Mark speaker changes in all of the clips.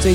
Speaker 1: 最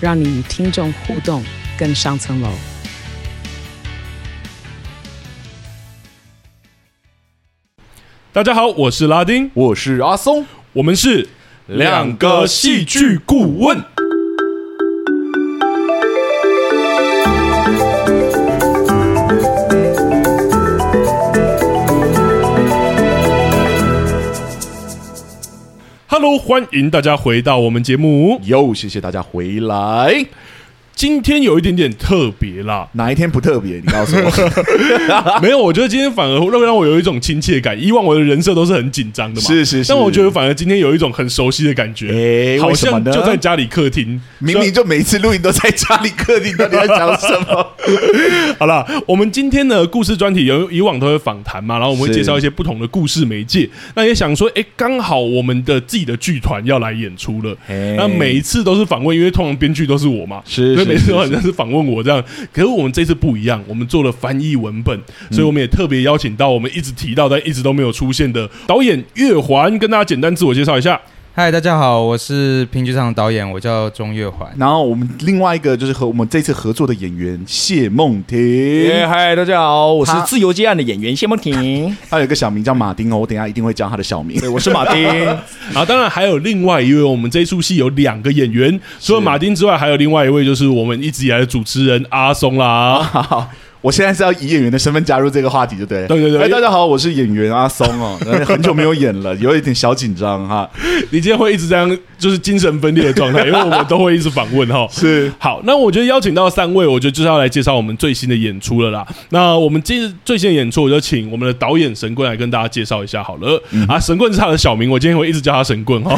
Speaker 1: 让你与听众互动更上层楼。
Speaker 2: 大家好，我是拉丁，
Speaker 3: 我是阿松，
Speaker 2: 我们是
Speaker 3: 两个戏剧
Speaker 2: 顾问。Hello，欢迎大家回到我们节目。
Speaker 3: 又谢谢大家回来。
Speaker 2: 今天有一点点特别啦，
Speaker 3: 哪一天不特别？你告诉我，
Speaker 2: 没有，我觉得今天反而会让我有一种亲切感。以往我的人设都是很紧张的嘛，
Speaker 3: 是是是
Speaker 2: 但我觉得反而今天有一种很熟悉的感觉，
Speaker 3: 诶
Speaker 2: 好
Speaker 3: 为什么
Speaker 2: 像
Speaker 3: 呢
Speaker 2: 就在家里客厅。
Speaker 3: 明明就每次录音都在家里客厅，到底在讲什么？
Speaker 2: 好啦，我们今天的故事专题有以往都会访谈嘛，然后我们会
Speaker 3: 是
Speaker 2: 介绍一些不同的故事媒介。那也想说，哎、刚好我们的自己的剧团要来演出了，
Speaker 3: 嘿
Speaker 2: 那每一次都是访问，因为通常编剧都是我嘛，
Speaker 3: 是
Speaker 2: 所以
Speaker 3: 是
Speaker 2: 每次都
Speaker 3: 是
Speaker 2: 好像是访问我这样。可是我们这次不一样，我们做了翻译文本，
Speaker 3: 嗯
Speaker 2: 所以我们也特别邀请到我们一直提到但一直都没有出现的导演月环，跟大家简单自我介绍一下。
Speaker 4: 嗨，大家好，我是评剧场导演，我叫钟 月环。
Speaker 3: 然后我们另外一个就是和我们这次合作的演员谢梦
Speaker 5: 耶，
Speaker 3: 婷，
Speaker 5: 哎嗨，大家好，我是
Speaker 3: 他
Speaker 5: 《自由接案》的演员谢梦婷，
Speaker 3: 他有一个小名叫马丁哦，我等一下一定会叫他的小名。
Speaker 5: 对，我是马丁，
Speaker 2: 然后当然还有另外一位，我们这一出戏有两个演员，除了马丁之外，还有另外一位就是我们一直以来的主持人阿松啦。
Speaker 3: 好，我现在是要以演员的身份加入这个话题，就对了。
Speaker 2: 对对对
Speaker 3: 哎，大家好，我是演员阿松哦， 很久没有演了，有一点小紧张哈。
Speaker 2: 你今天会一直这样，就是精神分裂的状态，因为我们都会一直访问哈。
Speaker 3: 是，
Speaker 2: 好，那我觉得邀请到三位，我觉得就是要来介绍我们最新的演出了啦。那我们今日最新的演出，我就请我们的导演神棍来跟大家介绍一下好了。啊，神棍是他的小名，我今天会一直叫他神棍哈。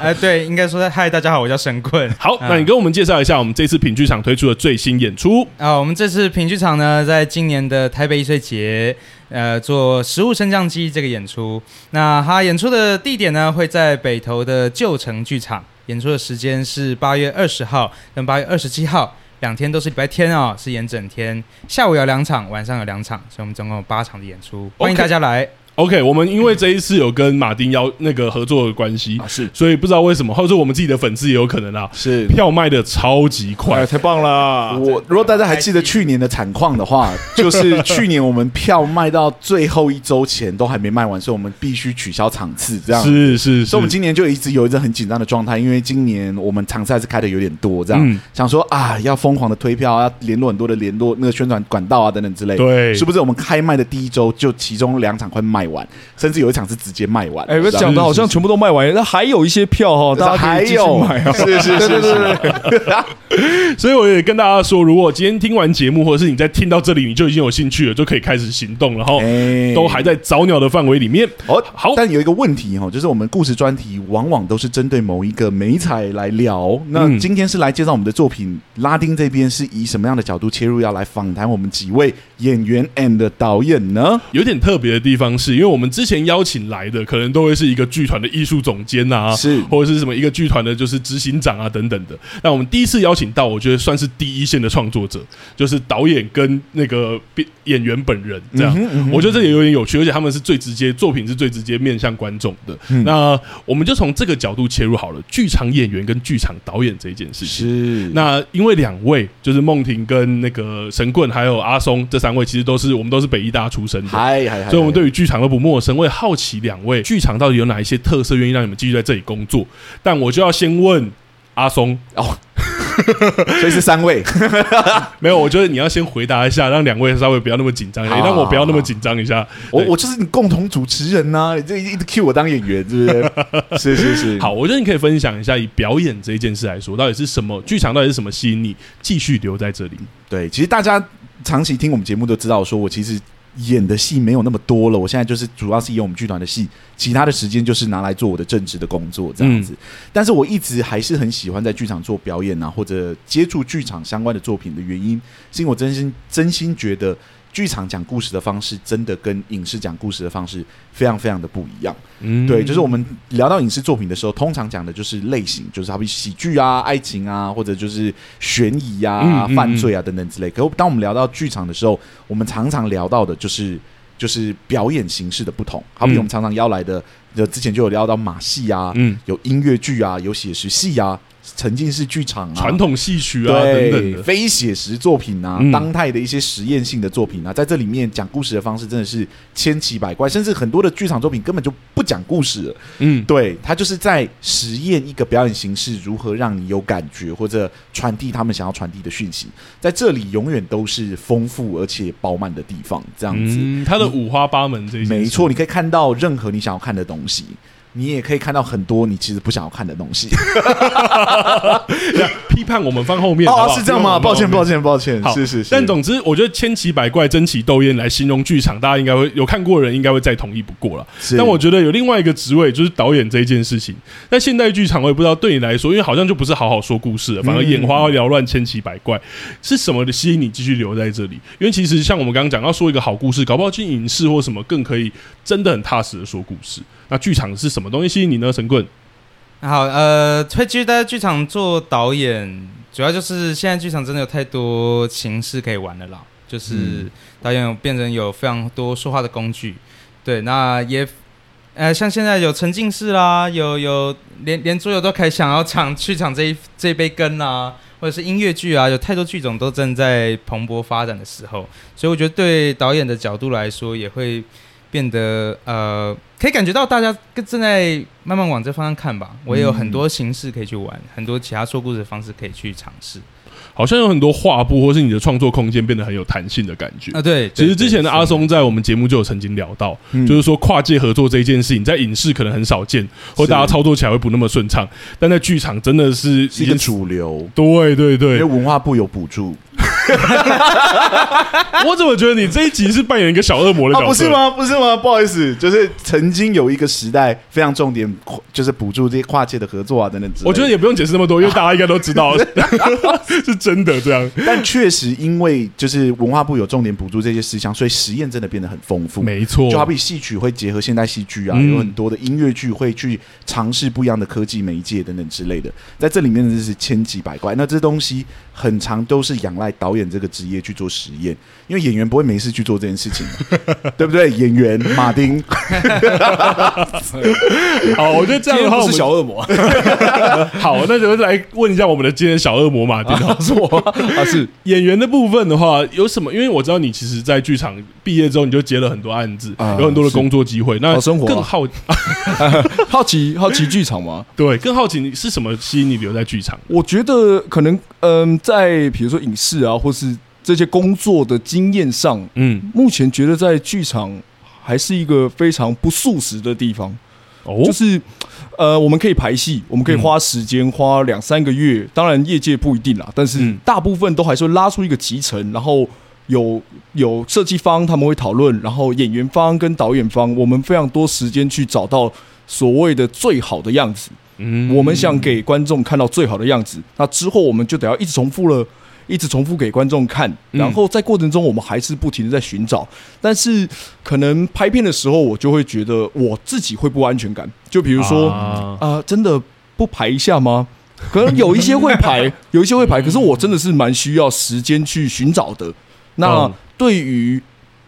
Speaker 4: 哎，对，应该说嗨，大家好，我叫神棍。
Speaker 2: 好，那你跟我们介绍一下我们这次品剧场推出的最新演出。
Speaker 4: 啊，我们这次评剧场呢，在今年的台北艺术节，呃，做食物升降机这个演出。那它演出的地点呢，会在北投的旧城剧场，演出的时间是八月二十号跟八月二十七号。两天都是礼拜天哦，是演整天，下午有两场，晚上有两场，所以我们总共有八场的演出，欢迎
Speaker 2: OK
Speaker 4: 大家来。
Speaker 2: OK，我们因为这一次有跟马丁邀那个合作的关系，
Speaker 3: 啊是
Speaker 2: 所以不知道为什么，或者说我们自己的粉丝也有可能啊，
Speaker 3: 是，
Speaker 2: 票卖的超级快
Speaker 5: 哎，。太棒了！
Speaker 3: 我如果大家还记得去年的惨况的 话，就是去年我们票卖到最后一周前都还没卖完，所以我们必须取消场次，这样。
Speaker 2: 是是是
Speaker 3: 所以，我们，今年就一直有一个很紧张的状态，因为今年我们场次还是开的有点多，这样、
Speaker 2: 嗯
Speaker 3: 想说啊，要疯狂的推票，要联络很多的联络那个宣传管道啊等等之类。
Speaker 2: 对
Speaker 3: 是不是我们开卖的第一周就其中两场快卖完，甚至有一场是直接卖完？
Speaker 5: 哎，我
Speaker 3: 这样
Speaker 5: 讲的好像全部都卖完，那还有一些票哈，大家可
Speaker 3: 还
Speaker 5: 以继续
Speaker 3: 有
Speaker 5: 买啊。
Speaker 3: 是 是是是是，
Speaker 2: 所以我也跟大家说，如果今天听完节目，或者是你在听到这里，你就已经有兴趣了，就可以开始行动了哈，
Speaker 3: 哎
Speaker 2: 都还在早鸟的范围里面。
Speaker 3: 哦，
Speaker 2: 好
Speaker 3: 但有一个问题哈、哦，就是我们故事专题往往都是针对某一个美彩来聊。那
Speaker 2: 嗯
Speaker 3: 今天是来介绍我们的作品，拉丁这边是以什么样的角度切入，要来访谈我们几位演员 and 导演呢？
Speaker 2: 有点特别的地方是，因为我们之前邀请来的，可能都会是一个剧团的艺术总监啊，
Speaker 3: 是
Speaker 2: 或者是什么一个剧团的，就是执行长啊等等的。那我们第一次邀请到，我觉得算是第一线的创作者，就是导演跟那个编演员本人这样。我觉得这也有点有趣，而且他们是最直接，作品是最直接面向观众的。那我们就从这个角度切入好了，剧场演员跟剧场导演这一件事情。
Speaker 3: 是
Speaker 2: 那因为两位就是梦婷跟那个神棍还有阿松这三位，其实都是我们都是北医大出身的，
Speaker 3: 嗨嗨嗨，
Speaker 2: 所以我们对
Speaker 3: 于
Speaker 2: 于剧场都不陌生。我也好奇两位剧场到底有哪一些特色，愿意让你们继续在这里工作？但我就要先问阿松，
Speaker 3: 哦，所以是三 位，
Speaker 2: 没有，我觉得你要先回答一下，让两位稍微不要那么紧张，也
Speaker 3: 好
Speaker 2: 让我不要那么紧张一下。
Speaker 3: 我
Speaker 2: 对
Speaker 3: 我就是你共同主持人呐、你这一直 cue 我当演员，是 不是？是是是，
Speaker 2: 好，我觉得你可以分享一下，以表演这一件事来说，到底是什么剧场，到底是什么吸引你继续留在这里？
Speaker 3: 对，其实大家长期听我们节目都知道，说我其实演的戏没有那么多了，我现在就是主要是演我们剧团的戏，其他的时间就是拿来做我的正职的工作这样子。但是我一直还是很喜欢在剧场做表演啊，或者接触剧场相关的作品的原因，是因为我真心真心觉得剧场讲故事的方式真的跟影视讲故事的方式非常非常的不一样。
Speaker 2: 嗯
Speaker 3: 对，就是我们聊到影视作品的时候，通常讲的就是类型，就是好比喜剧啊、爱情啊，或者就是悬疑啊、
Speaker 2: 嗯嗯
Speaker 3: 犯罪啊等等之类。可当我们聊到剧场的时候，我们常常聊到的就是就是表演形式的不同，好比
Speaker 2: 嗯
Speaker 3: 我们常常邀来的，就之前就有聊到马戏啊，
Speaker 2: 嗯
Speaker 3: 有音乐剧啊，有写实戏啊，沉浸式剧场啊，
Speaker 2: 传统戏曲啊等
Speaker 3: 对，
Speaker 2: 等的，
Speaker 3: 非写实作品啊，
Speaker 2: 嗯
Speaker 3: 当代的一些实验性的作品啊，在这里面讲故事的方式真的是千奇百怪，甚至很多的剧场作品根本就不讲故事了。
Speaker 2: 嗯
Speaker 3: 对，它就是在实验一个表演形式如何让你有感觉，或者传递他们想要传递的讯息，在这里永远都是丰富而且饱满的地方。这样子，
Speaker 2: 嗯，他的五花八门这一件
Speaker 3: 没
Speaker 2: 事
Speaker 3: 错，，你可以看到任何你想要看的东西。你也可以看到很多你其实不想要看的东西
Speaker 2: 对啊批判我们放后面 好
Speaker 3: 哦
Speaker 2: 不，好
Speaker 3: 是这样吗？
Speaker 2: 批判我们
Speaker 3: 抱
Speaker 2: 放后
Speaker 3: 歉，
Speaker 2: 面
Speaker 3: 抱歉，抱歉，
Speaker 2: 好
Speaker 3: 是是是。
Speaker 2: 但总之，我觉得千奇百怪、争奇斗艳来形容剧场，大家应该会有看过的人，应该会再同意不过了。
Speaker 3: 是，
Speaker 2: 但我觉得有另外一个职位，就是导演这一件事情。在现代剧场，我也不知道对你来说，因为好像就不是好好说故事了，反
Speaker 3: 嗯
Speaker 2: 而眼花缭乱、千奇百怪，是什么的吸引你继续留在这里？因为其实像我们刚刚讲到说一个好故事，搞不好进影视或什么更可以真的很踏实的说故事。那剧场是什么东西吸引你呢？神棍，
Speaker 4: 好，呃，会继续待在剧场做导演，主要就是现在剧场真的有太多形式可以玩了啦，就是
Speaker 3: 嗯
Speaker 4: 导演有变成有非常多说话的工具，对，那也。呃，像现在有沉浸式啦，有有连连桌游都开始想要尝去尝这一这一杯羹啊，或者是音乐剧啊，有太多剧种都正在蓬勃发展的时候，所以我觉得对导演的角度来说，也会变得呃，可以感觉到大家跟正在慢慢往这方向看吧。我也有很多形式可以去玩，很多其他说故事的方式可以去尝试。
Speaker 2: 好像有很多画布或是你的创作空间变得很有弹性的感觉
Speaker 4: 啊，。对，
Speaker 2: 其实
Speaker 4: 对
Speaker 2: 之前的
Speaker 4: 对
Speaker 2: 阿松在我们节目就有曾经聊到，
Speaker 3: 嗯
Speaker 2: 就是说跨界合作这一件事情，在影视可能很少见，或大家操作起来会不那么顺畅，但在剧场真的是
Speaker 3: 是一个主流，
Speaker 2: 对对
Speaker 3: 因为
Speaker 2: 对，
Speaker 3: 文化部有补助
Speaker 2: 我怎么觉得你这一集是扮演一个小恶魔的
Speaker 3: 啊，
Speaker 2: 角色？
Speaker 3: 不是？吗？不是吗？不好意思，就是曾经有一个时代非常重点，就是补助这些跨界的合作啊等等之类的
Speaker 2: 我觉得，也不用解释那么多，因为大家应该都知道是真的这样。
Speaker 3: 但确实因为就是文化部有重点补助这些事项，所以实验真的变得很丰富。
Speaker 2: 没错，
Speaker 3: 就好比戏曲会结合现代戏剧啊，
Speaker 2: 嗯
Speaker 3: 有很多的音乐剧会去尝试不一样的科技媒介等等之类的，在这里面真是千奇百怪。那这东西很长都是仰赖导演这个职业去做实验，因为演员不会没事去做这件事情嘛，对不对？演员马丁，
Speaker 2: 好，我觉得这样
Speaker 5: 今天
Speaker 2: 的话，我
Speaker 5: 不是
Speaker 2: 们
Speaker 5: 小恶魔，
Speaker 2: 好，那就来问一下我们的今天小恶魔马丁好了
Speaker 5: 是我啊，是
Speaker 2: 演员的部分的话，有什么？因为我知道你其实，在剧场毕业之后，你就接了很多案子，
Speaker 3: 啊
Speaker 2: 有很多的工作机会。那
Speaker 5: 好生活啊
Speaker 2: 更好，
Speaker 5: 好奇好奇剧场吗？
Speaker 2: 对，更好奇你是什么吸引你留在剧场？
Speaker 5: 我觉得可能嗯，在比如说影视啊，或是这些工作的经验上，
Speaker 2: 嗯，
Speaker 5: 目前觉得在剧场还是一个非常不速食的地方，
Speaker 2: 哦
Speaker 5: 就，是呃，我们可以排戏，我们可以花时间、花两三个月，当然业界不一定啦，但是
Speaker 2: 嗯
Speaker 5: 大部分都还是会拉出一个集成，然后。有有设计方他们会讨论，然后演员方跟导演方，我们非常多时间去找到所谓的最好的样子。
Speaker 2: 嗯
Speaker 5: 我们想给观众看到最好的样子，那之后我们就得要一直重复了，一直重复给观众看，
Speaker 2: 嗯
Speaker 5: 然后在过程中我们还是不停的在寻找，但是可能拍片的时候我就会觉得我自己会不安全感，就比如说啊、
Speaker 2: 啊
Speaker 5: 真的不排一下吗？可能有一些会排，有一些会排，可是我真的是蛮需要时间去寻找的。那
Speaker 2: 嗯
Speaker 5: 对于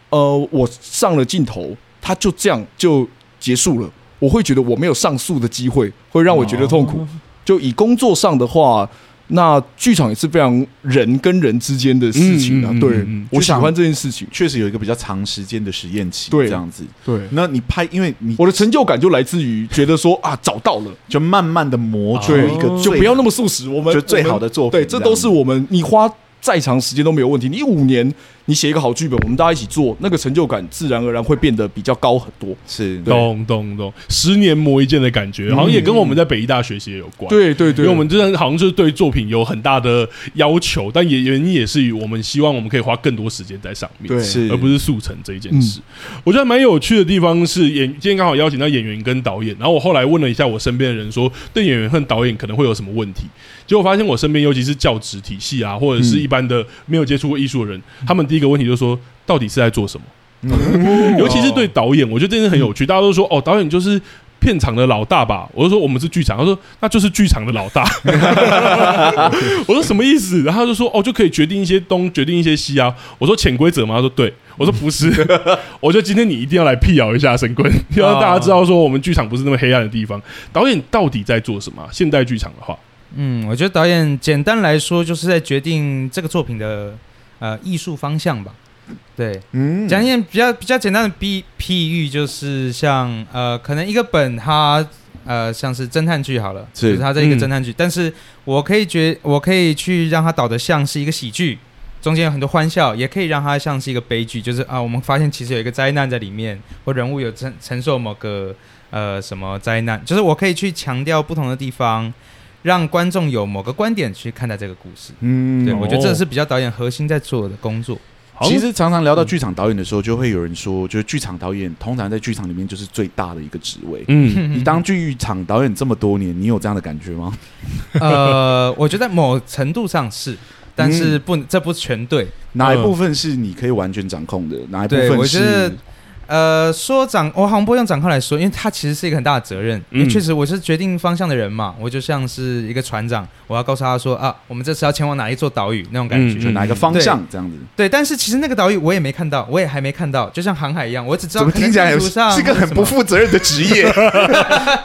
Speaker 5: 呃，我上了镜头，它就这样就结束了。我会觉得我没有上诉的机会，会让我觉得痛苦。
Speaker 2: 哦
Speaker 5: 就以工作上的话，那剧场也是非常人跟人之间的事情啊。
Speaker 2: 嗯嗯嗯
Speaker 5: 对、
Speaker 2: 嗯嗯
Speaker 5: 我喜
Speaker 3: 剧
Speaker 5: 欢
Speaker 3: 场
Speaker 5: 这件事情。
Speaker 3: 确实有一个比较长时间的实验期，
Speaker 5: 对
Speaker 3: 这样子。
Speaker 5: 对，
Speaker 3: 那你拍，因为你
Speaker 5: 我的成就感就来自于觉得说啊，找到了，
Speaker 3: 就慢慢的磨出
Speaker 5: 对
Speaker 3: 一个最
Speaker 5: 就不要那么速食。我们
Speaker 3: 就最好
Speaker 5: 的
Speaker 3: 的作品，
Speaker 5: 对，这都是我们你花再长时间都没有问题。你五年你写一个好剧本，我们大家一起做，那个成就感自然而然会变得比较高很多。
Speaker 3: 是
Speaker 5: 对嗯
Speaker 2: 懂懂懂，十年磨一剑的感觉，好像也跟我们在北医大学习也有关。。
Speaker 5: 对对
Speaker 2: 因
Speaker 5: 对，
Speaker 2: 为我们真的好像就是对作品有很大的要求，但也原因也是于我们希望我们可以花更多时间在上面。
Speaker 5: 对
Speaker 3: 是，
Speaker 2: 而不
Speaker 3: 是
Speaker 2: 是速成这一件事。我觉得蛮有趣的地方是演，今天刚好邀请到演员跟导演，然后我后来问了一下我身边的人说，对演员和导演可能会有什么问题？结果发现我身边尤其是教职体系啊，或者是一般的没有接触过艺术的人，他们第一个问题就是说，到底是在做什么？ 尤其是对导演，我觉得这件事很有趣。大家都说哦，导演就是。片场的老大吧，我就说我们是剧场，他说那就是剧场的老大， 我说什么意思？然后他就说哦，就可以决定一些东，决定一些西啊。我说潜规则吗？他说对。我说不 是，我觉得今天你一定要来辟谣一下神棍，要让大家知道说我们剧场不是那么黑暗的地方。导演到底在做什么啊、现代剧场的话，
Speaker 4: 嗯，我觉得导演简单来说就是在决定这个作品的呃艺术方向吧。对，
Speaker 3: 嗯
Speaker 4: 讲一点比较比较简单的比譬喻，就是像呃，可能一个本它呃像是侦探剧好了，
Speaker 3: 是
Speaker 4: 就是它在一个
Speaker 2: 嗯
Speaker 4: 侦探剧，但是我可以觉我可以去让它导的像是一个喜剧，中间有很多欢笑，也可以让它像是一个悲剧，就是啊，我们发现其实有一个灾难在里面，或人物有承承受某个呃什么灾难，就是我可以去强调不同的地方。让观众有某个观点去看待这个故事，
Speaker 3: 嗯
Speaker 4: 对、我觉得这
Speaker 2: 哦
Speaker 4: 是比较导演核心在做的工作。
Speaker 2: 好
Speaker 3: 其
Speaker 2: 像
Speaker 3: 实常常聊到剧场导演的时候，就会有人说，就是剧场导演通常在剧场里面就是最大的一个职位。
Speaker 2: 嗯，
Speaker 3: 你当剧场导演这么多年，你有这样的感觉吗？
Speaker 4: 呃，我觉得某程度上是，但是不，这不全对。
Speaker 3: 哪一部分是你可以完全掌控的？哪一嗯部
Speaker 4: 对，我
Speaker 3: 分
Speaker 4: 觉
Speaker 3: 是
Speaker 4: 得，呃，说掌，我好像不会用掌控来说，因为它其实是一个很大的责任。因为
Speaker 2: 嗯
Speaker 4: 确实我是决定方向的人嘛，我就像是一个船长，我要告诉他说啊，我们这次要前往哪一座岛屿那种感觉。
Speaker 3: 就哪一个方向这样子？
Speaker 4: 对，但是其实那个岛屿我也没看到，我也还没看到，就像航海一样，我只知道
Speaker 3: 怎么
Speaker 4: 可能
Speaker 3: 听起来
Speaker 4: 地
Speaker 3: 有
Speaker 4: 图上
Speaker 3: 是个很
Speaker 4: 什么
Speaker 3: 不负责任的职 业？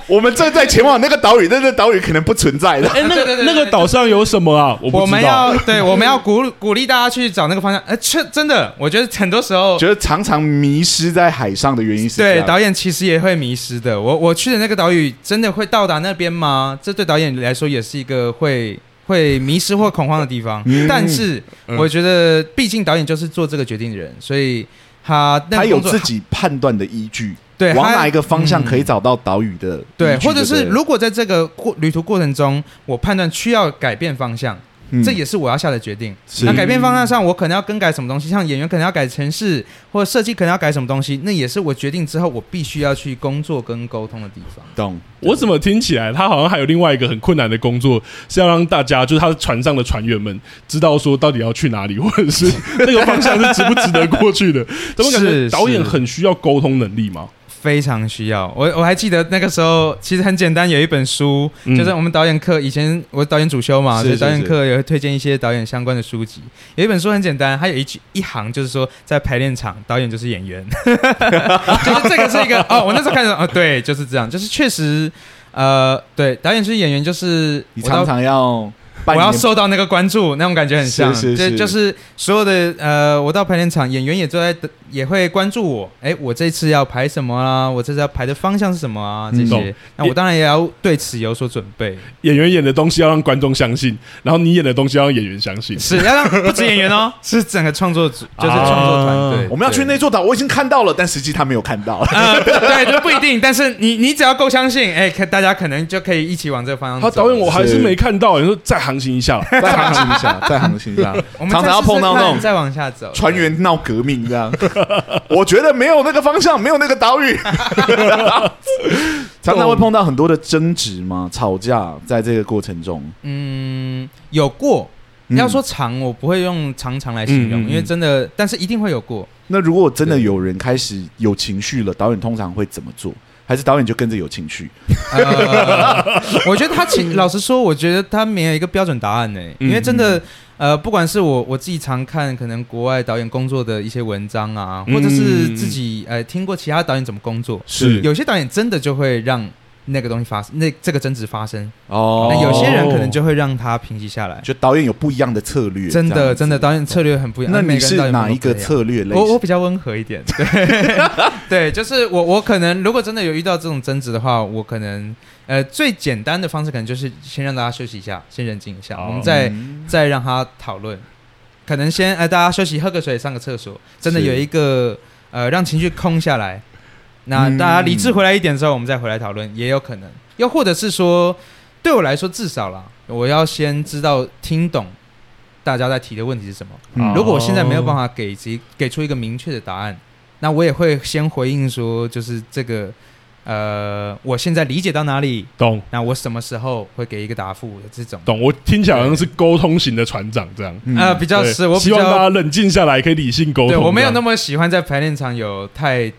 Speaker 3: 我们正在前往那个岛屿，但那岛屿可能不存在的。
Speaker 2: 哎、那
Speaker 4: 对对
Speaker 2: 个
Speaker 4: 对
Speaker 2: 那个岛上有什么啊？我不
Speaker 4: 我们
Speaker 2: 知道。
Speaker 4: 要对，我们要鼓鼓励大家去找那个方向。呃，确真的，我觉得很多时候
Speaker 3: 觉得常常迷失在海上的原因是这
Speaker 4: 对，
Speaker 3: 样
Speaker 4: 导演其实也会迷失的。我我去的那个岛屿，真的会到达那边吗？这对导演来说也是一个会会迷失或恐慌的地方。
Speaker 3: 嗯
Speaker 4: 但是我觉得，毕竟导演就是做这个决定的人，所以他那
Speaker 3: 他
Speaker 4: 个
Speaker 3: 有
Speaker 4: 工作
Speaker 3: 自己判断的依据，
Speaker 4: 对
Speaker 3: 往
Speaker 4: 他
Speaker 3: 哪一个方向可以
Speaker 4: 嗯
Speaker 3: 找到岛屿的依据
Speaker 4: 对，
Speaker 3: 就
Speaker 4: 或者是
Speaker 3: 对了
Speaker 4: 如果在这个过旅途过程中，我判断需要改变方向，
Speaker 3: 嗯
Speaker 4: 这也是我要下的决定。
Speaker 3: 是
Speaker 4: 那改变方向上，我可能要更改什么东西，像演员可能要改城市，或者设计可能要改什么东西，那也是我决定之后我必须要去工作跟沟通的地方。
Speaker 3: 懂
Speaker 2: 我怎么听起来他好像还有另外一个很困难的工作，是要让大家就是他船上的船员们知道说到底要去哪里，或 者是那个方向是值不值得过去的。怎么感觉
Speaker 4: 是
Speaker 2: 导演
Speaker 4: 是
Speaker 2: 很需要沟通能力吗？
Speaker 4: 非常需要。我我还记得那个时候，其实很简单，有一本书，
Speaker 2: 嗯
Speaker 4: 就是我们导演课以前我导演主修嘛，
Speaker 3: 是
Speaker 4: 所以
Speaker 3: 是
Speaker 4: 导演课也会推荐一些导演相关的书籍。有一本书很简单，它有一句一行就是说，在排练场，导演就是演员， 就是这个是一个哦，我那时候看着哦，对，就是这样，就是确实。呃，对，导演是演员，就是
Speaker 3: 你
Speaker 4: 我到
Speaker 3: 常常要扮
Speaker 4: 我
Speaker 3: 演
Speaker 4: 要受到那个关注，那种感觉很像。
Speaker 3: 是是
Speaker 4: 就是就是所有的呃，我到排练场，演员也都在也会关注我。哎，我这次要排什么啊？我这次要排的方向是什么啊？这
Speaker 3: 嗯
Speaker 4: 些
Speaker 2: 懂，
Speaker 4: 那我当然也要对此有所准备。
Speaker 2: 演员演的东西要让观众相信，然后你演的东西要让演员相信。
Speaker 4: 是要让不止演员哦， 啊是整个创作组，就是创作团队。
Speaker 3: 我们要去那座岛，我已经看到了，但实际他没有看 到。
Speaker 4: 呃，对，就不一定。但是你你只要够相信，哎，可大家可能就可以一起往这个方向
Speaker 2: 他
Speaker 4: 走。
Speaker 2: 导演我还是
Speaker 3: 是
Speaker 2: 没看到，你说再航行一下啦，
Speaker 3: 再航行一
Speaker 4: 啊
Speaker 3: 下，再航行一下，
Speaker 4: 我们
Speaker 3: 常常要碰到那种
Speaker 4: 再试试看再往下走
Speaker 3: 船员闹革命这样。 我觉得没有那个方向，没有那个岛 屿，常常会碰到很多的争执嘛，吵架，在这个过程中，
Speaker 4: 嗯，有过。
Speaker 3: 嗯
Speaker 4: 要说长，我不会用长长来形
Speaker 2: 嗯
Speaker 4: 容，
Speaker 2: 嗯嗯
Speaker 4: 因为真的，但是一定会有过。
Speaker 3: 那如果真的有人开始有情绪了，导演通常会怎么做？还是导演就跟着有情绪？
Speaker 4: 呃，我觉得他其老实说，我觉得他没有一个标准答案呢、
Speaker 3: 嗯
Speaker 4: 因为真的，呃，不管是我我自己常看可能国外导演工作的一些文章啊，
Speaker 3: 嗯
Speaker 4: 或者是自己呃听过其他导演怎么工作，
Speaker 2: 是
Speaker 4: 有些导演真的就会让那个东西发生，那这个争执发生，
Speaker 3: 哦
Speaker 4: 那有些人可能就会让他平息下来。
Speaker 3: 就导演有不一样的策略，
Speaker 4: 真
Speaker 3: 这样
Speaker 4: 的，
Speaker 3: 子
Speaker 4: 真的，。导演策略很不一样。
Speaker 3: 那
Speaker 4: 每
Speaker 3: 你
Speaker 4: 人
Speaker 3: 是
Speaker 4: 导演风
Speaker 3: 哪
Speaker 4: 格
Speaker 3: 一个
Speaker 4: 不样
Speaker 3: 策略类
Speaker 4: 我我
Speaker 3: 型？
Speaker 4: 比较温和一点，对 对，就是我我可能如果真的有遇到这种争执的话，我可能呃最简单的
Speaker 3: 嗯
Speaker 4: 方式可能就是先让大家休息一下，先冷静一下，
Speaker 2: 哦
Speaker 4: 我们再再让他讨论，可能先呃大家休息喝个水上个厕所，真的
Speaker 3: 是
Speaker 4: 有一个呃让情绪空下来，那大家理
Speaker 3: 嗯
Speaker 4: 智回来一点之后，我们再回来讨论也有可能，又或者是说对我来说至少啦，我要先知道听懂大家在提的问题是什么。
Speaker 3: 嗯
Speaker 4: 如果我现在没有办
Speaker 2: 哦
Speaker 4: 法给及给出一个明确的答案，那我也会先回应说，就是这个，呃，我现在理解到哪里，
Speaker 2: 懂
Speaker 4: 那我什么时候会给一个答复的这种，
Speaker 2: 懂，我听起来好像是沟通型的船长这样。
Speaker 3: 嗯
Speaker 4: 呃，比较
Speaker 2: 对
Speaker 4: 是我比
Speaker 2: 希望大
Speaker 4: 较
Speaker 2: 家，冷静下来，可以理性沟
Speaker 4: 对
Speaker 2: 通。
Speaker 4: 我没有那
Speaker 2: 么
Speaker 4: 么喜欢在排练场有太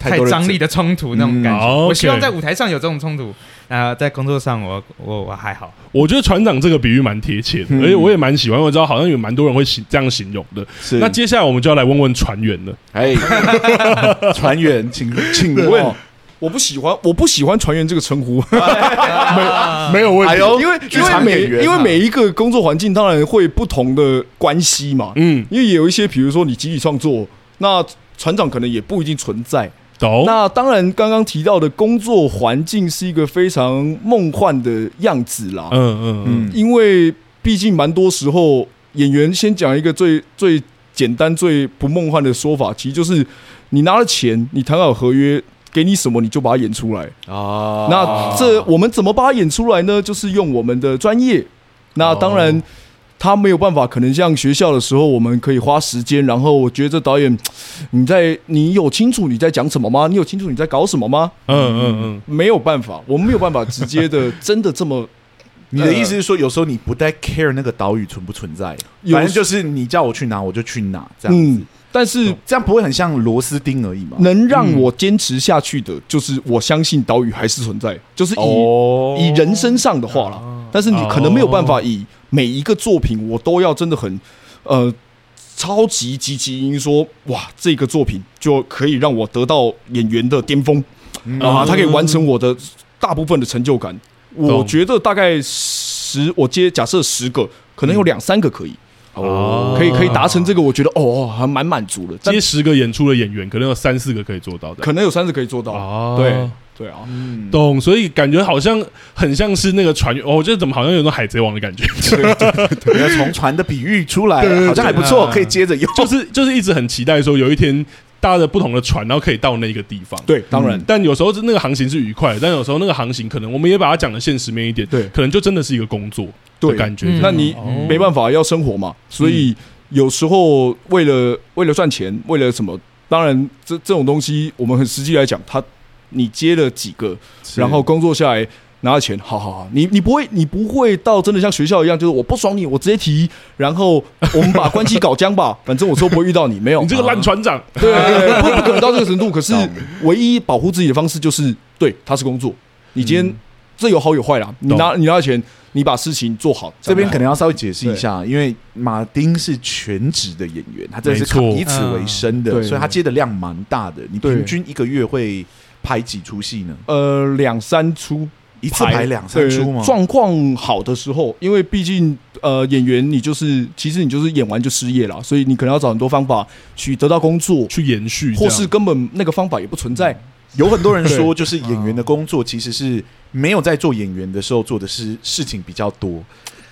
Speaker 3: 太多人
Speaker 4: 张力的冲突那种
Speaker 3: 嗯
Speaker 4: 感觉，
Speaker 2: 哦
Speaker 4: 我希望
Speaker 2: ，OK
Speaker 4: 在舞台上有这种冲突，那、在工作上我我我还好，
Speaker 2: 我觉得船长这个比喻蛮贴切的，
Speaker 3: 嗯
Speaker 2: 而且我也蛮喜欢。我知道好像有蛮多人会形这样形容的。
Speaker 3: 是
Speaker 2: 那接下来我们就要来问问船员了。
Speaker 3: 哎，船员，请请问
Speaker 5: 哦，我不喜欢，我不喜欢“船员”这个称呼，
Speaker 2: 哦没有问
Speaker 3: 哎呦，
Speaker 5: 因为
Speaker 3: 剧
Speaker 5: 因为
Speaker 3: 场
Speaker 5: 每
Speaker 3: 演员啊
Speaker 5: 因为每一个工作环境当然会不同的关系嘛，
Speaker 2: 嗯，
Speaker 5: 因为有一些比如说你集体创作，那船长可能也不一定存在。
Speaker 2: 懂。
Speaker 5: 那当然，刚刚提到的工作环境是一个非常梦幻的样子啦，
Speaker 2: 嗯嗯嗯，
Speaker 3: 嗯
Speaker 5: 因为毕竟蛮多时候演员先讲一个最最简单、最不梦幻的说法，其实就是你拿了钱，你谈好合约。给你什么你就把它演出来。
Speaker 3: 啊
Speaker 5: 那这我们怎么把它演出来呢？就是用我们的专业。那当然，他没有办法，可能像学校的时候，我们可以花时间。然后我觉得这导演，你在你有清楚你在讲什么吗？你有清楚你在搞什么吗？
Speaker 2: 嗯嗯
Speaker 5: 没有办法，我们没有办法直接的，真的这么
Speaker 3: 你的意思是说，有时候你不太 care 那个岛屿存不存在，
Speaker 5: 有
Speaker 3: 反正就是你叫我去哪我就去哪，这样
Speaker 5: 嗯
Speaker 3: 子，，
Speaker 5: 但是
Speaker 3: 这样不会很像螺丝钉而已嘛？
Speaker 5: 能让我坚持下去的，就是我相信岛屿还是存在，就是以、
Speaker 3: 哦
Speaker 5: 以人身上的话啦。但是你可能没有办法以每一个作品，我都要真的很呃超级积极音说，哇，这个作品就可以让我得到演员的巅峰
Speaker 3: 嗯
Speaker 5: 啊，它可以完成我的大部分的成就感。我
Speaker 2: 懂
Speaker 5: 觉得大概十，我接假设十个，可能有两三个可以。
Speaker 2: 哦
Speaker 5: 可以可以达成这个，我觉得哦，还蛮满足的。
Speaker 2: 嗯，
Speaker 5: 但
Speaker 2: 接十个演出的演员，可能有三四个可以做到的。
Speaker 5: 可能有三十可以做
Speaker 4: 啊
Speaker 5: 到，
Speaker 2: 哦
Speaker 5: 对对啊，
Speaker 3: 嗯
Speaker 2: 懂，所以感觉好像很像是那个船员，哦，我觉得怎么好像有种海贼王的感觉，
Speaker 3: 你要从船的比喻出来，好像还不错，可以接着用。
Speaker 2: 就是就是一直很期待说有一天搭着不同的船，然后可以到那个地方。
Speaker 5: 对，当然
Speaker 3: 嗯
Speaker 2: 但有时候那个航行是愉快的，但有时候那个航行可能我们也把它讲的现实面一点，
Speaker 5: 对
Speaker 2: 可能就真的是一个工作的
Speaker 5: 对
Speaker 2: 感觉。
Speaker 4: 嗯
Speaker 5: 那你
Speaker 2: 哦
Speaker 5: 没办法要生活嘛，所以有时候为了为了赚钱，为了什么？当然，这这种东西我们很实际来讲，他你接了几个，
Speaker 3: 是
Speaker 5: 然后工作下来拿了钱，好好好，你你不会你不会到真的像学校一样，就是我不爽你，我直接提，然后我们把关系搞僵吧， 反正我之后不会遇到你，没有
Speaker 2: 你这个烂船长，
Speaker 5: 对不不可能到这个程度。可 是
Speaker 3: 懂
Speaker 5: 唯一保护自己的方式就是，对，它是工作。你今天、这有好有坏啦，你拿你拿到钱，你把事情做好。
Speaker 3: 这边
Speaker 5: 这
Speaker 3: 可
Speaker 5: 样
Speaker 3: 能要稍微解释一下，因为马丁是全职的演员，他真的是靠
Speaker 2: 没错
Speaker 3: 以此为生的，
Speaker 5: 嗯对
Speaker 3: 所以他接的量蛮大的。你
Speaker 5: 对
Speaker 3: 平均一个月会拍几出戏呢？
Speaker 5: 呃两三出
Speaker 3: 一次排两三出吗
Speaker 5: 对？状况好的时候，因为毕竟呃演员你就是其实你就是演完就失业了，所以你可能要找很多方法去得到工作，
Speaker 2: 去延续这
Speaker 5: 或
Speaker 2: 样，
Speaker 5: 是根本那个方法也不存在。
Speaker 3: 有很多人说，
Speaker 5: 对
Speaker 3: 就是演员的工作其实是没有在做演员的时候做的事事情比较多。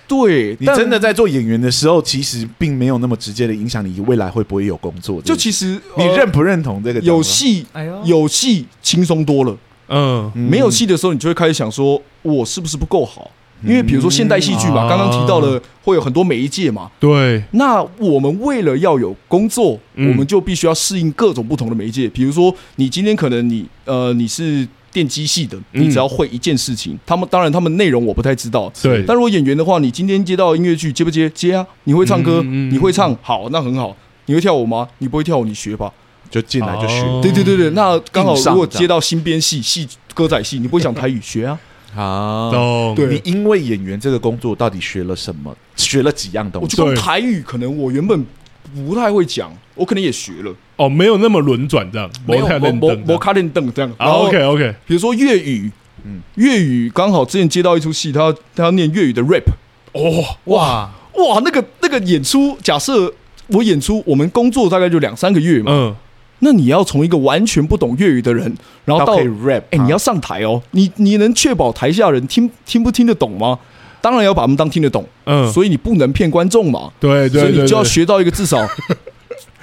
Speaker 5: 对，
Speaker 3: 你
Speaker 5: 但
Speaker 3: 真的在做演员的时候，其实并没有那么直接的影响你未来会不会有工作。
Speaker 5: 就其实
Speaker 3: 你
Speaker 5: 呃
Speaker 3: 认不认同这个讲法？
Speaker 5: 有戏
Speaker 4: 哎呦
Speaker 5: 有戏轻松多了。
Speaker 2: 嗯，
Speaker 3: 嗯
Speaker 5: 没有戏的时候，你就会开始想说，我是不是不够好？因为比如说现代戏剧嘛，
Speaker 2: 嗯
Speaker 5: 刚刚提到了会有很多媒介嘛。
Speaker 2: 对，
Speaker 5: 那我们为了要有工作，
Speaker 2: 嗯
Speaker 5: 我们就必须要适应各种不同的媒介。比如说，你今天可能你呃你是电机系的，
Speaker 2: 嗯
Speaker 5: 你只要会一件事情，他们当然他们内容我不太知道。
Speaker 2: 对
Speaker 5: 但如果演员的话，你今天接到音乐剧接不接？接啊！你会唱歌，
Speaker 2: 嗯嗯嗯
Speaker 5: 你会唱，好，那很好。你会跳舞吗？你不会跳舞，你学吧。
Speaker 3: 就进来就学
Speaker 2: 哦
Speaker 5: 对对对对，那刚好
Speaker 3: 硬上
Speaker 5: 如果
Speaker 3: 这样
Speaker 5: 接到新编戏、戏歌仔戏，你不会想台语学啊？
Speaker 3: 啊
Speaker 2: 懂，
Speaker 5: 对
Speaker 3: 你因为演员这个工作到底学了什么？学了几样
Speaker 5: 我
Speaker 3: 东西？
Speaker 5: 就光
Speaker 2: 对
Speaker 5: 台语，可能我原本不太会讲，我可能也学了，
Speaker 2: 哦，没有那么轮转这样，
Speaker 5: 没有
Speaker 2: 太
Speaker 5: 我
Speaker 2: 认
Speaker 5: 我
Speaker 2: 真这
Speaker 5: 我
Speaker 2: 样
Speaker 5: 卡练凳这样。
Speaker 2: 啊
Speaker 5: 然后
Speaker 2: ，OK OK，
Speaker 5: 比如说粤语，
Speaker 3: 嗯
Speaker 5: 粤语刚好之前接到一出戏，他他要念粤语的 rap，
Speaker 2: 哦，
Speaker 4: 哇，
Speaker 5: 哇，那个那个演出，假设我演出，我们工作大概就两三个月嘛，
Speaker 2: 嗯，
Speaker 5: 那你要从一个完全不懂粤语的人，然后
Speaker 2: 嗯
Speaker 3: 到
Speaker 5: 到
Speaker 3: 可以 rap，
Speaker 5: 哎、你要上台哦，你你能确保台下人听听不听得懂吗？当然要把他们当听得懂，
Speaker 2: 嗯，
Speaker 5: 所以你不能骗观众嘛，
Speaker 2: 对对，
Speaker 5: 所以
Speaker 2: 对
Speaker 5: 你就要，
Speaker 2: 对
Speaker 5: 学到一个 至少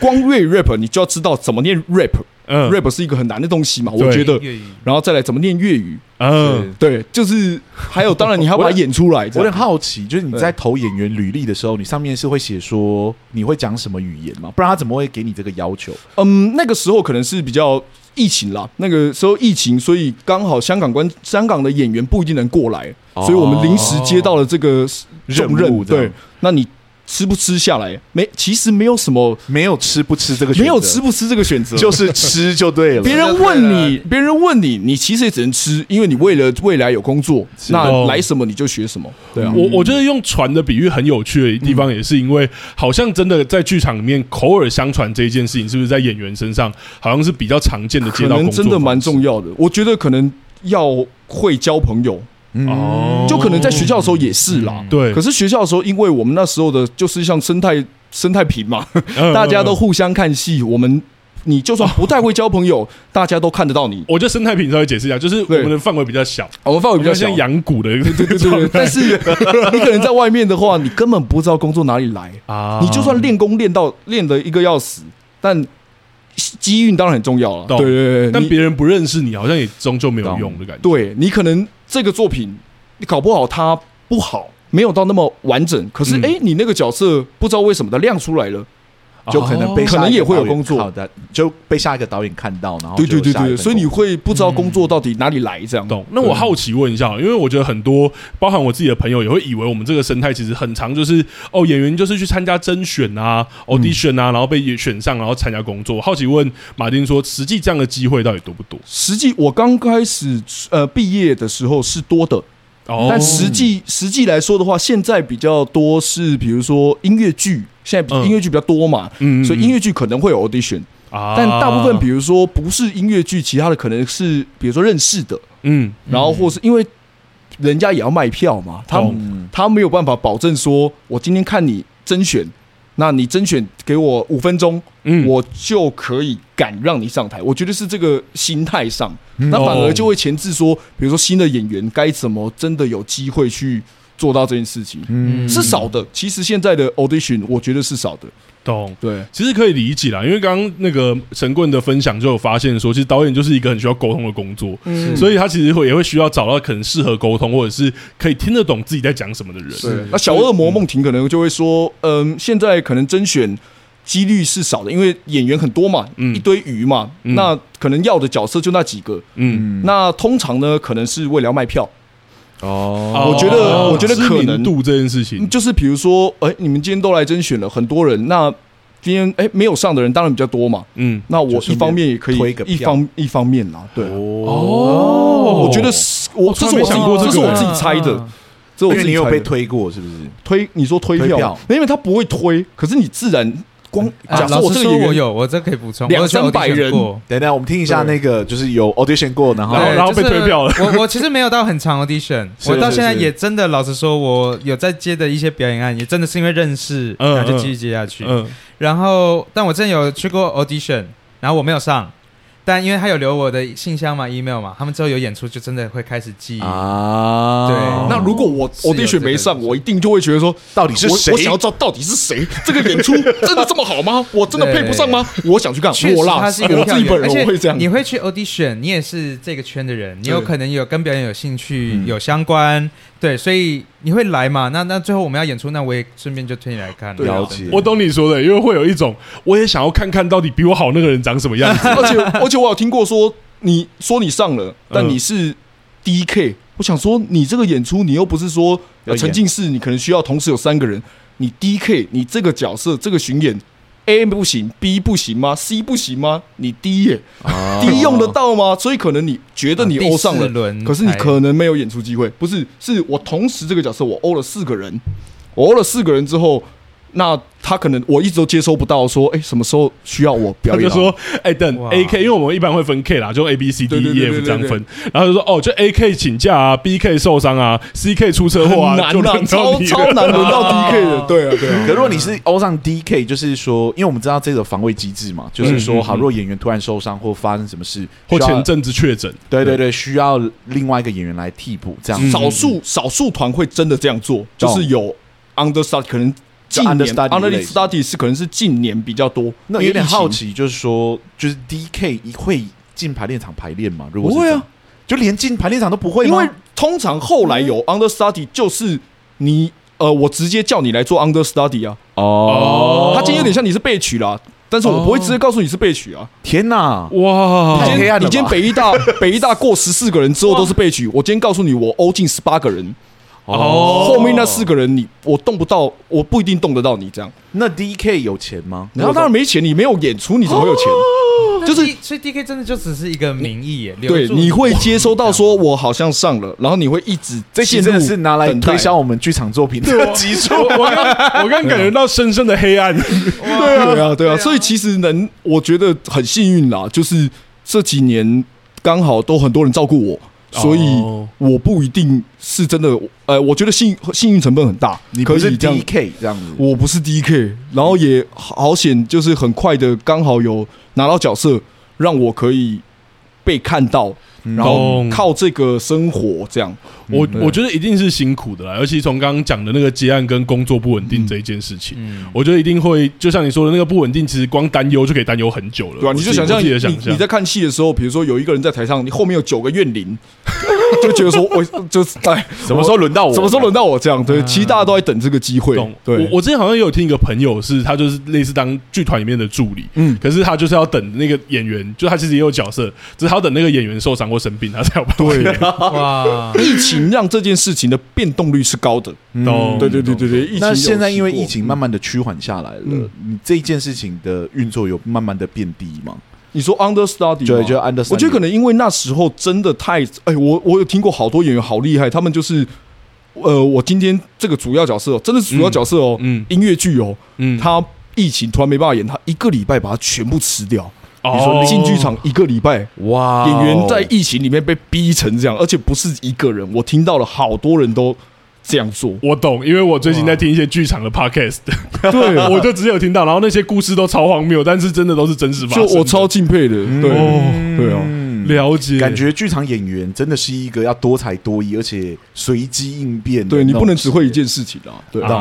Speaker 5: 光粤语 rap，你就要知道怎么念 rap。
Speaker 2: 嗯
Speaker 5: rap 是一个很难的东西嘛，
Speaker 2: 对
Speaker 5: 我觉得。
Speaker 4: 粤语
Speaker 5: 然后再来怎么念粤语，
Speaker 2: 嗯，
Speaker 5: 对，就是还有，当然你还要把它演出来。
Speaker 3: 我
Speaker 5: 这
Speaker 3: 有点
Speaker 5: 样
Speaker 3: 好奇，就是你在投演员履历的时候，你上面是会写说你会讲什么语言吗？不然他怎么会给你这个要求？
Speaker 5: 嗯，那个时候可能是比较疫情啦，那个时候疫情，所以刚好香港观香港的演员不一定能过来，所以我们临时接到了这个重
Speaker 3: 哦任务
Speaker 5: 任。
Speaker 3: 这样
Speaker 5: 嗯对，那你吃不吃下来？没，其实没有什么，
Speaker 3: 没有吃不吃这个选择，
Speaker 5: 没有吃不吃这个选择，
Speaker 3: 就是吃就对了。
Speaker 5: 别人问你，别人问你，你其实也只能吃，因为你为了未来有工作，那来什么你就学什么。对啊，
Speaker 2: 我我觉得用船的比喻很有趣的地方，嗯也是因为好像真的在剧场里面口耳相传这一件事情，是不是在演员身上好像是比较常见的
Speaker 5: 可
Speaker 2: 街道工
Speaker 5: 能
Speaker 2: 作
Speaker 5: 真的蛮
Speaker 2: 方式
Speaker 5: 重要的。我觉得可能要会交朋友，
Speaker 3: 嗯
Speaker 2: 哦，嗯
Speaker 5: 就可能在学校的时候也是
Speaker 4: 嗯
Speaker 5: 啦。
Speaker 2: 对，
Speaker 5: 可是学校的时候，因为我们那时候的就是像生态生态瓶嘛，
Speaker 2: 嗯
Speaker 5: 大家都
Speaker 2: 嗯嗯
Speaker 5: 互相看戏，我们你就算不太会交朋友，大家都看得到你。
Speaker 2: 我觉得生态瓶稍微解释一下，就是我
Speaker 5: 对
Speaker 2: 们的范围比较小，
Speaker 5: 我们范围
Speaker 2: 我
Speaker 5: 比
Speaker 2: 们
Speaker 5: 较小
Speaker 2: 像，养蛊的
Speaker 5: 对对对对，但是 你可能在外面的话，你根本不知道工作哪里来。
Speaker 2: 啊
Speaker 5: 你就算练功练到练的一个要死，但机运当然很重要了。
Speaker 2: 懂
Speaker 5: 对对对，
Speaker 2: 但
Speaker 5: 你
Speaker 2: 别人不认识你，好像也终究没有
Speaker 3: 懂
Speaker 2: 用的感觉。
Speaker 5: 对你可能这个作品你搞不好它不好，没有到那么完整，可
Speaker 2: 嗯
Speaker 5: 是
Speaker 2: 哦
Speaker 5: 哎、诶你那个角色不知道为什么它亮出来了。
Speaker 3: 就可能被
Speaker 5: 哦可能也会有工作
Speaker 3: 好的，就被下一个导演看到，然后
Speaker 5: 对对
Speaker 3: 就有
Speaker 5: 对
Speaker 3: 下一份
Speaker 5: 对，所以你
Speaker 3: 工作
Speaker 5: 会不知道工作到底哪里来这样。
Speaker 2: 懂？那我好奇问一下，因为我觉得很多，包含我自己的朋友也会以为我们这个生态其实很长，就是哦，演员就是去参加甄选啊、audition
Speaker 5: 嗯
Speaker 2: 啊，然后被选上，然后参加工作。好奇问马丁说，实际这样的机会到底多不多？
Speaker 5: 实际我刚开始呃毕业的时候是多的，
Speaker 2: 哦，
Speaker 5: 但实际实际来说的话，现在比较多是比如说音乐剧，现在比
Speaker 2: 嗯
Speaker 5: 音乐剧比较多嘛，
Speaker 2: 嗯
Speaker 5: 所以音乐剧可能会有 audition，
Speaker 2: 啊
Speaker 5: 但大部分比如说不是音乐剧，其他的可能是比如说认识的，
Speaker 2: 嗯
Speaker 5: 然后或是因为人家也要卖票嘛，他
Speaker 2: 懂
Speaker 3: 嗯
Speaker 5: 他没有办法保证说我今天看你甄选，那你甄选给我五分钟，
Speaker 2: 嗯
Speaker 5: 我就可以敢让你上台。我觉得是这个心态上，
Speaker 2: 嗯
Speaker 5: 那反而就会前置说，比如说新的演员该怎么真的有机会去做到这件事情。
Speaker 3: 嗯
Speaker 5: 是少的，其实现在的 audition 我觉得是少的，
Speaker 2: 懂。
Speaker 5: 对，
Speaker 2: 其实可以理解啦，因为刚刚那个神棍的分享就有发现说，其实导演就是一个很需要沟通的工作，
Speaker 5: 嗯
Speaker 2: 所以他其实会也会需要找到可能适合沟通或者是可以听得懂自己在讲什么的人。
Speaker 5: 是，那小恶魔梦婷可能就会说，嗯，现在可能甄选几率是少的，因为演员很多嘛，
Speaker 2: 嗯
Speaker 5: 一堆鱼嘛，
Speaker 2: 嗯
Speaker 5: 那可能要的角色就那几个。
Speaker 2: 嗯，
Speaker 5: 那通常呢，可能是为了要卖票，
Speaker 3: 哦
Speaker 5: 我觉得我觉得可能
Speaker 2: 知名度这件事情，
Speaker 5: 就是比如说，哎、你们今天都来甄选了，很多人，那今天哎、没有上的人当然比较多嘛，
Speaker 2: 嗯，
Speaker 5: 那我
Speaker 3: 就
Speaker 5: 一方面也可以
Speaker 3: 顺便推个票哦
Speaker 5: 一方一方面啦，对，
Speaker 2: 哦
Speaker 5: 我觉得是我
Speaker 2: 从
Speaker 5: 这
Speaker 2: 来
Speaker 5: 是
Speaker 2: 没
Speaker 5: 我
Speaker 2: 想过
Speaker 5: 自己这是
Speaker 2: 这个
Speaker 5: 我自己猜
Speaker 4: 啊
Speaker 5: 的，这
Speaker 3: 因为
Speaker 5: 是我自
Speaker 3: 你
Speaker 5: 己
Speaker 3: 有
Speaker 5: 猜
Speaker 3: 被
Speaker 5: 的。
Speaker 3: 推过是不是？
Speaker 5: 推，你说推
Speaker 3: 推
Speaker 5: 票，
Speaker 3: 票
Speaker 5: 因为他不会推，可是你自然光
Speaker 4: 啊
Speaker 5: 假设
Speaker 4: 老
Speaker 5: 我
Speaker 4: 实
Speaker 5: 这个
Speaker 4: 说
Speaker 5: 演员
Speaker 4: 我有，我这可以补充，
Speaker 5: 两
Speaker 4: 我有去
Speaker 5: 三百
Speaker 4: audition
Speaker 5: 人
Speaker 4: 过
Speaker 3: 等等，我们听一下那个，就是有 audition 过，然后
Speaker 2: 然后
Speaker 4: 对
Speaker 2: 然后被
Speaker 4: 就是
Speaker 2: 退票了
Speaker 4: 我我其实没有到很长 audition，
Speaker 3: 是
Speaker 4: 我到现在
Speaker 3: 是是
Speaker 4: 也真的老实说，我有在接的一些表演案，也真的是因为认识，
Speaker 2: 嗯
Speaker 4: 然后就继续接下去。
Speaker 2: 嗯，
Speaker 4: 然后，但我之前有去过 audition，然后我没有上，但因为他有留我的信箱嘛、email 嘛，他们之后有演出就真的会开始寄。
Speaker 3: 啊，
Speaker 4: 对
Speaker 5: 那如果我
Speaker 4: 哦是有啊
Speaker 5: 我弟选没上，我一定就会觉得说，
Speaker 3: 到底是谁
Speaker 5: 我我想要知道到底是谁，这个演出真的这么好 吗？我真的配不上吗？我想去看，
Speaker 4: 确实，
Speaker 5: 我啦，
Speaker 4: 他是一个
Speaker 5: 我
Speaker 4: 票
Speaker 5: 自己
Speaker 4: 友，
Speaker 5: 本
Speaker 4: 而
Speaker 5: 人
Speaker 4: 且
Speaker 5: 我会这样。
Speaker 4: 你会去 audition，你也是这个圈的人，你有
Speaker 5: 对
Speaker 4: 可能有跟表演有兴趣，
Speaker 3: 嗯
Speaker 4: 有相关，对，所以你会来嘛？那那最后我们要演出，那我也顺便就推你来看。
Speaker 5: 对啊
Speaker 3: 了解，
Speaker 2: 我懂你说的，因为会有一种我也想要看看到底比我好那个人长什么样 子。
Speaker 5: 而且而且我有听过说，你说你上了，但
Speaker 2: 嗯
Speaker 5: 你是 D
Speaker 4: 嗯
Speaker 5: K，我想说你这个演出，你又不是说呃
Speaker 3: 要演
Speaker 5: 沉浸式，你可能需要同时有三个人，你 D K，你这个角色这个巡演。A 不行，B 不行吗？C 不行吗？你 D 耶、
Speaker 3: 啊
Speaker 5: d 用得到吗？所以可能你觉得你
Speaker 4: 第
Speaker 5: 欧上
Speaker 4: 哦啊四
Speaker 5: 了，
Speaker 4: 轮，
Speaker 5: 可是你可能没有演出机会，不是？是我同时这个角色我欧了四个人，我欧了四个人之后，那他可能我一直都接收不到说，哎，什么时候需要我表
Speaker 2: 他
Speaker 5: 演
Speaker 2: 就
Speaker 5: 啊？
Speaker 2: 说：“哎、等
Speaker 4: 哇
Speaker 2: A K，因为我们一般会分 K 啦，就 A B C D
Speaker 5: 对对
Speaker 2: E
Speaker 5: 对
Speaker 2: F
Speaker 5: 对对
Speaker 2: 这样分。然后就说：哦，就 A K 请假啊，B K 受伤啊，C K 出车祸啊，
Speaker 5: 很难
Speaker 2: 就
Speaker 5: 啊，
Speaker 2: 轮到
Speaker 5: 超
Speaker 2: 你了
Speaker 5: 超难轮到 DK 的，对啊，对啊
Speaker 3: 可。如果你是欧上 DK，就是说，因为我们知道这个防卫机制嘛，就是
Speaker 2: 嗯嗯
Speaker 3: 说，
Speaker 2: 嗯
Speaker 3: 好，如果演员突然受伤或发生什么事，
Speaker 2: 或
Speaker 3: 需要
Speaker 5: 啊
Speaker 2: 前阵子确诊，
Speaker 3: 对对对，需要另外一个演员来替补，这样子。
Speaker 5: 少数少数团会真的这样做，就是有 understudy，可能近
Speaker 3: 就
Speaker 5: 年
Speaker 3: understudy 类
Speaker 5: understudy 是可能是近年比较多。
Speaker 3: 那我
Speaker 5: 因为
Speaker 3: 有点
Speaker 5: 疫情
Speaker 3: 好，奇，就是说，就是 DK 一会进排练场排练吗？如果是
Speaker 5: 不会啊
Speaker 3: 这样，就连进排练场都不会
Speaker 5: 因
Speaker 3: 吗？
Speaker 5: 为通常后来有 understudy 就是你呃，我直接叫你来做 understudy 啊，
Speaker 2: 哦
Speaker 5: 他今天有点像你是被取啦，但是我不会直接告诉你是被取啊。
Speaker 3: 天哪，
Speaker 2: 哇
Speaker 3: 哦太
Speaker 5: 今
Speaker 3: 黑暗了
Speaker 5: 天
Speaker 3: 吧
Speaker 5: 你今天北医大 北医大过十四个人之后都是被取，我今天告诉你我欧进十八个人，
Speaker 2: 哦
Speaker 5: 后面那四个人你我动不到，我不一定动得到你这样。
Speaker 3: 那 DK 有哦钱吗？
Speaker 5: 然后当然没钱，你没有演出你怎么会有钱？就是
Speaker 4: 那所以 D K 真的就只是一个名义耶，留
Speaker 5: 对，
Speaker 4: 住
Speaker 5: 你会接收到说我好像上了，然后你会一直
Speaker 3: 这期
Speaker 5: 陷
Speaker 3: 真
Speaker 5: 入
Speaker 3: 的是拿来
Speaker 5: 等待啊
Speaker 3: 推销我们剧场作品的集 数。
Speaker 2: 我我刚我刚感觉到深深的黑暗，
Speaker 5: 对啊，对啊，对啊，所以其实能，我觉得很幸运啦，就是这几年刚好都很多人照顾我，所以
Speaker 2: 哦
Speaker 5: 我不一定是真的，呃，我觉得幸幸运成分很大，
Speaker 3: 你
Speaker 5: 可
Speaker 3: 不
Speaker 5: 以
Speaker 3: 是
Speaker 5: 这样，
Speaker 3: DK 这样子，
Speaker 5: 我不是 DK，然后也好险，就是很快的刚好有拿到角色，让我可以被看到，然后
Speaker 2: 懂
Speaker 5: 靠这个生活这样，
Speaker 2: 我
Speaker 5: 对
Speaker 2: 我觉得一定是辛苦的啦，尤其从刚刚讲的那个接案跟工作不稳定这一件事情，
Speaker 4: 嗯
Speaker 2: 我觉得一定会，就像你说的那个不稳定，其实光担忧就可以担忧很久了。
Speaker 5: 对吧、啊你就想
Speaker 2: 我
Speaker 5: 象
Speaker 2: 自
Speaker 5: 你
Speaker 2: 己的想
Speaker 5: 你
Speaker 2: 象
Speaker 5: 你在，看戏的时候，比如说有一个人在台上，你后面有九个怨灵， 就觉得说我就是哎，
Speaker 3: 什么时候轮到我？
Speaker 5: 什么时候轮到我这样？对，其实大家都在等这个机会
Speaker 2: 嗯懂。
Speaker 5: 对，
Speaker 2: 我我之前好像也有听一个朋友是，他就是类似当剧团里面的助理，
Speaker 5: 嗯，
Speaker 2: 可是他就是要等那个演员，就他其实也有角色，只是他要等那个演员受伤或生病，他才有办法
Speaker 5: 对
Speaker 2: 演。
Speaker 4: 哇，
Speaker 5: 疫情让这件事情的变动率是高的。
Speaker 3: 嗯
Speaker 2: 懂
Speaker 5: 对对对对对，疫情
Speaker 3: 那现在
Speaker 5: 有
Speaker 3: 因为
Speaker 5: 试过
Speaker 3: 疫情慢，慢的趋缓下来了，
Speaker 5: 嗯
Speaker 3: 你这件事情的运作有慢慢的变低吗？
Speaker 5: 你说 understudy，
Speaker 3: 对，
Speaker 5: 吗
Speaker 3: 就 under，
Speaker 5: 我觉得可能因为那时候真的太，哎，我我有听过好多演员好厉害，他们就是，呃，我今天这个主要角色哦，真的是主要角色哦，
Speaker 2: 嗯
Speaker 5: 音乐剧哦，
Speaker 2: 嗯，
Speaker 5: 他疫情突然没办法演，他一个礼拜把它全部吃掉。
Speaker 2: 哦。
Speaker 5: 你说进剧场一个礼拜，
Speaker 3: 哇
Speaker 5: 演员在疫情里面被逼成这样，而且不是一个人，我听到了好多人都这样做
Speaker 2: 我懂，因为我最近在听一些剧场的 podcast，
Speaker 5: 对，
Speaker 2: 我就直接有听到，然后那些故事都超荒谬，但是真的都是真实发
Speaker 5: 就
Speaker 2: 生的。
Speaker 5: 我超敬佩的，对
Speaker 2: 哦
Speaker 5: 对啊，
Speaker 3: 嗯
Speaker 2: 了解，
Speaker 3: 感觉剧场演员真的是一个要多才多艺，而且随机应变的那种。
Speaker 5: 对你不能只会一件事情啊，对
Speaker 2: 啊。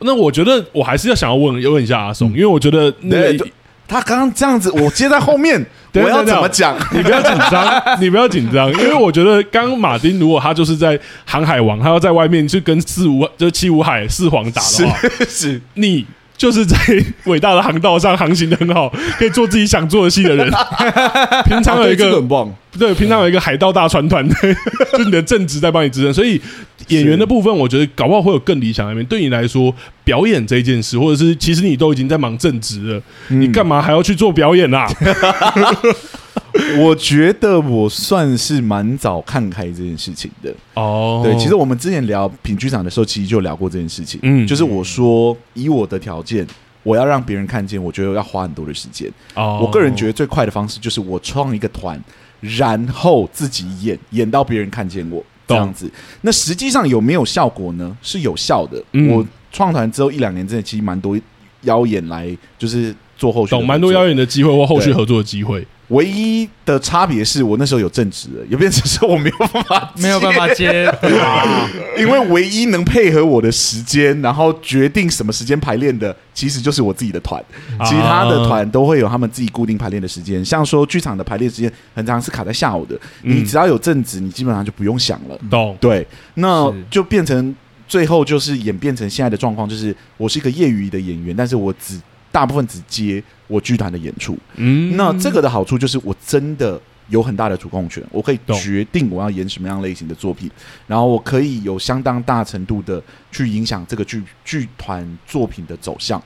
Speaker 2: 那我觉得我还是要想要问问一下阿
Speaker 5: 嗯
Speaker 2: 松，因为我觉得那个
Speaker 3: 对对 他刚刚这样子，我接在后 面，我
Speaker 2: 等一下
Speaker 3: 要怎么讲？
Speaker 2: 你不要紧张，你不要紧张，因为我觉得刚刚马丁如果他就是在航海王，他要在外面去跟四五就七五海四皇打的话，
Speaker 3: 是
Speaker 2: 你。就是在伟大的航道上航行的很好，可以做自己想做的戏的 人。平常
Speaker 5: 啊
Speaker 2: 有一
Speaker 5: 对
Speaker 3: 哦
Speaker 5: 这
Speaker 2: 个
Speaker 5: 很棒，
Speaker 2: 对，平常有一个海盗大船 团队，就你的正职在帮你支撑，所以演员的部分，我觉得搞不好会有更理想的一面。对你来说，表演这件事，或者是其实你都已经在忙正职了，你干嘛还要去做表演啊？
Speaker 3: 我觉得我算是蛮早看开这件事情的。
Speaker 2: 哦
Speaker 3: 对，其实我们之前聊品剧场的时候，其实就聊过这件事情。
Speaker 2: 嗯
Speaker 3: 嗯，就是我说以我的条件，我要让别人看见，我觉得要花很多的时间。
Speaker 2: 哦
Speaker 3: 我个人觉得最快的方式就是我创一个团，然后自己演，演到别人看见我这
Speaker 2: 懂
Speaker 3: 样子。那实际上有没有效果呢？是有效的。
Speaker 2: 嗯
Speaker 3: 我创团之后一两年，真的其实蛮多邀演来，就是做后续的
Speaker 2: 懂
Speaker 3: 合
Speaker 2: 蛮多
Speaker 3: 作
Speaker 2: 邀演的机会或后续
Speaker 3: 对
Speaker 2: 合作的机会。
Speaker 3: 唯一的差别是我那时候有正职了，也变成是我没有办法，
Speaker 4: 没有办法，接，
Speaker 3: 因为唯一能配合我的时间，然后决定什么时间排练的，其实就是我自己的团，嗯
Speaker 5: 啊
Speaker 3: 其他的团都会有他们自己固定排练的时间。像说剧场的排练时间，很长是卡在下午的，
Speaker 2: 嗯
Speaker 3: 你只要有正职，你基本上就不用想了。
Speaker 2: 啊懂
Speaker 3: 对，那
Speaker 4: 是
Speaker 3: 就变成最后就是演变成现在的状况，就是我是一个业余的演员，但是我只大部分只接我剧团的演出。
Speaker 2: 嗯
Speaker 3: 那这个的好处就是，我真的有很大的主控权，我可以
Speaker 2: 懂
Speaker 3: 决定我要演什么样类型的作品，然后我可以有相当大程度的去影响这个剧剧团作品的走向。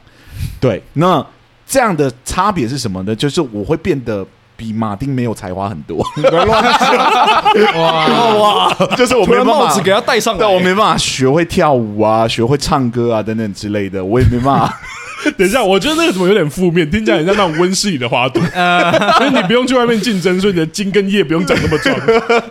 Speaker 3: 对，那这样的差别是什么呢？就是我会变得比马丁没有才华很多，
Speaker 5: 你不要乱讲
Speaker 4: 哇，
Speaker 3: 就是我
Speaker 5: 突
Speaker 3: 没
Speaker 5: 然
Speaker 3: 办
Speaker 5: 帽
Speaker 3: 法
Speaker 5: 子给他戴上来，
Speaker 3: 但我没办法学会跳舞啊，学会唱歌啊等等之类的，我也没办法。
Speaker 2: 等一下，我觉得那个怎么有点负面，听起来很像那种温室里的花 朵，
Speaker 3: 呃
Speaker 2: 因为你不用去外面竞争，所以你的茎跟叶不用长那么壮。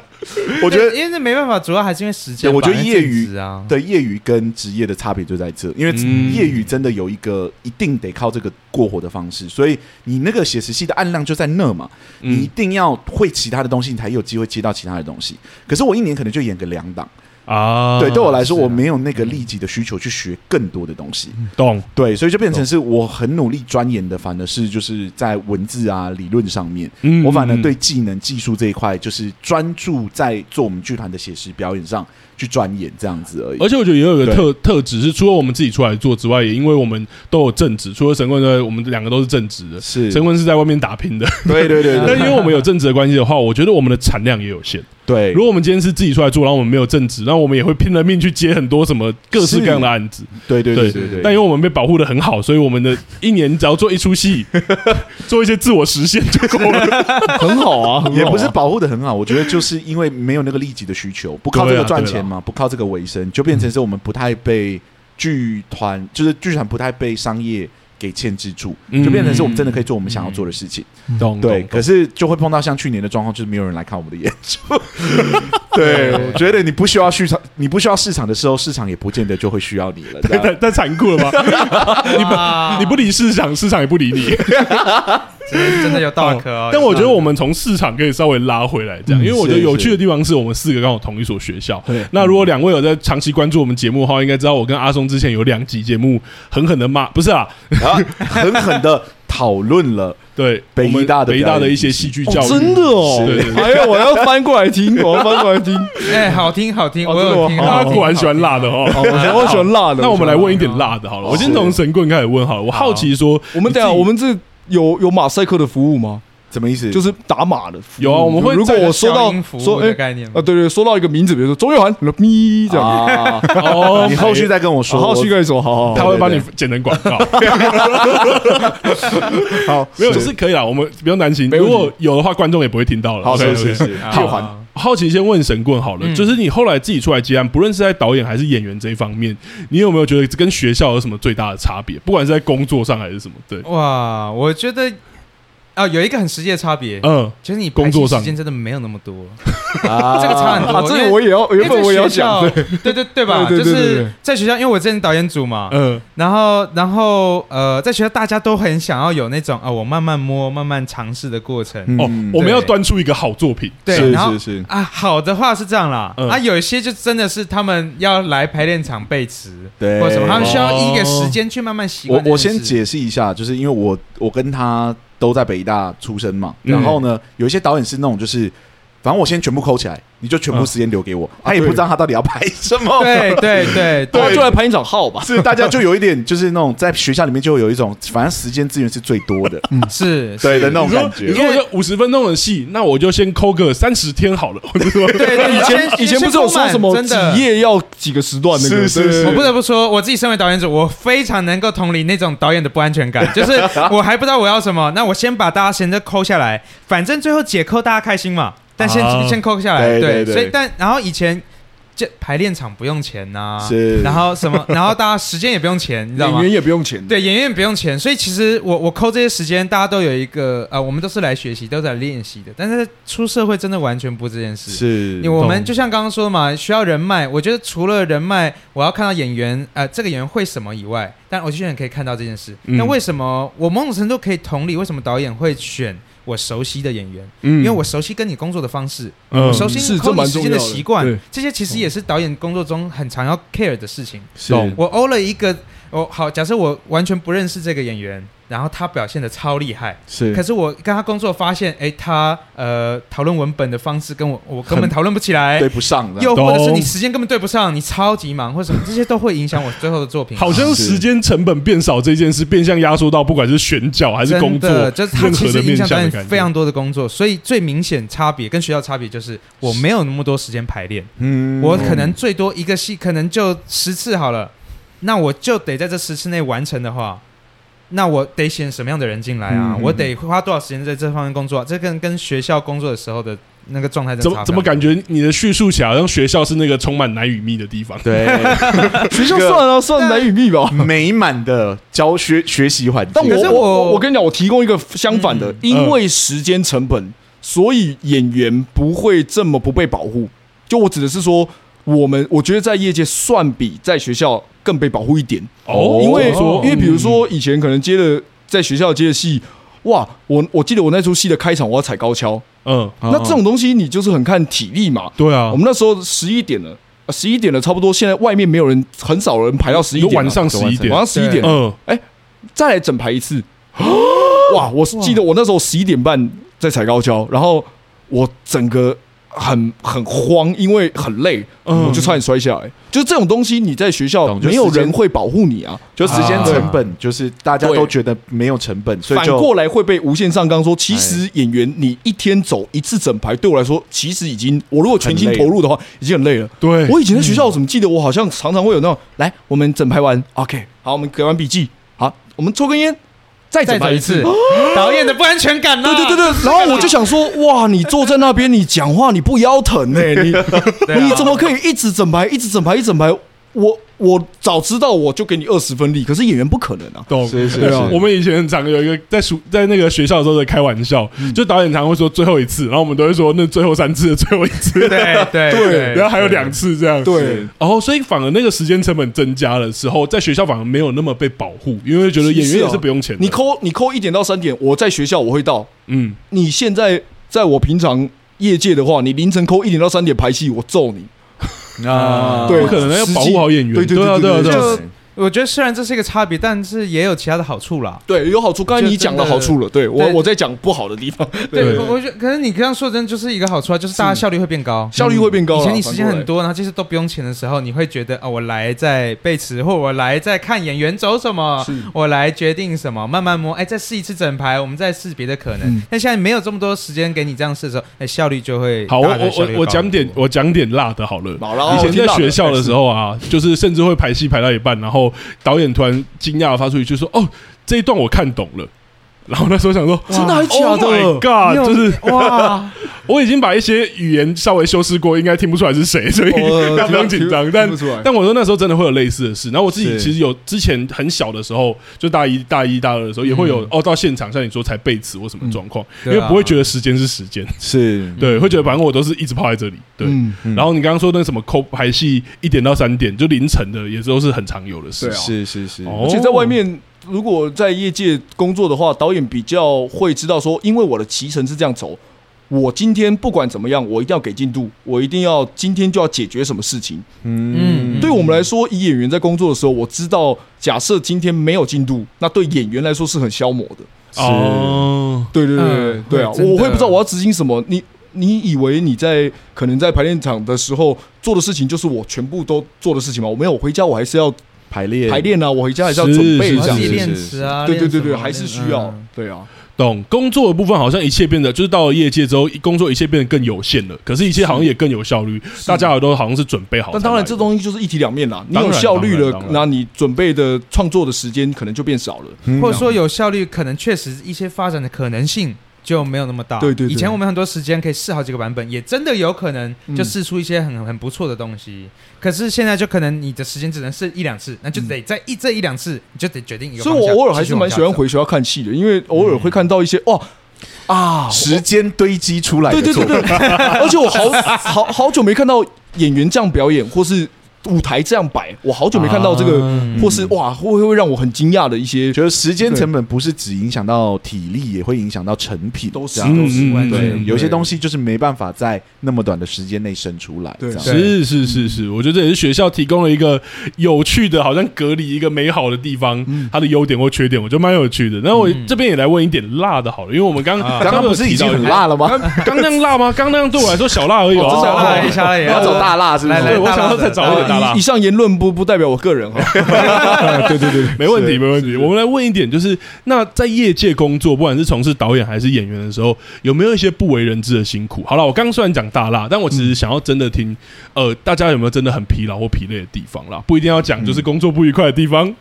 Speaker 3: 我觉得
Speaker 4: 因为这没办法，主要还是因为时间
Speaker 3: 对
Speaker 4: 吧。
Speaker 3: 我觉得业余
Speaker 4: 那正职啊，
Speaker 3: 对业余跟职业的差别就在这，因为
Speaker 2: 嗯
Speaker 3: 业余真的有一个一定得靠这个过活的方式，所以你那个写实系的暗量就在那嘛，
Speaker 2: 嗯
Speaker 3: 你一定要会其他的东西，你才有机会接到其他的东西。可是我一年可能就演个两档，
Speaker 2: 啊嗯
Speaker 3: 对，对我来说
Speaker 4: 是啊
Speaker 3: 我没有那个立即的需求去学更多的东西，
Speaker 2: 懂，
Speaker 3: 对，所以就变成是我很努力钻研的，反而是就是在文字啊理论上面，
Speaker 2: 嗯
Speaker 3: 我反而对技能、技术这一块，就是专注在做我们剧团的写实表演上去钻研这样子而已。
Speaker 2: 而且我觉得也有一个
Speaker 3: 对
Speaker 2: 特特质是，除了我们自己出来做之外，也因为我们都有正职，除了神棍之外，我们两个都是正职的。
Speaker 3: 是，
Speaker 2: 神棍是在外面打拼的，
Speaker 3: 对对对
Speaker 2: 但
Speaker 3: 对
Speaker 2: 因为我们有正职的关系的话，我觉得我们的产量也有限。
Speaker 3: 对
Speaker 2: 如，果我们今天是自己出来做，然后我们没有正职，那我们也会拼了命去接很多什么各式各样的案子。
Speaker 3: 对对对
Speaker 2: 对
Speaker 3: 对对。
Speaker 2: 但因为我们被保护的很好，所以我们的一年只要做一出戏， 做一些自我实现就够了。
Speaker 5: 很好啊，很好啊
Speaker 3: 也
Speaker 2: 哦
Speaker 3: 不是保护的很好，我觉得就是因为没有那个利己的需求，不靠这
Speaker 2: 啊
Speaker 3: 个赚钱嘛，不靠这个维生，就变成是我们不太被剧团，就是剧团不太被商业给牵制住，
Speaker 2: 嗯
Speaker 3: 就变成是我们真的可以做我们想要做的事情。
Speaker 2: 懂
Speaker 3: 对，
Speaker 2: 嗯懂
Speaker 3: 可是就会碰到像去年的状况，就是没有人来看我们的演出。 对，我觉得你不需要市场，你不需要市场的时候，市场也不见得就会需要你了。这 样
Speaker 2: 太太残酷了 吧？你
Speaker 3: 啊
Speaker 2: 不你不理市场，市场也不理你。
Speaker 4: 真真的有大可哦。
Speaker 2: 但我觉得我们从市场可以稍微拉回来，这样，因为我觉得
Speaker 3: 嗯是
Speaker 2: 有趣的地方是我们四个刚好同一所学校
Speaker 5: 对。
Speaker 2: 那如果两位有在长期关注我们节目的话，应该知道我跟阿松之前有两集节目狠狠的骂，不是啊，
Speaker 3: 然后狠狠的讨论了，
Speaker 2: 对，
Speaker 3: 北
Speaker 2: 我们
Speaker 3: 医大的
Speaker 2: 北医大
Speaker 3: 表
Speaker 2: 的
Speaker 3: 演
Speaker 2: 一些
Speaker 3: 体系
Speaker 2: 戏剧
Speaker 5: 哦
Speaker 2: 教育，
Speaker 5: 真的哦
Speaker 2: 对对，对
Speaker 5: 哎呀，我要翻过来听，我要翻过 来听，
Speaker 4: 哎，好听好听，
Speaker 5: 哦
Speaker 4: 我有 听，
Speaker 5: 真的吗
Speaker 2: 大
Speaker 4: 好
Speaker 2: 家
Speaker 4: 听
Speaker 2: 果然喜欢辣的
Speaker 5: 好
Speaker 2: 哦。
Speaker 5: 我喜欢辣的。
Speaker 2: 那我们来问一点
Speaker 4: 好
Speaker 2: 辣的好了，我先从神棍开始问好了。我好奇说，
Speaker 5: 我们等一下，
Speaker 2: 你自己
Speaker 5: 我们这有有马赛克的服务吗？
Speaker 3: 什么意思？
Speaker 5: 就是是打码的服务。
Speaker 2: 有啊我们会
Speaker 5: 如果
Speaker 2: 在
Speaker 5: 我说到
Speaker 4: 小音符
Speaker 5: 说，
Speaker 4: 的
Speaker 5: 哎，
Speaker 4: 概念
Speaker 5: 啊，对对，说到一个名字，比如说周月涵，咪这样，
Speaker 3: 啊，
Speaker 2: 哦
Speaker 3: 你后续再跟我说。
Speaker 5: 然后去跟你说，好好
Speaker 2: 他
Speaker 5: 好，
Speaker 2: 会帮你
Speaker 3: 对
Speaker 2: 剪成广告，
Speaker 3: 好，
Speaker 2: 没有是可以啦，我们不用担心。
Speaker 5: 没问
Speaker 2: 如
Speaker 5: 题
Speaker 2: 果有的话，观众也不会听到了。
Speaker 3: 好，
Speaker 2: OK，
Speaker 3: 是是
Speaker 2: OK
Speaker 3: 是，
Speaker 4: 啊
Speaker 3: 替换。
Speaker 2: 好奇先问神棍好了，
Speaker 4: 嗯
Speaker 2: 就是你后来自己出来接案，不论是在导演还是演员这一方面，你有没有觉得跟学校有什么最大的差别？不管是在工作上还是什么，
Speaker 4: 哦
Speaker 2: 对，
Speaker 4: 哇，我觉得啊，有一个很实际的差别，
Speaker 2: 嗯，
Speaker 4: 就是你
Speaker 2: 工
Speaker 4: 排戏
Speaker 2: 作上
Speaker 4: 时间真的没有那么多。
Speaker 3: 啊
Speaker 4: 这个差很多
Speaker 5: 啊，这个我也要，原本我也要讲，
Speaker 4: 因为
Speaker 5: 对
Speaker 4: 在学校对对对吧？
Speaker 5: 对
Speaker 4: 就
Speaker 5: 对对对对
Speaker 4: 是在学校，因为我之前导演组嘛，
Speaker 2: 嗯，
Speaker 4: 然后然后呃，在学校大家都很想要有那种啊，我慢慢摸、慢慢尝试的过程。
Speaker 2: 哦，
Speaker 3: 嗯
Speaker 2: 我们
Speaker 4: 对
Speaker 2: 要端出一个好作品，
Speaker 4: 对，
Speaker 3: 是
Speaker 4: 然后
Speaker 3: 是是
Speaker 4: 啊，好的话是这样啦，
Speaker 2: 嗯
Speaker 4: 啊，有一些就真的是他们要来排练场背词，
Speaker 3: 对
Speaker 4: 或者什么，他们需要一个
Speaker 2: 哦
Speaker 4: 时间去慢慢习
Speaker 3: 我
Speaker 4: 惯。
Speaker 3: 我先，解释一下，就是因为我我跟他都在北大出身嘛，
Speaker 2: 嗯
Speaker 3: 然后呢，有一些导演是那种就是。反正我先全部扣起来，你就全部时间留给我。他也不知道他到底要拍什么，
Speaker 4: 对对 对
Speaker 5: 对，
Speaker 4: 对
Speaker 5: 就来排一场号 吧。
Speaker 3: 是大家就有一点就是那种在学校里面就会有一种，反正时间资源是最多的，
Speaker 4: 是，嗯是
Speaker 3: 对的那种
Speaker 2: 你说
Speaker 3: 感
Speaker 2: 你
Speaker 3: 觉。
Speaker 2: 说我就五十分钟的戏，那我就先抠个三十天好了，我就说
Speaker 4: 对对，
Speaker 5: 以前以前不是有说什么
Speaker 4: 真
Speaker 5: 几
Speaker 4: 的
Speaker 5: 页要几个时段那个？
Speaker 3: 是是
Speaker 5: 对对
Speaker 3: 是
Speaker 4: 我不得不说，我自己身为导演者，我非常能够同理那种导演的不安全感，就是我还不知道我要什么，那我先把大家闲着抠下来，反正最后解扣大家开心嘛，但先、
Speaker 2: 啊
Speaker 4: 先抠下来，
Speaker 3: 对对对
Speaker 4: 所以但然后以前就排练场不用钱呐、
Speaker 3: 是
Speaker 4: 然后什么，然后大家时间也不用钱，你知道
Speaker 5: 演
Speaker 4: 吗
Speaker 5: 员？也不用钱，
Speaker 4: 对，演员也不用钱，所以其实我我抠这些时间，大家都有一个呃，我们都是来学习，都是来练习的，但是出社会真的完全不是这件事。
Speaker 3: 是
Speaker 4: 因为我们
Speaker 2: 懂
Speaker 4: 就像刚刚说的嘛，需要人脉。我觉得除了人脉，我要看到演员，呃，这个演员会什么以外，但我觉得很可以看到这件事。
Speaker 2: 嗯
Speaker 4: 那为什么我某种程度可以同理，为什么导演会选我熟悉的演员？
Speaker 2: 嗯
Speaker 4: 因为我熟悉跟你工作的方式，
Speaker 2: 嗯
Speaker 4: 我熟悉
Speaker 5: 是
Speaker 4: 你抠
Speaker 5: 这蛮
Speaker 4: 你时
Speaker 5: 重
Speaker 4: 间
Speaker 5: 要的
Speaker 4: 习惯
Speaker 5: 对，
Speaker 4: 这些其实也是导演工作中很常要 care 的事情。
Speaker 3: 是
Speaker 2: 懂
Speaker 4: 我欧了一个，我好，假设我完全不认识这个演员，然后他表现的超厉害，
Speaker 3: 是
Speaker 4: 可是我跟他工作发现，哎，他呃讨论文本的方式跟我我根本讨论不起来
Speaker 3: 对，不上的，
Speaker 4: 又或者是
Speaker 2: 懂
Speaker 4: 你时间根本对不上，你超级忙或什么，这些都会影响我最后的作品。
Speaker 2: 好像时间成本变少这件事，变相压缩到不管是选角还是工作
Speaker 4: 真的，就是它
Speaker 2: 任
Speaker 4: 其
Speaker 2: 何
Speaker 4: 实
Speaker 2: 的
Speaker 4: 影
Speaker 2: 面
Speaker 4: 响
Speaker 2: 向
Speaker 4: 导
Speaker 2: 的
Speaker 4: 演
Speaker 2: 感觉
Speaker 4: 非常多的工作，所以最明显差别跟学校差别就是我没有那么多时间排练，
Speaker 3: 嗯
Speaker 4: 我可能最多一个戏可能就十次好了，那我就得在这十次内完成的话。那我得选什么样的人进来啊？
Speaker 3: 嗯
Speaker 4: 我得花多少时间在这方面工作、啊？这跟跟学校工作的时候的那个状态真
Speaker 2: 怎
Speaker 4: 的差
Speaker 2: 么怎么
Speaker 4: 非常
Speaker 2: 感觉你的叙述起来好像学校是那个充满奶与蜜的地方？
Speaker 3: 对，
Speaker 5: 学校算了，算男与密吧。
Speaker 3: 美满的教学学习环境。
Speaker 2: 啊
Speaker 5: 但
Speaker 4: 可是
Speaker 5: 我
Speaker 4: 我
Speaker 5: 我我跟你讲，我提供一个相反的
Speaker 4: 嗯，
Speaker 5: 因为时间成本，所以演员不会这么不被保护。就我指的是说，我们我觉得在业界算比在学校更被保护一点，
Speaker 2: 哦
Speaker 5: 因为
Speaker 2: 怎么说
Speaker 5: 因为比如说以前可能接了在学校接的戏，哇，我我记得我那出戏的开场我要踩高跷，
Speaker 2: 嗯，
Speaker 3: 嗯
Speaker 5: 那这种东西你就是很看体力嘛。
Speaker 2: 对啊
Speaker 5: 我，们那时候十一点了，啊十一点了，差不多现在外面没有人，很少人排到十一
Speaker 2: 有
Speaker 5: 点了，
Speaker 2: 晚上十一点
Speaker 5: 晚，上十一点，
Speaker 2: 嗯，
Speaker 5: 再来整排 一次。哇！我记得我那时候十一点半在踩高跷，然后我整个很很慌，因为很累，
Speaker 2: 嗯
Speaker 5: 我就差点摔下来。就是这种东西，你在学校
Speaker 3: 懂就
Speaker 5: 没有
Speaker 3: 时间
Speaker 5: 人会保护你啊，
Speaker 3: 就时间成本，就是大家都
Speaker 5: 对
Speaker 3: 觉得没有成本，所以
Speaker 5: 反
Speaker 3: 就
Speaker 5: 过来会被无限上纲说，其实演员你一天走一次整排，对我来说，其实已经我如果全心
Speaker 3: 很累
Speaker 5: 投入的话，已经很累了。
Speaker 2: 对，
Speaker 5: 我以前在学校，我怎么记得我好像常常会有那种，来，我们整排完，OK，好，我们改完笔记，好，我们抽根烟，再整
Speaker 4: 再
Speaker 5: 排
Speaker 4: 走一
Speaker 5: 一次
Speaker 4: 次。， 导演的不安全感啊呢、
Speaker 5: 对对对对，然后我就想说，哇，你坐在那边，你讲话你不腰疼呢、欸 你
Speaker 4: 对啊
Speaker 5: 你怎么可以一直整排，一直整排，一直整排？我我早知道我就给你二十分力，可是演员不可能啊。
Speaker 2: 懂。
Speaker 3: 是是
Speaker 2: 对
Speaker 3: 是
Speaker 2: 啊，，我们以前很常有一个在暑在那个学校的时候在开玩笑，
Speaker 4: 嗯
Speaker 2: 就导演常会说最后一次，然后我们都会说那最后三次的最后一次，
Speaker 4: 对对 对，
Speaker 2: 然后还有两次这样，
Speaker 5: 对，
Speaker 2: 哦，所以反而那个时间成本增加的时候，在学校反而没有那么被保护，因为觉得
Speaker 4: 哦
Speaker 2: 演员也是不用钱的。
Speaker 5: 你扣你扣一点到三点，我在学校我会到。
Speaker 2: 嗯，
Speaker 5: 你现在在我平常业界的话，你凌晨扣一点到三点排戏，我揍你。
Speaker 3: 啊
Speaker 5: 对
Speaker 2: 不可能要保护好演员，
Speaker 5: 对对对
Speaker 2: 啊，对啊，
Speaker 5: 对
Speaker 2: 对
Speaker 5: 对
Speaker 2: 啊
Speaker 4: 就我觉得虽然这是一个差别，但是也有其他的好处啦。
Speaker 5: 对，有好处。刚才你讲的好处了，对我
Speaker 4: 对
Speaker 5: 我在讲不好的地方，
Speaker 2: 对
Speaker 4: 对，我我觉得，可是你这样说真的就是一个好处啊，就是大家效率会变高。
Speaker 5: 效率会变高啊啦。
Speaker 4: 以前你时间
Speaker 5: 反过来
Speaker 4: 很多，然后这些都不用钱的时候，你会觉得啊、我来在背词，或我来在看演员走什么
Speaker 5: 是，
Speaker 4: 我来决定什么，慢慢摸，哎，再试一次整排，我们再试别的可能。
Speaker 5: 嗯
Speaker 4: 但现在没有这么多时间给你这样试的时候，哎，效率就会
Speaker 2: 好，我
Speaker 4: 大的
Speaker 2: 我
Speaker 4: 效率
Speaker 2: 我
Speaker 4: 会
Speaker 2: 我
Speaker 4: 高
Speaker 2: 讲
Speaker 4: 很
Speaker 2: 点
Speaker 4: 多
Speaker 2: 我讲点辣的好了。
Speaker 5: 好了，
Speaker 2: 以前在学校的
Speaker 5: 候。
Speaker 2: 时候啊，就是甚至会排戏排到一半，然后导演突然惊讶的发出一句说：“哦，这一段我看懂了。”然后那时候想说：“
Speaker 5: 真的还假
Speaker 2: Oh
Speaker 5: 的
Speaker 2: my
Speaker 4: 你
Speaker 2: god！”
Speaker 4: 有
Speaker 2: 就是
Speaker 4: 哇，
Speaker 2: 我已经把一些语言稍微修饰过，应该听不出来是 谁，所以
Speaker 5: 哦
Speaker 2: 大家不用紧张。
Speaker 5: 听
Speaker 2: 但
Speaker 5: 听不出来
Speaker 2: 但我说那时候真的会有类似的事，然后我自己
Speaker 3: 是
Speaker 2: 其实有之前很小的时候，就大一、大一、大二的时候也会
Speaker 5: 嗯
Speaker 2: 有、哦，到现场像你说才背词或什么状况，因
Speaker 4: 对啊
Speaker 2: 为不会觉得时间是时间，
Speaker 3: 是
Speaker 2: 对，会觉得反正我都是一直泡在这里，对。
Speaker 5: 嗯
Speaker 3: 嗯
Speaker 2: 然后你刚刚说那什么抠排戏一点到三点，就凌晨的也都是很常有的事
Speaker 5: 对啊。
Speaker 3: 是是是，
Speaker 2: 哦
Speaker 5: 而且在外面，如果在业界工作的话，导演比较会知道说，因为我的骑程是这样走，我今天不管怎么样，我一定要给进度，我一定要今天就要解决什么事情。
Speaker 4: 嗯
Speaker 5: 对我们来说，以演员在工作的时候，我知道，假设今天没有进度，那对演员来说是很消磨的。
Speaker 2: 哦，
Speaker 5: 对对对对
Speaker 4: 嗯
Speaker 5: 对啊，
Speaker 4: 会真的
Speaker 5: 我会不知道我要执行什么。你你以为你在可能在排练场的时候做的事情就是我全部都做的事情吗？我没有，我回家我还是要
Speaker 3: 排列
Speaker 5: 排练啊，我回家还是要
Speaker 2: 是
Speaker 5: 准备
Speaker 2: 是
Speaker 5: 这
Speaker 4: 自
Speaker 5: 样
Speaker 4: 己
Speaker 3: 是
Speaker 5: 子。
Speaker 4: 练词啊，
Speaker 5: 对对
Speaker 4: 练什嗯
Speaker 5: 对
Speaker 4: 么
Speaker 5: 对，还是需要。对啊。
Speaker 2: 懂。工作的部分好像一切变得，就是到了业界之后，工作一切变得更有限了。可是，一切好像也更有效率，大家也都好像是准备好才来
Speaker 5: 但
Speaker 2: 的。
Speaker 5: 当然，这东西就是一体两面啦。你
Speaker 2: 当
Speaker 5: 有
Speaker 2: 然
Speaker 5: 效率
Speaker 2: 当然
Speaker 5: 了
Speaker 2: 当，然
Speaker 5: 那你准备的创作的时间可能就变少了。
Speaker 3: 嗯
Speaker 4: 或者说有效率，可能确实一些发展的可能性就没有那么大。
Speaker 5: 对对对
Speaker 4: 以前我们很多时间可以试好几个版本，也真的有可能就试出一些很、很不错的东西。可是现在就可能你的时间只能试一两次，那就得在一这一两次，你就得决定一个
Speaker 5: 所
Speaker 4: 方
Speaker 5: 以
Speaker 4: 向。
Speaker 5: 我偶尔还是蛮喜
Speaker 4: 继续往下
Speaker 5: 欢
Speaker 4: 走。嗯
Speaker 5: 回学校看戏的，因为偶尔会看到一些哇啊，
Speaker 3: 时间堆积出来
Speaker 5: 对
Speaker 3: 的
Speaker 5: 对
Speaker 3: 作
Speaker 5: 对
Speaker 3: 品，
Speaker 5: 对， 而且我好好好久没看到演员这样表演，或是舞台这样摆，我好久没看到这个，
Speaker 4: 啊
Speaker 5: 或是哇，会会会让我很惊讶的一些，
Speaker 3: 觉得时间成本不是只影响到体力，也会影响到成品，
Speaker 5: 都是
Speaker 3: 这样
Speaker 5: 嗯
Speaker 2: 都是完
Speaker 3: 对
Speaker 2: 全，
Speaker 3: 有些东西就是没办法在那么短的时间内生出来，
Speaker 5: 对
Speaker 3: 这样
Speaker 4: 对
Speaker 2: 是是是是，我觉得这也是学校提供了一个有趣的，好像隔离一个美好的地方，
Speaker 5: 嗯
Speaker 2: 它的优点或缺点，我觉得蛮有趣的。那我这边也来问一点辣的，好了，因为我们刚
Speaker 4: 啊
Speaker 3: 刚刚不是已经很，辣了吗？
Speaker 2: 刚刚那样辣吗？刚那样对我来说小辣而已
Speaker 4: 哦
Speaker 2: 哦，
Speaker 4: 小辣而已 小辣而已
Speaker 3: 我要找大辣是不
Speaker 4: 哦来
Speaker 2: 对
Speaker 4: 来，
Speaker 2: 我
Speaker 3: 是？
Speaker 4: 大
Speaker 2: 想
Speaker 4: 辣
Speaker 2: 要
Speaker 4: 的
Speaker 2: 再找一点大辣
Speaker 5: 呃以以上言论不不代表我个人哦哈。对对对，
Speaker 2: 没问题没问题。我们来问一点，就是那在业界工作，不管是从事导演还是演员的时候，有没有一些不为人知的辛苦？好了，我刚刚虽然讲大辣，但我只是想要真的听，
Speaker 4: 嗯
Speaker 2: 呃，大家有
Speaker 4: 嗯
Speaker 2: 没有真的很疲劳或疲累的地方啦？不一定要讲就是工作不愉快的地方，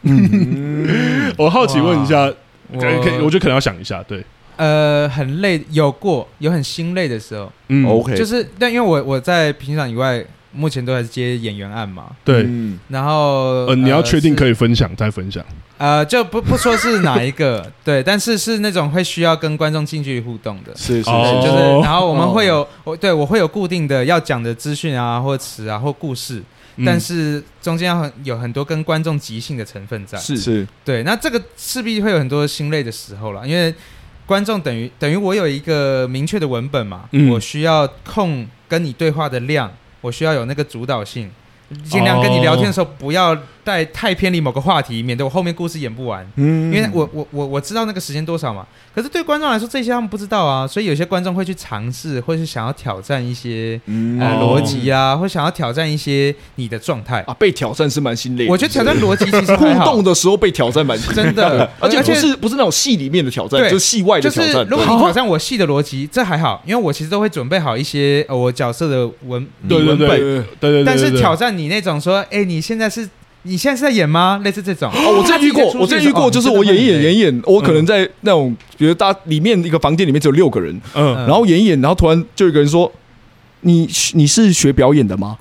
Speaker 2: 我好奇问一下，
Speaker 4: 我
Speaker 2: 可以可以，我觉得可能要想一下，对，
Speaker 4: 呃很累，有过有很心累的时候，
Speaker 2: 嗯
Speaker 3: OK，
Speaker 4: 就是但因为我我在评赏以外，目前都还是接演员案嘛，
Speaker 2: 对，
Speaker 3: 嗯
Speaker 4: 然后
Speaker 2: 呃，你要确定可
Speaker 4: 以，
Speaker 2: 以分享再分享，
Speaker 4: 呃，就不不说是哪一 个，对，但是是那种会需要跟观众近距离互动的。
Speaker 3: 是是是
Speaker 2: 哦
Speaker 4: 对，就是，然后我们会有，我对我会有固定的要讲的资讯啊，或词啊，或故事，
Speaker 2: 嗯
Speaker 4: 但是中间要很有很多跟观众即兴的成分在。
Speaker 5: 是
Speaker 3: 是
Speaker 4: 对，那这个势必会有很多心累的时候啦，因为观众等于等于我有一个明确的文本嘛，
Speaker 2: 嗯
Speaker 4: 我需要控跟你对话的量，我需要有那个主导性，尽
Speaker 2: 哦
Speaker 4: 量跟你聊天的时候不要带太偏离某个话题，免得我后面故事演不完。
Speaker 3: 嗯
Speaker 4: 因为我我我我知道那个时间多少嘛，可是对观众来说这些他们不知道啊，所以有些观众会去尝试，或是想要挑战一些
Speaker 3: 嗯
Speaker 4: 呃
Speaker 2: 哦
Speaker 4: 逻辑啊，或想要挑战一些你的状态。
Speaker 5: 啊，被挑战是蛮心累的。
Speaker 4: 我觉得挑战逻辑其 实
Speaker 5: 互
Speaker 4: 还好
Speaker 5: 动的时候被挑战蛮心累
Speaker 4: 真的，
Speaker 5: 而且不是不是那种戏里面的挑战，
Speaker 4: 对
Speaker 5: 就是戏外的
Speaker 4: 就
Speaker 5: 挑
Speaker 4: 是
Speaker 5: 战。
Speaker 4: 如果你挑战我戏的逻辑，这还好，因为我其实都会准备好一些呃我角色的文
Speaker 2: 对对
Speaker 4: 文
Speaker 2: 对
Speaker 4: 本，
Speaker 2: 对对对，
Speaker 4: 但是
Speaker 2: 对
Speaker 4: 挑战你那种说，哎，你现在是你现在是在演吗？类似这种。
Speaker 5: 哦，我真
Speaker 4: 他
Speaker 5: 的遇
Speaker 4: 直接
Speaker 5: 过，
Speaker 4: 出
Speaker 5: 我
Speaker 4: 去
Speaker 5: 真的遇
Speaker 4: 说
Speaker 5: 过，
Speaker 4: 哦
Speaker 5: 就是
Speaker 4: 你
Speaker 5: 我
Speaker 4: 真的
Speaker 5: 演一演
Speaker 4: 很
Speaker 5: 演
Speaker 4: 累
Speaker 5: 一演，我可能在那种，比如大家里面一个房间里面只有六个人，
Speaker 2: 嗯
Speaker 4: 嗯
Speaker 5: 然后演一演，然后突然就有一个人说：“你你是学表演的吗？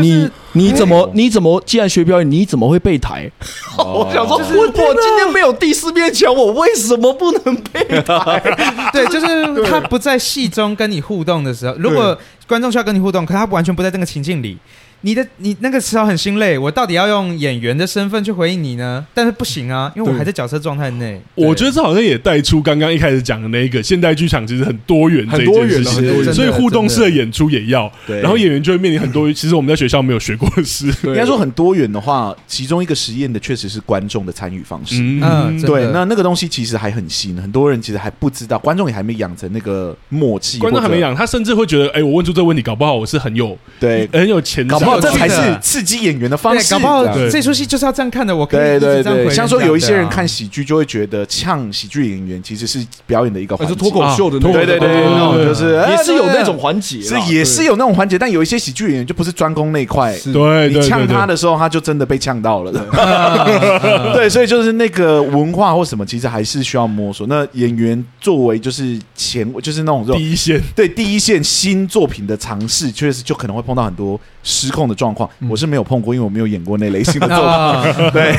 Speaker 5: 你你怎么你怎么既然学表演，你怎么会备台？”我想说，我我今天没有第四面墙，我为什么不能备台？
Speaker 4: 对，就是他不在戏中跟你互动的时候，如果观众需要跟你互动，可他完全不在那个情境里，你的你那个时候很心累，我到底要用演员的身份去回应你呢？但是不行啊，因为我
Speaker 5: 对
Speaker 4: 还在角色状态内。
Speaker 2: 我觉得这好像也带出刚刚一开始讲的那一个现代剧场其实很多元这
Speaker 5: 很
Speaker 2: 一
Speaker 5: 多
Speaker 2: 件
Speaker 5: 元
Speaker 2: 事
Speaker 5: 啊
Speaker 2: 情
Speaker 5: 很多，元
Speaker 2: 所以互动式的
Speaker 4: 真的
Speaker 2: 演出也要，
Speaker 3: 对
Speaker 2: 然后演员就会面临很 多其实我们在学校没有学过的事。
Speaker 5: 对
Speaker 3: 应该说很多元的话，其中一个实验的确实是观众的参与方式。
Speaker 4: 嗯真的
Speaker 3: 对，那那个东西其实还很新，很多人其实还不知道，观众也还没养成那个默契，
Speaker 2: 观众还没
Speaker 3: 或者，
Speaker 2: 养，他甚至会觉得，哎，我问出这个问题，搞不好我是很有
Speaker 3: 对，
Speaker 2: 很有前瞻
Speaker 3: 搞不好这
Speaker 4: 有趣
Speaker 3: 才
Speaker 4: 的
Speaker 3: 是刺激演员的方
Speaker 4: 对，
Speaker 3: 式。
Speaker 4: 搞不好
Speaker 3: 这样
Speaker 2: 对
Speaker 4: 这出戏就是要这样看的，我可以
Speaker 3: 对
Speaker 4: 一直
Speaker 3: 对
Speaker 4: 这样回
Speaker 3: 对，
Speaker 4: 人
Speaker 3: 像说
Speaker 4: 这样
Speaker 3: 有一些
Speaker 4: 的啊
Speaker 3: 人看喜剧就会觉得呛喜剧演员其实是表演的一个环
Speaker 5: 哦就
Speaker 3: 节，
Speaker 5: 脱口秀的那种，
Speaker 3: 对对对对，
Speaker 2: 哦
Speaker 3: 那种就是
Speaker 5: 也是有
Speaker 3: 哎
Speaker 5: 那。种环节
Speaker 3: 是
Speaker 5: 啦，
Speaker 3: 也是有那种环节，但有一些喜剧演员就不是专攻那一块，
Speaker 5: 是
Speaker 2: 对对
Speaker 3: 你
Speaker 2: 对
Speaker 3: 呛
Speaker 2: 对，
Speaker 3: 他的时候，他就真的被呛到了。
Speaker 4: 啊
Speaker 3: 对，所以就是那个文化或什么，其实还是需要摸索。那演员作为就是前，就是那种这种
Speaker 2: 第一线
Speaker 3: 对第一线新作品的尝试，确实就可能会碰到很多失控的状况。我是没有碰过，因为我没有演过那类型的作 品。
Speaker 4: 啊
Speaker 3: 对，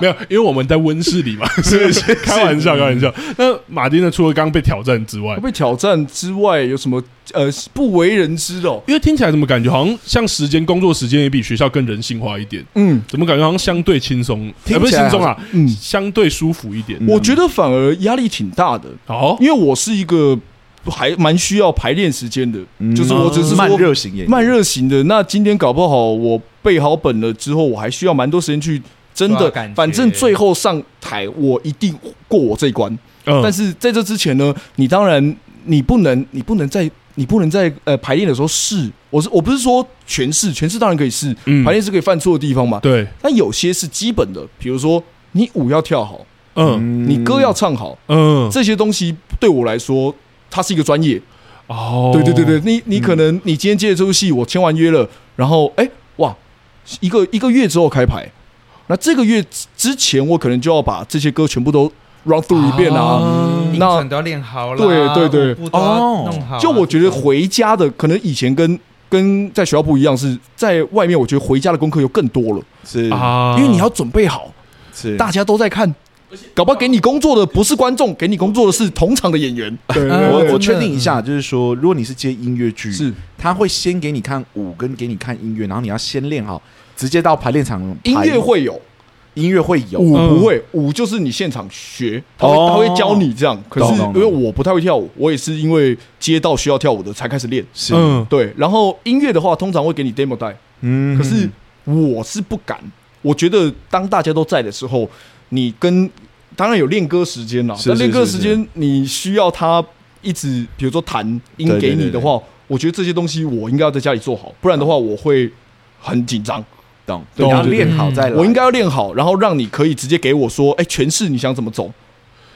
Speaker 2: 没有，因为我们在温室 里嘛，是是开玩笑开玩笑。那马丁呢，除了刚刚被挑战之外，
Speaker 5: 被挑战之外有什么呃不为人知的哦？
Speaker 2: 因为听起来怎么感觉好像像时间工作时间也比学校更人性化一点，
Speaker 5: 嗯，
Speaker 2: 怎么感觉好像相对轻松，
Speaker 3: 听
Speaker 2: 哎不是
Speaker 3: 起来
Speaker 2: 轻松啊，
Speaker 5: 嗯
Speaker 2: 相对舒服一点。
Speaker 5: 我觉得反而压力挺大的，
Speaker 2: 哦，
Speaker 5: 因为我是一个还蛮需要排练时间的，
Speaker 3: 嗯
Speaker 5: 就是我只是说
Speaker 3: 慢热型演员，
Speaker 5: 慢热型的。那今天搞不好我背好本了之后，我还需要蛮多时间去真
Speaker 4: 抓
Speaker 5: 的
Speaker 4: 感觉，
Speaker 5: 反正最后上台我一定过我这一关。
Speaker 2: 嗯
Speaker 5: 但是在这之前呢，你当然你不能，你不能在你不能在呃排练的时候试。我是我不是说全试，全试当然可以试，
Speaker 2: 嗯
Speaker 5: 排练是可以犯错的地方嘛。
Speaker 2: 对，
Speaker 5: 但有些是基本的，比如说你舞要跳好，
Speaker 2: 嗯
Speaker 5: 你歌要唱好，
Speaker 2: 嗯，
Speaker 5: 这些东西对我来说，它是一个专业。
Speaker 2: 哦，嗯
Speaker 5: 对对对对，你你可能你今天接了这出戏，我签完约了，然后哎哇，一个一个月之后开牌，那这个月之之前我可能就要把这些歌全部都 run through 一遍啊。
Speaker 2: 啊
Speaker 4: 音
Speaker 5: 那
Speaker 4: 准都要练好了，
Speaker 5: 对对对哦
Speaker 4: 舞步都要弄好啊。
Speaker 5: 就我觉得回家的可能以前跟跟在学校不一样，是在外面，我觉得回家的功课又更多了，
Speaker 3: 是
Speaker 2: 啊，
Speaker 5: 因为你要准备好，
Speaker 3: 是
Speaker 5: 大家都在看。搞不好给你工作的不是观众，给你工作的是同场的演员。对
Speaker 4: 对
Speaker 3: 我我
Speaker 4: 真
Speaker 3: 确
Speaker 4: 的
Speaker 3: 定一下，就是说，如果你是接音乐剧，
Speaker 5: 呃是
Speaker 3: 他会先给你看舞，跟给你看音乐，然后你要先练好，直接到排练场
Speaker 5: 音
Speaker 3: 排
Speaker 5: 乐会有，
Speaker 3: 音乐会有
Speaker 5: 舞
Speaker 2: 嗯
Speaker 5: 不会，舞就是你现场学，他会、
Speaker 3: 哦
Speaker 5: 他会教你这样。可是
Speaker 3: 懂懂
Speaker 5: 因
Speaker 3: 懂
Speaker 5: 为我不太会跳舞，我也是因为接到需要跳舞的才开始练。
Speaker 3: 是
Speaker 2: 嗯
Speaker 5: 对，然后音乐的话，通常会给你 demo 带，
Speaker 3: 嗯
Speaker 5: 可是我是不敢。我觉得当大家都在的时候，你跟当然有练歌时间啦，
Speaker 3: 是
Speaker 5: 但
Speaker 3: 是
Speaker 5: 练歌
Speaker 3: 是
Speaker 5: 时
Speaker 3: 是
Speaker 5: 间你需要他一直，比如说弹音
Speaker 3: 对对
Speaker 5: 给你
Speaker 3: 对
Speaker 5: 的话，我觉得这些东西我应该要在家里做好，不然的话我会很紧张。
Speaker 3: 懂，
Speaker 5: 对
Speaker 3: 你要
Speaker 5: 对对
Speaker 3: 练好再来。
Speaker 5: 我应该要练好，然后让你可以直接给我说，哎，诠释你想怎么走。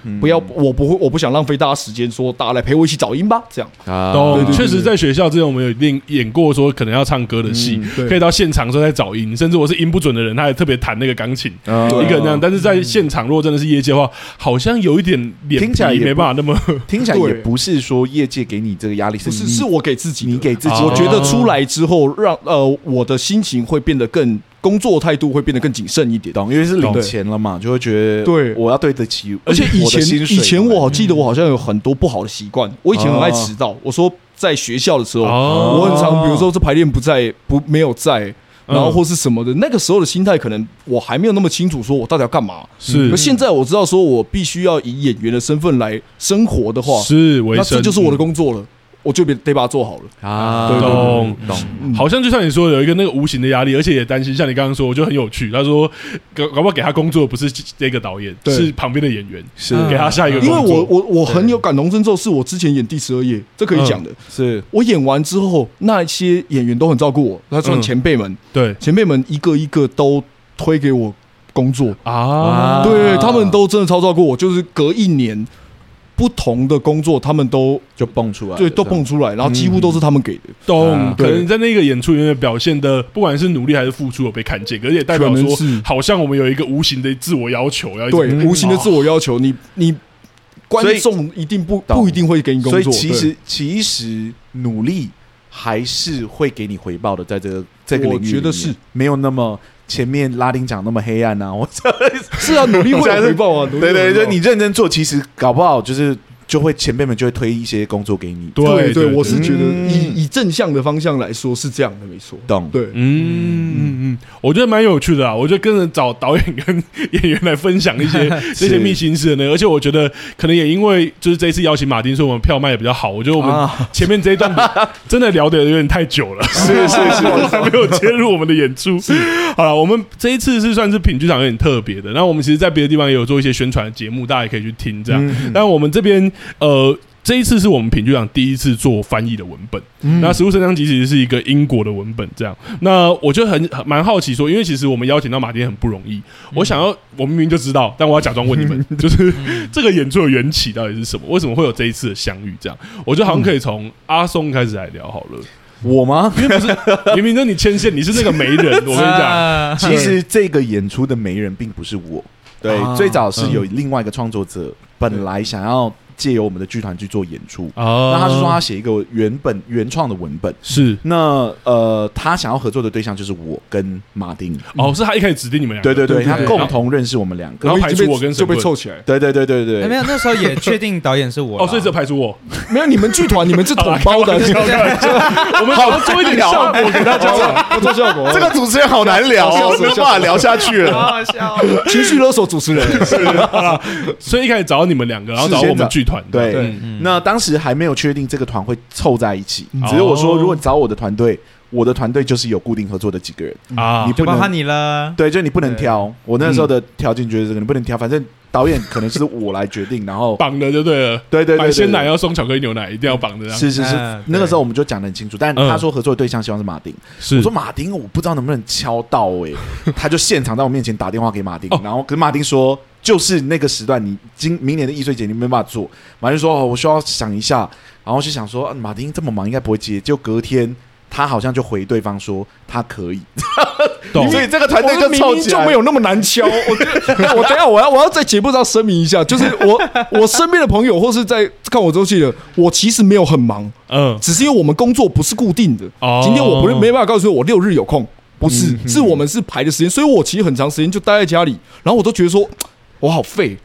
Speaker 3: 嗯
Speaker 5: 不要，我不会，我不想浪费大家时间，说大家来陪我一起找音吧，这样。
Speaker 3: 啊
Speaker 2: 懂
Speaker 5: 对对对
Speaker 2: 确实，在学校之前我们有练演过，说可能要唱歌的戏，
Speaker 5: 嗯对
Speaker 2: 可以到现场的时候再找音，甚至我是音不准的人，他还特别弹那个钢琴，
Speaker 3: 啊
Speaker 5: 对
Speaker 2: 一个人那样。但是在现场，如果真的是业界的话，好像有一点脸
Speaker 3: 听起来
Speaker 2: 皮
Speaker 3: 也不
Speaker 2: 没办法那 么
Speaker 3: 听起来也
Speaker 5: 对
Speaker 3: 不是说业界给你这个压力，
Speaker 5: 不是，
Speaker 3: 你
Speaker 5: 是我给自己的，
Speaker 3: 你给自己的，
Speaker 5: 我觉得
Speaker 2: 哦
Speaker 5: 出来之后让，呃我的心情会变得更，工作态度会变得更谨慎一点。
Speaker 3: 懂，因为是领
Speaker 5: 懂
Speaker 3: 钱了嘛，就会觉得
Speaker 5: 对
Speaker 3: 我要对得起我
Speaker 5: 而
Speaker 3: 的
Speaker 5: 且
Speaker 3: 薪水
Speaker 5: 以
Speaker 3: 嘛，
Speaker 5: 前以前我好记得我好像有很多不好的习惯，我以前很爱迟到。我说在学校的时候，
Speaker 2: 哦
Speaker 5: 我很常比如说这排练不在不没有在，然
Speaker 3: 嗯
Speaker 5: 后或是什么的，那个时候的心态可能我还没有那么清楚，说我到底要干嘛。
Speaker 2: 是
Speaker 5: 而现在我知道，说我必须要以演员的身份来生活的话，
Speaker 2: 是为
Speaker 5: 那
Speaker 2: 生，
Speaker 5: 这就是我的工作了，我就得得把它做好了。
Speaker 3: 啊，
Speaker 5: 对对
Speaker 2: 懂
Speaker 3: 懂，
Speaker 5: 嗯
Speaker 2: 好像就像你说的，有一个那个无形的压力，而且也担心。像你刚刚说，我觉得很有趣。他说，搞搞不好给他工作不是这个导演，
Speaker 5: 对嗯
Speaker 2: 是旁边的演员，
Speaker 3: 是
Speaker 2: 给他下一个工
Speaker 5: 因为
Speaker 2: 作。
Speaker 5: 我我我很有感同身受，是我之前演《第十二夜》，这可以讲
Speaker 2: 嗯
Speaker 5: 的。
Speaker 3: 是
Speaker 5: 我演完之后，那些演员都很照顾我，他算
Speaker 2: 嗯
Speaker 5: 前辈们，
Speaker 2: 对
Speaker 5: 前辈们一个一个都推给我工作，
Speaker 2: 啊，
Speaker 5: 对他们都真的超照顾我，就是隔一年。不同的工作，他们都
Speaker 3: 就蹦出来了，
Speaker 5: 对都蹦
Speaker 3: 出
Speaker 5: 出来，然后几乎都是他们给的，
Speaker 2: 懂
Speaker 3: 啊。
Speaker 2: 可
Speaker 5: 嗯对
Speaker 2: 能在那个演出里面表现的，不管是努力还是付出，有被看见，而且代表
Speaker 5: 可
Speaker 2: 说
Speaker 5: 能是，
Speaker 2: 好像我们有一个无形的自我要求，要一直
Speaker 5: 对无形的
Speaker 2: 啊
Speaker 5: 自我要求，你你观
Speaker 3: 所以
Speaker 5: 众一定不
Speaker 3: 懂
Speaker 5: 不一定会给你工
Speaker 3: 所以
Speaker 5: 作，
Speaker 3: 其
Speaker 5: 对
Speaker 3: 实其实努力还是会给你回报的，在这个这个领域里面，
Speaker 5: 我觉得是
Speaker 3: 没有那么前面拉丁讲那么黑暗啊， 我这
Speaker 5: 是啊，努力会有回报啊，努力会
Speaker 3: 对对，
Speaker 5: 有回报
Speaker 3: 就你认真做，其实搞不好就是就会前辈们就会推一些工作给你，
Speaker 5: 对
Speaker 2: 对
Speaker 5: 对，我是觉得
Speaker 3: 嗯
Speaker 5: 以以正向的方向来说是这样的，没错，
Speaker 3: 懂
Speaker 5: 对，
Speaker 2: 嗯，嗯嗯，我觉得蛮有趣的啊！我就跟着找导演跟 演员来分享一 些这些秘辛事的呢，而且我觉得可能也因为就是这一次邀请马丁，所以我们票卖的比较好。我觉得我们
Speaker 3: 啊，
Speaker 2: 前面这一段 真的聊的有点太久了，
Speaker 3: 是是是，
Speaker 2: 还没有切入我们的演出。好了，我们这一次是算是品剧场有点特别的，那我们其实，在别的地方也有做一些宣传的节目，大家也可以去听这样。
Speaker 3: 嗯
Speaker 2: 但我们这边呃。这一次是我们品剧场第一次做翻译的文本，
Speaker 3: 嗯
Speaker 2: 那《食物生长集》其实是一个英国的文本，这样。那我就很很蛮好奇说，因为其实我们邀请到马丁很不容易，我想要我明明就知道，但我要假装问你们， 就是 这个演出的缘起到底是什么？为什么会有这一次的相遇？这样，我觉得好像可以从阿松开始来聊好了。
Speaker 3: 我吗？
Speaker 2: 明明就你牵线，你是那个媒人，我跟你讲，
Speaker 4: 啊
Speaker 3: 其实这个演出的媒人并不是我，对，
Speaker 4: 啊
Speaker 3: 最早是
Speaker 5: 嗯
Speaker 3: 有另外一个创作者，本来想要借由我们的剧团去做演出，
Speaker 5: 啊
Speaker 2: 哦
Speaker 3: 那他是说他写一个原本原创的文本，
Speaker 2: 是
Speaker 3: 那呃，他想要合作的对象就是我跟马丁，
Speaker 2: 哦，是他一开始指定你们两个，
Speaker 3: 对对对，
Speaker 4: 对
Speaker 3: 他
Speaker 4: 对
Speaker 3: 共同认识我们两
Speaker 2: 然
Speaker 3: 个
Speaker 2: 后，
Speaker 5: 已经被
Speaker 2: 排除我跟
Speaker 5: 就被
Speaker 2: 沈
Speaker 5: 凑起来，
Speaker 3: 对对对对
Speaker 4: 哎没
Speaker 3: 对，
Speaker 4: 有，那时候也确定导演是我啦。
Speaker 2: 哦，所以这排除 我，
Speaker 5: 没有你们剧团你们是统包的，
Speaker 2: 开玩笑我们好做一点
Speaker 3: 啊
Speaker 2: 效 果给大家。
Speaker 5: 不做效果，
Speaker 3: 这个主持人好难聊
Speaker 5: 笑
Speaker 3: 哦，
Speaker 5: 死
Speaker 3: 没有办法聊下去 了。
Speaker 4: 好好笑哦。
Speaker 5: 情绪勒索主持人，
Speaker 2: 所以一开始找你们两个，然后找我们剧团，
Speaker 3: 对，嗯
Speaker 5: 对
Speaker 4: 嗯
Speaker 3: 那当时还没有确定这个团会凑在一起，
Speaker 2: 哦
Speaker 3: 只是我说，如果找我的团队，我的团队就是有固定合作的几个人，
Speaker 2: 啊，
Speaker 3: 你不
Speaker 4: 就包
Speaker 3: 能
Speaker 4: 含你了。
Speaker 3: 对，嗯就你不能
Speaker 4: 对
Speaker 3: 挑。我那时候的条件就是这个，你不能挑，反正导演可能是我来决定，然后
Speaker 2: 绑的就对了。
Speaker 3: 对对对
Speaker 2: 买
Speaker 3: 对，
Speaker 2: 鲜
Speaker 3: 对
Speaker 2: 奶要送巧克力牛奶，一定要绑的这样。
Speaker 3: 是是是
Speaker 4: 嗯，
Speaker 3: 那个
Speaker 4: 对
Speaker 3: 时候我们就讲的很清楚，但他说合作对象希望是马丁，
Speaker 2: 是
Speaker 5: 嗯
Speaker 3: 我说马丁我不知道能不能敲到哎， 他就现场在我面前打电话给马丁
Speaker 2: 哦，
Speaker 3: 然后跟马丁说。就是那个时段，你今明年的易碎节你没办法做，马丁说、哦、我需要想一下，然后就想说、啊马丁这么忙应该不会接，就隔天他好像就回对方说他可以，
Speaker 2: 懂
Speaker 3: 所以这个团队
Speaker 5: 我
Speaker 3: 就
Speaker 5: 明
Speaker 3: 凑
Speaker 5: 明
Speaker 3: 起
Speaker 5: 就
Speaker 3: 来
Speaker 5: 没有那么难敲。我觉得 那我等一下我要我要在节目上声明一下，就是我 我身边的朋友或是在看我周记的，我其实没有很忙，
Speaker 2: 嗯，
Speaker 5: 只是因为我们工作不是固定的。
Speaker 2: 哦嗯
Speaker 5: 今天我不是没办法告诉你我六日有空，不是，是我们是排的时间，所以我其实很长时间就待在家里，然后我都觉得说我好废。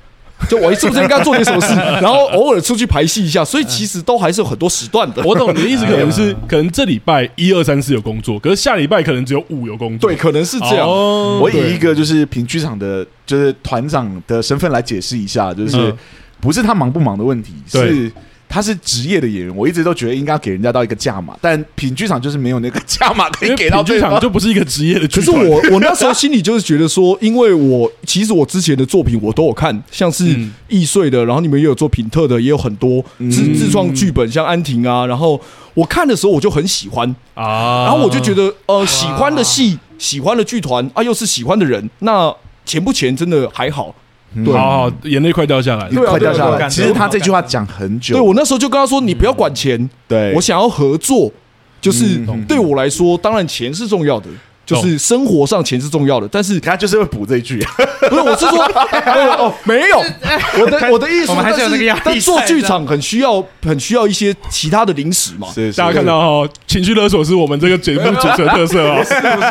Speaker 5: 就我是不是应该做点什么 事？然后偶尔出去排戏一下，所以其实都还是有很多时段 的。
Speaker 2: 我懂你的意思，可能
Speaker 3: 哎
Speaker 2: 是可能这礼拜一二三四有工作，可是下礼拜可能只有五有工作。
Speaker 5: 对，，可能是这样。
Speaker 2: 哦
Speaker 3: 我以一个就是评剧场的，就是团长的身份来解释一下，就是
Speaker 2: 嗯
Speaker 3: 不是他忙不忙的问题，
Speaker 2: 对
Speaker 3: 是他是职业的演员，我一直都觉得应该给人家到一个价码，但评剧场就是没有那个价码可
Speaker 2: 因
Speaker 3: 以
Speaker 2: 为
Speaker 3: 给到
Speaker 2: 品剧
Speaker 3: 对
Speaker 2: 场
Speaker 3: 方。
Speaker 2: 就不是一个职业的剧
Speaker 5: 可是
Speaker 2: 团。
Speaker 5: 我我那时候心里就是觉得说，因为我其实我之前的作品我都有看，像是
Speaker 2: 嗯
Speaker 5: 易碎的，然后你们也有做品特的，也有很多自自创剧本，像安婷啊，然后我看的时候我就很喜欢，
Speaker 2: 啊，
Speaker 5: 然后我就觉得呃喜欢的戏、喜欢的剧团啊，又是喜欢的人，那钱不钱真的还好。
Speaker 3: 嗯
Speaker 5: 对
Speaker 2: 好好，眼泪快掉下来了。
Speaker 5: 对啊
Speaker 3: 快掉下
Speaker 5: 对啊对
Speaker 3: 来。
Speaker 5: 啊
Speaker 3: 其实他这句话讲很久，
Speaker 5: 对我那时候就跟他说，你不要管钱，
Speaker 3: 嗯对
Speaker 5: 我想要合作，就是
Speaker 3: 嗯懂
Speaker 5: 对我来说，当然钱是重要的，就是生活上钱是重要的，但是
Speaker 3: 他就是会补这一句，啊
Speaker 5: 不是，我是说，哦，没有，我的我的意思，
Speaker 4: 我们还是有那个压力
Speaker 5: 但但做
Speaker 4: 在
Speaker 5: 剧场很需要很需要一些其他的零食嘛，
Speaker 3: 是
Speaker 2: 大家看到哦，情绪勒索是我们这个节目主持的特 色哦。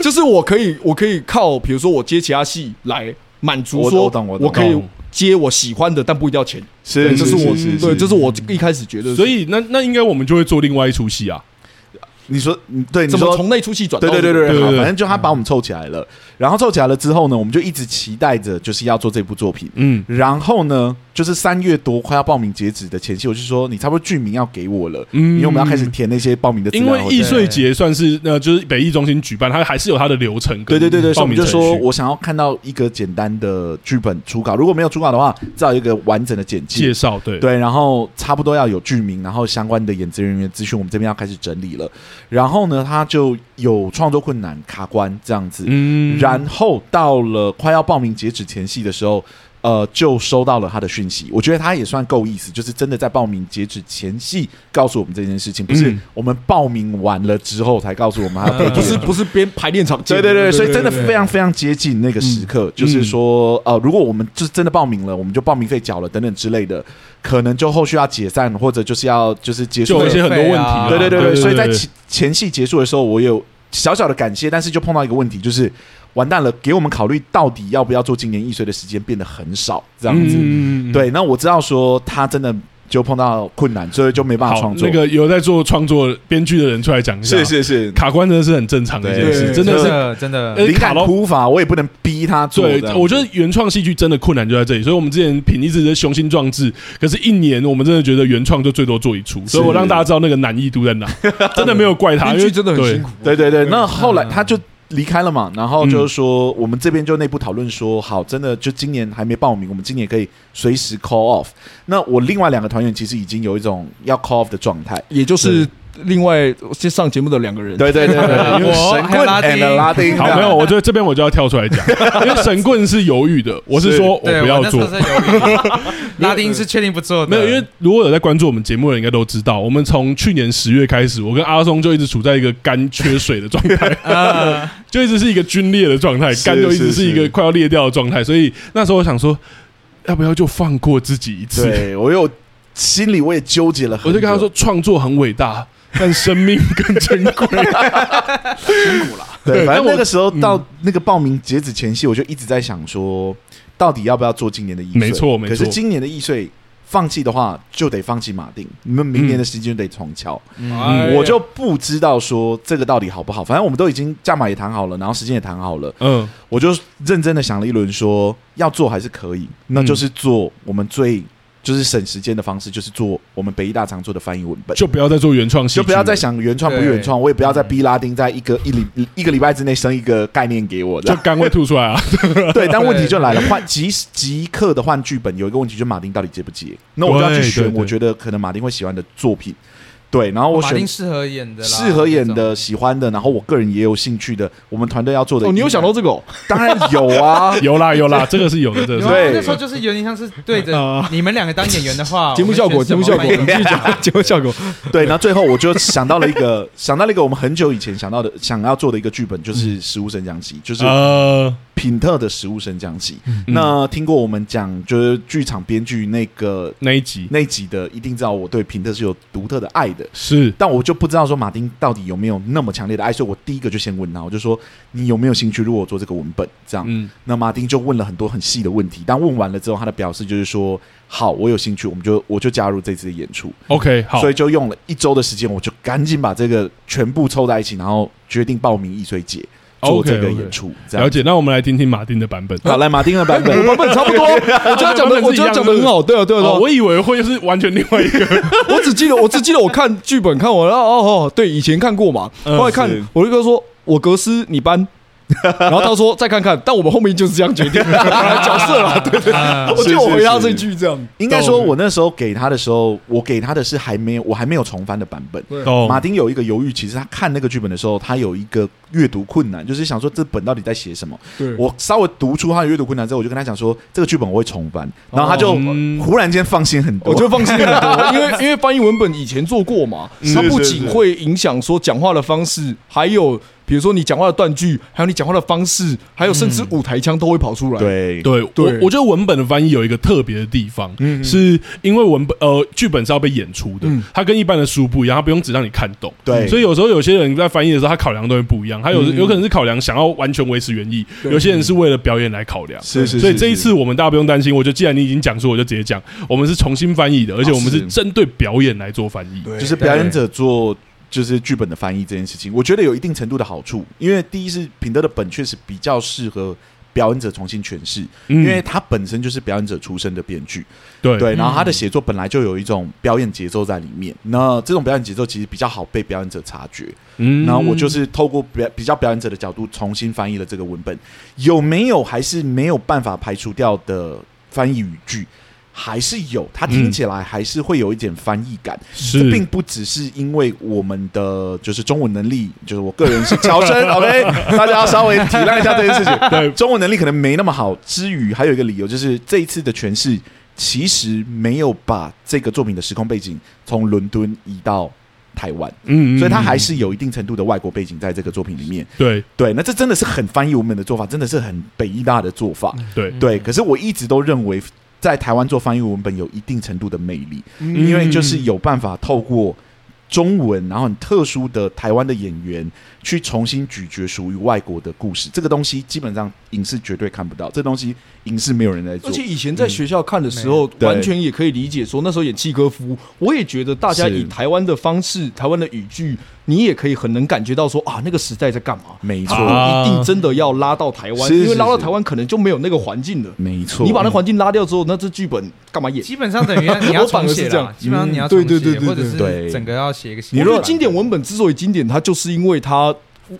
Speaker 5: 就是我可以我可以靠，比如说我接其他戏来满足
Speaker 3: 我
Speaker 5: 说，
Speaker 3: 我懂我懂
Speaker 5: 可以接我喜欢的，但不一定要钱，
Speaker 3: 是
Speaker 5: 对这是我对，这
Speaker 3: 就是
Speaker 5: 我一开始觉得，
Speaker 2: 所以那那应该我们就会做另外一出戏啊。
Speaker 3: 你说嗯对你
Speaker 5: 怎么
Speaker 3: 说
Speaker 5: 从那出戏转到
Speaker 3: 对对对
Speaker 5: 这个
Speaker 2: 对
Speaker 3: 对对，
Speaker 2: 对
Speaker 3: 好，
Speaker 2: 对
Speaker 3: 反正就他把我们凑起来了，然后凑起来了之后呢，我们就一直期待着就是要做这部作品。
Speaker 2: 嗯，
Speaker 3: 然后呢，就是三月多快要报名截止的前夕，我就说你差不多剧名要给我了，
Speaker 2: 嗯
Speaker 3: 因为我们要开始填那些报名的资料
Speaker 2: 因
Speaker 3: 了。
Speaker 2: 为易碎节算是呃，就是北艺中心举办，它还是有它的流程
Speaker 3: 对
Speaker 2: 跟
Speaker 3: 对对对，所以
Speaker 2: 报
Speaker 3: 我们
Speaker 2: 名
Speaker 3: 就
Speaker 2: 程序。
Speaker 3: 说我想要看到一个简单的剧本初稿，如果没有初稿的话，至少有一个完整的简介
Speaker 2: 介。绍，对
Speaker 3: 对，然后差不多要有剧名，然后相关的演职人员资讯，我们这边要开始整理了。然后呢，他就有创作困难卡关这样子，
Speaker 2: 嗯
Speaker 3: 然后到了快要报名截止前夕的时候，呃，就收到了他的讯息。我觉得他也算够意思，就是真的在报名截止前夕告诉我们这件事情，不是
Speaker 2: 嗯
Speaker 3: 我们报名完了之后才告诉我们他被
Speaker 5: 对啊不
Speaker 3: 拒
Speaker 5: 是
Speaker 3: 了。
Speaker 5: 不是边排练场见
Speaker 3: 对
Speaker 5: 的，
Speaker 3: 对对，所以真的
Speaker 5: 对对
Speaker 3: 非常非常接近那个时刻，就是说，呃，如果我们就是真的报名了，我们就报名费缴了等等之类的，可能就后续要解散或者就是要就是结
Speaker 2: 就
Speaker 3: 束
Speaker 2: 有
Speaker 3: 了
Speaker 2: 一些很多问题啊。
Speaker 3: 对对对对，
Speaker 2: 对，
Speaker 3: 所以在
Speaker 2: 对
Speaker 3: 前前戏结束的时候，我有小小的感谢，但是就碰到一个问题，就是完蛋了，给我们考虑到底要不要做今年易碎的时间变得很少，这样子。
Speaker 2: 嗯，
Speaker 3: 对，那我知道说他真的就碰到困难，所以就没办法
Speaker 2: 好
Speaker 3: 创，作。
Speaker 2: 那个有在做创作编剧的人出来讲一下，
Speaker 3: 是是是，
Speaker 2: 卡关真的是很正常的一件事，
Speaker 5: 对
Speaker 2: 真的
Speaker 4: 真
Speaker 2: 是
Speaker 4: 的真的
Speaker 2: 呃
Speaker 3: 灵
Speaker 2: 卡
Speaker 3: 感
Speaker 2: 咯
Speaker 3: 枯乏，我也不能逼他做
Speaker 2: 对
Speaker 3: 这样。，
Speaker 2: 我觉得原创戏剧真的困难就在这里，所以我们之前品一直是雄心壮志，可是，一年我们真的觉得原创就最多做一出，所以我让大家知道那个难易度 在哪，真的没有怪他，因
Speaker 5: 编
Speaker 2: 为
Speaker 5: 剧真的很辛
Speaker 2: 苦。
Speaker 5: 苦，
Speaker 3: 对对对，
Speaker 5: 对
Speaker 3: 那后来他就离开了嘛，然后就是说、我们这边就内部讨论说，好，真的就今年还没报名，我们今年可以随时 call off。那我另外两个团员其实已经有一种要 call off 的状态。
Speaker 5: 也就是另外先上节目的两个人，
Speaker 3: 对对对 对，因为
Speaker 4: 我
Speaker 3: 神
Speaker 4: 还有
Speaker 3: 棍
Speaker 4: 拉丁
Speaker 3: and 啊拉丁，
Speaker 2: 好，没有，我觉得这边我就要跳出 来讲，因为神棍是犹豫的，我是
Speaker 3: 是
Speaker 2: 说我
Speaker 4: 对
Speaker 2: 不要
Speaker 4: 那时
Speaker 2: 做
Speaker 4: 候，在犹豫拉丁是确定不做的，
Speaker 3: 嗯
Speaker 2: 没有，因为如果有在关注我们节目的人，应该都知道，我们从去年十月开始，我跟阿松就一直处在一个肝缺水的状 态， 就一直是一个皲裂的状态，
Speaker 3: 是
Speaker 2: 肝就一直
Speaker 3: 啊是
Speaker 2: 是一个
Speaker 3: 是
Speaker 2: 快要裂掉的状态，所以那时候我想说，要不要就放过自己一次？
Speaker 3: 对我有心里我也纠结了很
Speaker 2: 我就
Speaker 3: 久，
Speaker 2: 跟他说，创作很伟大，但生命更珍 贵。
Speaker 3: 对，
Speaker 2: 对
Speaker 3: 反正
Speaker 2: 但我
Speaker 3: 那个时候
Speaker 2: 嗯
Speaker 3: 到那个报名截止前夕，我就一直在想说，到底要不要做今年的易碎？
Speaker 2: 没错没错
Speaker 3: 可是今年的易碎放弃的话，就得放弃马丁，你们明年的时间就得重敲。
Speaker 2: 哎
Speaker 4: 嗯
Speaker 3: 我就不知道说这个到底好不好。反正我们都已经价码也谈好了，然后时间也谈好了，
Speaker 2: 嗯，
Speaker 3: 我就认真的想了一轮，说要做还是可以，那就是做我们最就是省时间的方式，就是做我们北医大常做的翻译文本。
Speaker 2: 就不要再做原创戏剧
Speaker 3: 就
Speaker 2: 了，
Speaker 3: 不要再想原创不原创，
Speaker 4: 对
Speaker 3: 我也不要再逼拉丁在一个一礼一个礼拜之内生一个概念给我
Speaker 2: 就
Speaker 3: 的。
Speaker 2: 肝会吐出来啊！
Speaker 3: 对，但问题就来了，换即即刻的换剧本，有一个问题就是马丁到底接不接？那我就要去
Speaker 2: 对对
Speaker 3: 选，
Speaker 2: 对
Speaker 3: 我觉得可能马丁会喜欢的作品。对，然后我
Speaker 4: 哦马
Speaker 3: 选
Speaker 4: 丁适合演的啦，
Speaker 3: 适合演
Speaker 4: 这种，
Speaker 3: 的、喜欢的，然后我个人也有兴趣的，我们团队要做的。
Speaker 5: 哦，你有想到？这个哦？
Speaker 3: 当然有 啊
Speaker 2: 。有啦有啦，这个是有的，这个
Speaker 4: 有
Speaker 2: 是
Speaker 4: 啊
Speaker 2: 有的
Speaker 3: 对
Speaker 4: 那时候就是有点像是对着
Speaker 2: 啊
Speaker 4: 你们两个当演员的 话，
Speaker 5: 节目效果，
Speaker 4: 我
Speaker 5: 节
Speaker 4: 们
Speaker 5: 目
Speaker 4: 选
Speaker 5: 效
Speaker 4: 什
Speaker 5: 果，
Speaker 4: 么
Speaker 5: 你继续讲， 节目效果。
Speaker 3: 对，然后最后我就想到了一个， 想到了一个我们很久以前想到的、想要做的一个剧本，就是《
Speaker 5: 嗯
Speaker 3: 食物升降机》，
Speaker 5: 啊
Speaker 3: 就是
Speaker 2: 呃，
Speaker 3: 品特的食物升降机。
Speaker 5: 嗯
Speaker 3: 那听过我们讲就是剧场编剧那个
Speaker 2: 那一集
Speaker 3: 那集的，一定知道我对品特是有独特的爱的。
Speaker 2: 是
Speaker 3: 但我就不知道说马丁到底有没有那么强烈的爱，所以我第一个就先问他，我就说你有没有兴趣？如果我做这个文本这样，
Speaker 2: 嗯
Speaker 3: 那马丁就问了很多很细的问题。但问完了之后，他的表示就是说好，我有兴趣，我们就我就加入这次的演出。
Speaker 2: OK 好，
Speaker 3: 所以就用了一周的时间，我就赶紧把这个全部凑在一起，然后决定报名易碎节做
Speaker 2: OK，
Speaker 3: 这个
Speaker 2: OK
Speaker 3: 演出。这样哦
Speaker 2: 了解。那我们来听听马丁的版本。
Speaker 3: 好，来马丁的版本，
Speaker 5: 我版本差不多，我觉得讲的，我觉得讲的很好，对啊，对啊，对啊
Speaker 2: 哦，我以为会是完全另外一个，
Speaker 5: 我只记得，我只记得我看哦剧本看完了，哦哦，对，以前看过嘛，
Speaker 2: 嗯
Speaker 5: 后来看
Speaker 3: 是
Speaker 5: 我就跟他说，我格斯你搬， 然后他说再看看，但我们后面就是这样决定 角色啦，对对
Speaker 4: 啊
Speaker 5: 对，我记得我回答这句这样，
Speaker 3: 应该说，我那时候给他的时候，我给他的是还没有，我还没有重翻的版本。
Speaker 2: 懂
Speaker 3: 马丁有一个犹豫，其实他看那个剧本的时候，他有一个阅读困难，就是想说这本到底在写什么。
Speaker 5: 对，
Speaker 3: 我稍微读出他的阅读困难之后，我就跟他讲说这个剧本我会重翻，然后他就
Speaker 2: 嗯
Speaker 3: 忽然间放心很多。
Speaker 5: 我就放心很多，因为 因为翻译文本以前做过嘛，它不仅会影响说讲话的方式，还有比如说你讲话的断句，还有你讲话的方式，还有甚至舞台腔都会跑出来。，
Speaker 3: 嗯对嗯
Speaker 2: 对，
Speaker 5: 对
Speaker 2: 我我觉得文本的翻译有一个特别的地方，是因为文本呃剧本是要被演出的，
Speaker 5: 嗯
Speaker 2: 它跟一般的书不一样，它不用只让你看懂。
Speaker 3: 对
Speaker 2: 所以有时候有些人在翻译的时候，他考量都会不一样，他有、
Speaker 5: 嗯
Speaker 2: 有可能是考量想要完全维持原意，
Speaker 5: 对
Speaker 2: 有些人是为了表演来考量。
Speaker 3: 是是是，
Speaker 2: 所以这一次
Speaker 3: 是
Speaker 2: 我们大家不用担心，我觉得既然你已经讲出，我就直接讲，我们是重新翻译的，而且我们是
Speaker 3: 是
Speaker 2: 针对表演来做翻译。
Speaker 5: 对
Speaker 3: 就是表演者做就是剧本的翻译这件事情，我觉得有一定程度的好处，因为第一是品德的本确实比较适合表演者重新诠释，
Speaker 2: 嗯
Speaker 3: 因为他本身就是表演者出身的编剧，
Speaker 2: 对
Speaker 3: 对，然后他的写作本来就有一种表演节奏在里面，那这种表演节奏其实比较好被表演者察觉。
Speaker 2: 嗯
Speaker 3: 然后我就是透过表比较表演者的角度重新翻译了这个文本，有没有还是没有办法排除掉的翻译语句？还是有，它听起来还是会有一点翻译感，
Speaker 2: 是
Speaker 3: 这并不只是因为我们的就是中文能力，就是我个人是 侨生，OK，大家要稍微体谅一下这件事情。
Speaker 2: 对
Speaker 3: 中文能力可能没那么好之余，还有一个理由就是这一次的诠释其实没有把这个作品的时空背景从伦敦移到台湾，
Speaker 2: 嗯
Speaker 3: 所以它还
Speaker 2: 是
Speaker 3: 是有一定程度的外国背景在这个作品里面。
Speaker 2: 对
Speaker 3: 对，那这真的是很翻译文本的做法，真的是很北医大的做法。
Speaker 5: 嗯
Speaker 2: 对
Speaker 3: 对，可是我一直都认为，在台湾做翻译文本有一定程度的魅力，
Speaker 5: 嗯
Speaker 3: 因为就是有办法透过中文，然后很特殊的台湾的演员去重新咀嚼属于外国的故事。这个东西基本上影视绝对看不到，这东西影视没有人在做
Speaker 5: 而。且以前在学校看的时候，
Speaker 3: 嗯对
Speaker 5: 完全也可以理解说那时候演契诃夫，我也觉得大家
Speaker 3: 是
Speaker 5: 以台湾的方式、
Speaker 3: 嗯
Speaker 5: 台湾的语句，你也可以很能感觉到说啊，那个时代在干嘛。
Speaker 3: 没
Speaker 5: 他
Speaker 3: 错，
Speaker 2: 啊
Speaker 5: 不一定真的要拉到台湾，
Speaker 3: 是
Speaker 5: 因为拉到
Speaker 3: 是是
Speaker 5: 台湾可能就没有那个环境了。
Speaker 3: 没错，
Speaker 5: 你把那环境拉掉之后，那这剧本干嘛演？
Speaker 4: 基本上等于你要
Speaker 5: 我
Speaker 4: 重
Speaker 5: 反而是
Speaker 4: 写
Speaker 5: 这
Speaker 4: 了
Speaker 5: 样，
Speaker 4: 基本上你要
Speaker 5: 嗯
Speaker 4: 重写，
Speaker 5: 对对对对
Speaker 4: 或者
Speaker 3: 对
Speaker 4: 是整个要写一个新
Speaker 3: 你
Speaker 5: 我
Speaker 4: 的。
Speaker 5: 觉
Speaker 3: 若
Speaker 5: 得经典文本之所以经典，它就是因为它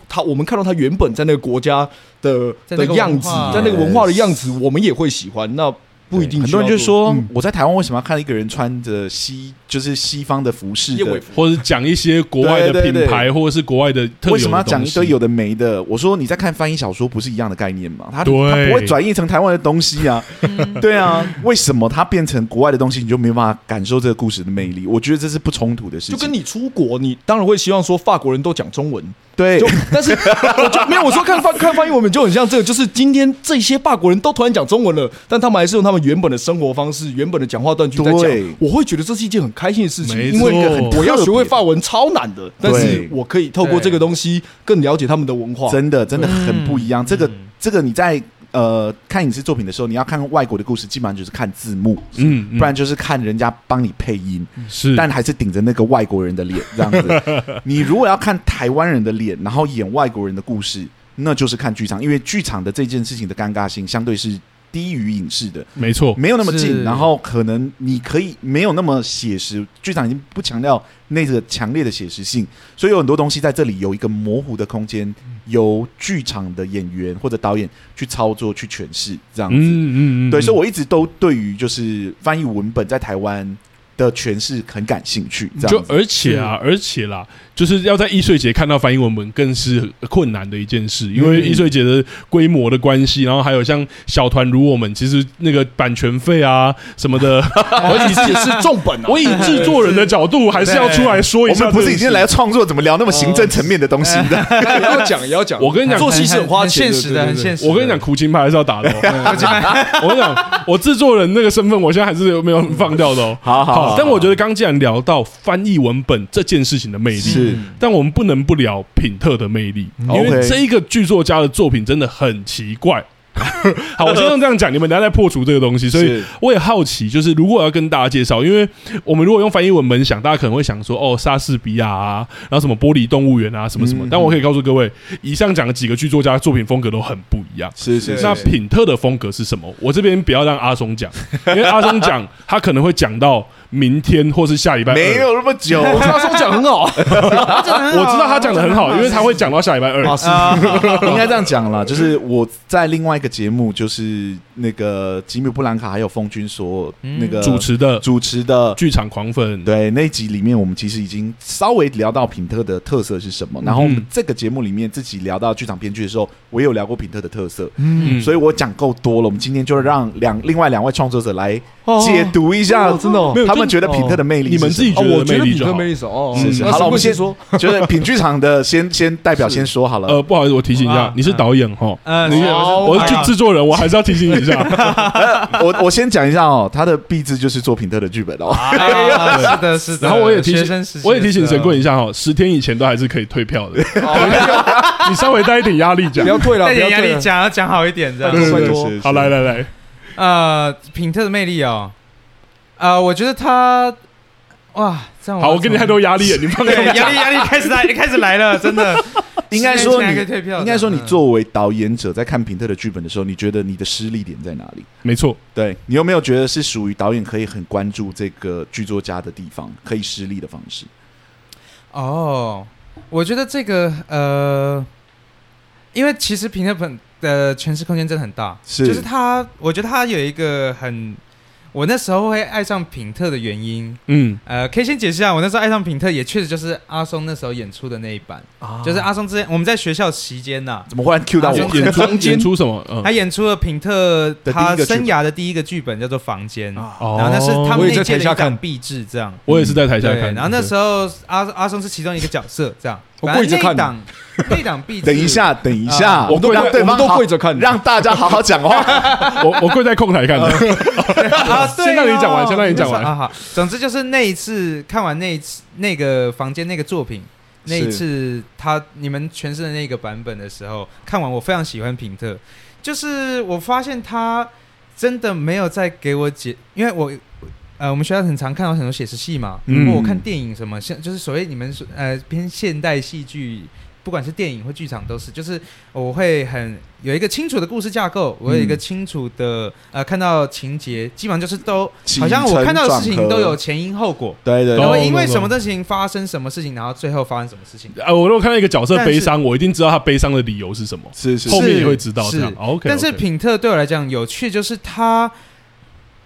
Speaker 5: 它我们看到它原本在那个国家的
Speaker 4: 在那
Speaker 5: 的
Speaker 4: 个
Speaker 5: 样
Speaker 4: 文
Speaker 5: 子
Speaker 4: 化，
Speaker 5: 在那个文化的样子，我们也会喜欢。那不一定
Speaker 3: 很
Speaker 5: 需
Speaker 3: 多
Speaker 5: 要做，
Speaker 3: 人就说
Speaker 5: 嗯，
Speaker 3: 我在台湾为什么要看一个人穿着西，就是西方的服饰
Speaker 5: 燕尾
Speaker 3: 的？
Speaker 5: 服
Speaker 2: 或者讲一些国外的
Speaker 3: 对对
Speaker 2: 品
Speaker 3: 对
Speaker 2: 牌，或者是国外的特有的
Speaker 3: 为什么要讲
Speaker 2: 东
Speaker 3: 一
Speaker 2: 西
Speaker 3: 堆有的没的？我说你在看翻译小说，不是一样的概念吗？他他不
Speaker 2: 对
Speaker 3: 会转译成台湾的东西啊，对啊，为什么它变成国外的东西，你就没办法感受这个故事的魅力？我觉得这是不冲突的事情。
Speaker 5: 就跟你出国，你当然会希望说法国人都讲中文，
Speaker 3: 对
Speaker 5: 就但是我就没有我说看翻看翻译文本就很像这个，就是今天这些法国人都突然讲中文了，但他们还是用他们原本的生活方式、原本的讲话断句在讲
Speaker 3: 对。
Speaker 5: 我会觉得这是一件很开心的事情，
Speaker 2: 没
Speaker 5: 因为
Speaker 2: 错很
Speaker 5: 我要
Speaker 3: 特别
Speaker 5: 学会法文超难的，但是我可以透过这个东西更了解他们的文 化。
Speaker 3: 真的真的很不一样。这个
Speaker 2: 嗯
Speaker 3: 这个你在呃看影视作品的时候，你要看外国的故事，基本上就是看字幕，
Speaker 2: 嗯嗯
Speaker 3: 不然就是看人家帮你配音。
Speaker 2: 是
Speaker 3: 但还是顶着那个外国人的脸这样子。你如果要看台湾人的脸，然后演外国人的故事，那就是看剧场，因为剧场的这件事情的尴尬性相对是低于影视的，
Speaker 2: 没错，
Speaker 3: 没有那么近，
Speaker 4: 是
Speaker 3: 然后可能你可以没有那么写实，剧场已经不强调那个强烈的写实性，所以有很多东西在这里有一个模糊的空间，由剧场的演员或者导演去操作去诠释这样子。
Speaker 2: 嗯
Speaker 3: 对，所以我一直都对于就是翻译文本在台湾的诠释很感兴趣。这
Speaker 2: 就
Speaker 3: 样子
Speaker 2: 而且啊，而且啦，就是要在易碎节看到翻译文本更是困难的一件事，因
Speaker 3: 嗯
Speaker 2: 为易碎节的规模的关系，然后还有像小团如我们，其实那个版权费啊什么 的，
Speaker 5: 而且也是重本 啊
Speaker 2: 我。以制作人的角度还是要出来说一
Speaker 3: 我
Speaker 2: 下。
Speaker 3: 们不是已经来？创作，怎么聊那么行政层面的东西的？
Speaker 2: 哦
Speaker 5: 也要讲，也要讲。
Speaker 2: 我跟你讲
Speaker 5: 做戏是很花钱
Speaker 4: 很现实的，很现
Speaker 5: 实。
Speaker 4: 实。
Speaker 2: 我跟你讲，，苦情牌还是要打 的、哦。我跟你讲，我制作人那个身份，我现在还是没有放掉的哦。
Speaker 3: 好好好
Speaker 2: 但我觉得刚既然聊到翻译文本这件事情的魅力，
Speaker 3: 是嗯
Speaker 2: 但我们不能不聊品特的魅力，因为
Speaker 3: OK
Speaker 2: 这一个剧作家的作品真的很奇怪。好， 我先用这样讲，你们等一下再破除这个东西。所以
Speaker 3: 是
Speaker 2: 我也好奇，就是如果要跟大家介绍，因为我们如果用翻译文本想，大家可能会想说，哦，莎士比亚啊，然后什么玻璃动物园啊，什么什
Speaker 3: 嗯
Speaker 2: 么。但我可以告诉各位，以上讲的几个剧作家作品风格都很不一样。
Speaker 3: 是是是
Speaker 2: 那品特的风格是什么？我这边不要让阿松讲，因为阿松讲他可能会讲到明天或是下礼拜二
Speaker 3: 没有那 么久，
Speaker 5: 我他说讲很好啊，
Speaker 2: 我知道他讲的很好，因为他会讲到下礼拜二。
Speaker 5: 啊是
Speaker 3: 应该这样讲啦，就是我在另外一个节目，就是那个吉米布兰卡还有风君所那个
Speaker 2: 主持的
Speaker 3: 主持的
Speaker 2: 剧场狂粉，
Speaker 3: 对那一集里面，我们其实已经稍微聊到品特的特色是什么。然后我们
Speaker 2: 嗯
Speaker 3: 这个节目里面自己聊到剧场编剧的时候，我也有聊过品特的特色，
Speaker 2: 嗯
Speaker 3: 所以我讲够多了。我们今天就让两另外两位创作者来解读一下，
Speaker 5: 哦真的哦
Speaker 2: 没有
Speaker 3: 他们
Speaker 2: 就
Speaker 3: 觉得品特的魅力是
Speaker 2: 你
Speaker 3: 什么，
Speaker 2: 们自己
Speaker 5: 哦，我
Speaker 2: 觉得
Speaker 5: 觉
Speaker 2: 魅
Speaker 5: 得
Speaker 2: 力
Speaker 5: 比
Speaker 2: 就
Speaker 5: 特
Speaker 2: 好。
Speaker 5: 魅力是哦，
Speaker 3: 是是
Speaker 5: 那
Speaker 3: 好了，我
Speaker 5: 不
Speaker 3: 们
Speaker 5: 是
Speaker 3: 先
Speaker 5: 说，
Speaker 3: 就是品剧场的先先代表
Speaker 5: 是
Speaker 3: 先说好了。
Speaker 2: 呃，不好意思，我提醒一下
Speaker 4: 啊，
Speaker 2: 你是导演哈，
Speaker 4: 呃
Speaker 2: 你
Speaker 4: 是
Speaker 5: 哦
Speaker 2: 我是制作人，我还是要提醒你一下。
Speaker 3: 我我先讲一下哦，他的壁纸就是作品特的剧本哦。
Speaker 4: 哎呀，是的，是的。
Speaker 2: 然后我也提
Speaker 4: 学生
Speaker 2: 醒
Speaker 4: 时期，的
Speaker 2: 我也提醒
Speaker 4: 时候
Speaker 2: 神棍一下哈，十天以前都还是可以退票的，
Speaker 5: 哦
Speaker 2: 你稍微带一点压力讲
Speaker 5: 不。要退了，
Speaker 4: 带
Speaker 5: 不要
Speaker 4: 点压
Speaker 5: 退
Speaker 4: 力
Speaker 5: 了，
Speaker 4: 讲，要讲好一点，这样。
Speaker 5: 对
Speaker 3: 对
Speaker 5: 拜
Speaker 3: 对
Speaker 5: 托
Speaker 3: 是是
Speaker 2: 好，来来来，
Speaker 4: 呃，品特的魅力哦，呃，我觉得他，哇，这样
Speaker 2: 好，我给你太多压力了，你放
Speaker 4: 对
Speaker 2: 心。
Speaker 4: 压力压力开 始来开始来了，真的。
Speaker 3: 应该说你
Speaker 4: 现在可以退票的
Speaker 3: 应该说你作为导演者在看品特的剧本的时候，你觉得你的失力点在哪里？
Speaker 2: 没错，
Speaker 3: 对你有没有觉得是属于导演可以很关注这个剧作家的地方，可以失力的方式？
Speaker 4: 哦，我觉得这个呃，因为其实平特本的诠释空间真的很大，
Speaker 3: 是
Speaker 4: 就是他，我觉得他有一个很，我那时候会爱上品特的原因，
Speaker 2: 嗯，
Speaker 4: 呃，可以先解释一下，我那时候爱上品特也确实就是阿松那时候演出的那一版，
Speaker 3: 啊
Speaker 4: 就是阿松之前我们在学校期间呐、
Speaker 3: 怎么忽然 Q 到
Speaker 4: 啊
Speaker 3: 我
Speaker 4: 就？
Speaker 2: 演演出 演出什么？嗯
Speaker 4: 他，演出了品特
Speaker 3: 的第一个
Speaker 4: 他
Speaker 3: 剧本
Speaker 4: 生涯的第一个剧本叫做《房间》，
Speaker 2: 哦
Speaker 4: 然后那是他们
Speaker 5: 我也
Speaker 4: 那
Speaker 5: 在
Speaker 4: 届
Speaker 5: 台
Speaker 4: 的
Speaker 5: 下
Speaker 4: 一档
Speaker 5: 看
Speaker 4: 壁纸这样。
Speaker 2: 我也是在台下
Speaker 4: 对，
Speaker 2: 看。
Speaker 4: 然后那时
Speaker 2: 候
Speaker 4: 候阿阿松是其中一个角色，这样。
Speaker 5: 我
Speaker 4: 反正
Speaker 5: 跪着看
Speaker 4: 那一档，那一档壁 纸。
Speaker 3: 等一，下，等一
Speaker 4: 啊
Speaker 3: 下，
Speaker 5: 我们都
Speaker 3: 让
Speaker 5: 跪
Speaker 3: 对
Speaker 5: 我们
Speaker 3: 方
Speaker 5: 都
Speaker 3: 好
Speaker 5: 跪着看，
Speaker 3: 让大家好好讲话。
Speaker 2: 我我跪在控台看的，
Speaker 4: 啊，对哦
Speaker 2: 先让你讲完先让你讲完
Speaker 4: 啊。好，总之就是那一次看完那一次那个房间那个作品，那一次他你们诠释的那个版本的时候，看完我非常喜欢品特，就是我发现他真的没有在给我解，因为我。呃，我们学校很常看到很多写实戏嘛，
Speaker 2: 嗯
Speaker 4: 或我看电影什么，像就是所谓你们说呃偏现代戏剧，不管是电影或剧场都是，就是我会很有一个清楚的故事架构，我有一个清楚的、
Speaker 2: 嗯
Speaker 4: 呃看到情节，基本上就是都
Speaker 3: 起
Speaker 4: 好像我看到的
Speaker 3: 承
Speaker 4: 事情
Speaker 3: 转合
Speaker 4: 都有前因后果，
Speaker 3: 对对
Speaker 4: 然
Speaker 2: 懂
Speaker 4: 后
Speaker 3: 对，
Speaker 4: 因为
Speaker 2: 懂
Speaker 4: 什么的事情发生什么事情，然后最后发生什么事情。
Speaker 2: 啊，我如果看到一个角色
Speaker 4: 但是
Speaker 2: 悲伤，我一定知道他悲伤的理由是什么，
Speaker 3: 是是
Speaker 2: 后
Speaker 4: 哦
Speaker 3: 是，
Speaker 2: 面也会知道
Speaker 4: 是
Speaker 2: 这样。OK，哦
Speaker 4: 但是品特对我来讲有趣，就是他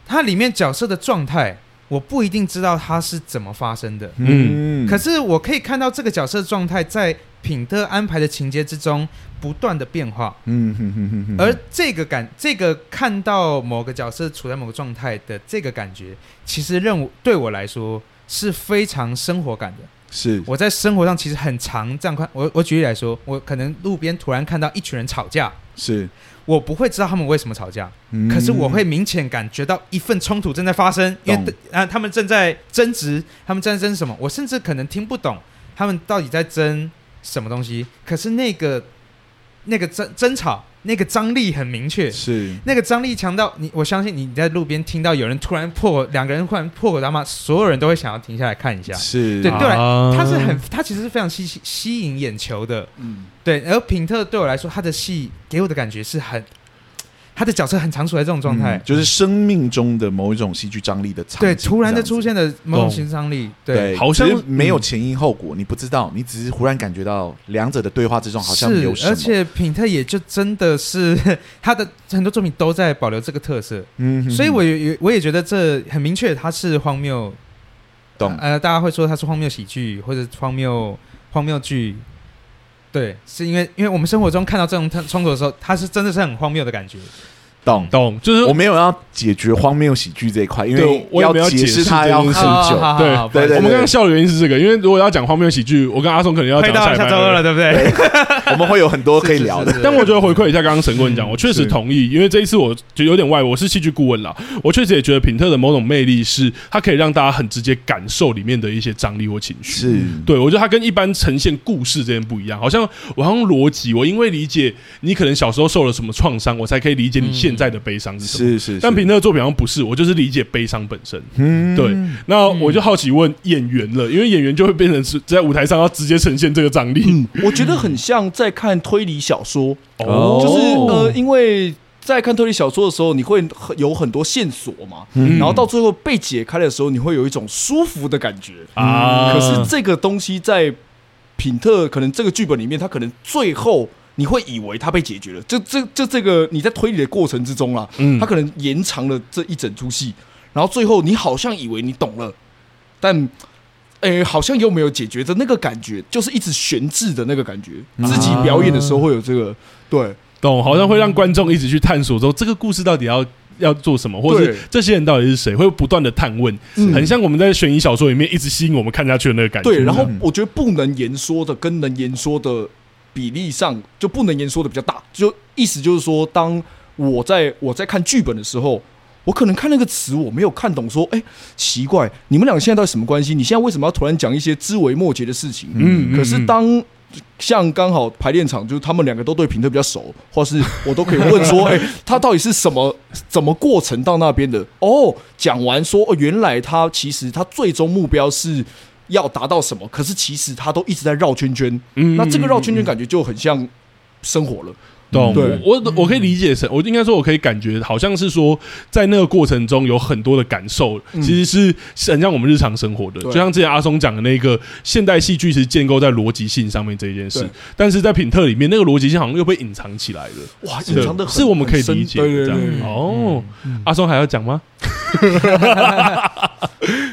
Speaker 4: 他里面角色的状态，我不一定知道他是怎么发生的，
Speaker 2: 嗯
Speaker 4: 可是我可以看到这个角色的状态在品特安排的情节之中不断的变化。
Speaker 3: 嗯哼哼哼哼
Speaker 4: 而这个感，这个看到某个角色处在某个状态的这个感觉，其实任务对我来说是非常生活感的。
Speaker 3: 是
Speaker 4: 我在生活上其实很常这样看。我我举例来说，我可能路边突然看到一群人吵架，
Speaker 3: 是，
Speaker 4: 我不会知道他们为什么吵架，
Speaker 3: 嗯
Speaker 4: 可是我会明显感觉到一份冲突正在发生，因为
Speaker 3: 懂
Speaker 4: 啊、他们正在争执，他们正在争执什么，我甚至可能听不懂他们到底在争什么东西。可是那个那个争争吵，那个张力很明确，
Speaker 3: 是
Speaker 4: 那个张力强到你，我相信你在路边听到有人突然破口，两个人突然破口大骂，所有人都会想要停下来看一下。
Speaker 3: 是，
Speaker 4: 对对我来
Speaker 2: 啊
Speaker 4: 它是很，它其实是非常吸吸引眼球的，
Speaker 5: 嗯
Speaker 4: 对。而品特对我来说，他的戏给我的感觉是很，他的角色很常处在这种状态
Speaker 3: 嗯，就是生命中的某一种戏剧张力的场景
Speaker 4: 对，突然的
Speaker 3: 这样子
Speaker 4: 出现的某种
Speaker 2: 懂
Speaker 4: 新张力，
Speaker 3: 对，
Speaker 4: 对，嗯
Speaker 2: 好像
Speaker 3: 只是没有前因后果，你不知道，你只是忽然感觉到两者的对话之中好像有什
Speaker 4: 是。
Speaker 3: 么，
Speaker 4: 而且品特也就真的是 他的很多作品都在保留这个特色，
Speaker 3: 嗯哼
Speaker 4: 所以我也我也觉得这很明确，他是荒谬
Speaker 3: 懂，
Speaker 4: 呃，大家会说它是荒谬喜剧或者荒谬荒谬剧，对，是因为因为我们生活中看到这种冲冲突的时候，它是真的是很荒谬的感觉。
Speaker 3: 懂。
Speaker 2: 懂，就是
Speaker 3: 我没有要解决荒谬喜剧这一块，因
Speaker 2: 对
Speaker 3: 为
Speaker 2: 我也没有
Speaker 3: 解
Speaker 2: 解释
Speaker 3: 释它要
Speaker 2: 这件
Speaker 3: 很
Speaker 2: 事
Speaker 3: 久。
Speaker 4: 哦 好
Speaker 2: 对
Speaker 4: 好不好意思
Speaker 3: 对
Speaker 2: 我们刚刚笑的原因是这个，因为如果要讲荒谬喜剧，我跟阿松可能要
Speaker 4: 回
Speaker 2: 讲
Speaker 4: 到
Speaker 2: 礼拜
Speaker 4: 下周二
Speaker 2: 二
Speaker 4: 了，。对不对？
Speaker 3: 我们会有很多可以聊的。
Speaker 4: 是
Speaker 2: 但我觉得回馈一下刚刚神棍
Speaker 4: 嗯
Speaker 2: 讲，我确实同意，因为这一次我就有点外，我是戏剧顾问啦，我确实也觉得品特的某种魅力是，它可以让大家很直接感受里面的一些张力或情绪。
Speaker 3: 是，
Speaker 2: 对，我觉得它跟一般呈现故事这件不一样，好像我好像逻辑，我因为理解你可能小时候受了什么创伤，我才可以理解你现在的悲伤是什么。
Speaker 3: 是是，
Speaker 2: 但
Speaker 3: 是
Speaker 2: 平特的作品好像不是，我就是理解悲伤本身。
Speaker 3: 嗯
Speaker 2: 对，那我就好奇问演员了，因为演员就会变成是在舞台上要直接呈现这个张力。
Speaker 5: 我觉得很像在看推理小说，
Speaker 3: 哦
Speaker 5: 就是呃，因为在看推理小说的时候，你会很有很多线索嘛，然后到最后被解开的时候，你会有一种舒服的感觉。
Speaker 2: 啊，
Speaker 5: 可是这个东西在品特可能这个剧本里面，他可能最后你会以为他被解决了，这这这这个你在推理的过程之中啊啦，
Speaker 2: 嗯
Speaker 5: 他可能延长了这一整出戏，然后最后你好像以为你懂了，但。诶、好像又没有解决的那个感觉，就是一直悬置的那个感觉。
Speaker 2: 嗯
Speaker 5: 自己表演的时候会有这个，对，
Speaker 2: 懂，好像会让观众一直去探索说这个故事到底要要做什么，或者
Speaker 5: 对
Speaker 2: 这些人到底是谁，会不断的探问，
Speaker 5: 嗯
Speaker 2: 很像我们在悬疑小说里面一直吸引我们看下去的那个感觉。
Speaker 5: 对，然后
Speaker 3: 嗯
Speaker 5: 我觉得不能言说的跟能言说的比例上，就不能言说的比较大。就意思就是说，当我在我在看剧本的时候，我可能看那个词我没有看懂，说，哎，奇怪，你们俩现在到底什么关系？你现在为什么要突然讲一些枝微末节的事情？
Speaker 2: 嗯，嗯
Speaker 5: 可是当像刚好排练场，就是他们两个都对平特比较熟，或是我都可以问说，哎、他到底是什么 怎么过程到那边的？哦，讲完说，哦，原来他其实他最终目标是要达到什么，可是其实他都一直在绕圈圈。
Speaker 2: 嗯
Speaker 5: 那这个绕圈
Speaker 2: 嗯嗯
Speaker 5: 圈感觉就很像生活了。
Speaker 2: 懂
Speaker 5: 对
Speaker 2: 我我我可以理解成，我应该说我可以感觉好像是说，在那个过程中有很多的感受，其实是是很像我们日常生活的，
Speaker 5: 嗯
Speaker 2: 就
Speaker 5: 对
Speaker 2: 像之前阿松讲的那个现代戏剧是建构在逻辑性上面这一件事
Speaker 5: 对，
Speaker 2: 但是在品特里面那个逻辑性好像又被隐藏起来了，
Speaker 5: 哇，
Speaker 2: 对
Speaker 5: 隐藏的
Speaker 2: 是我们可以理解的
Speaker 5: 对
Speaker 2: 这样
Speaker 5: 对对嗯
Speaker 4: 对
Speaker 2: 哦。阿松还要讲吗？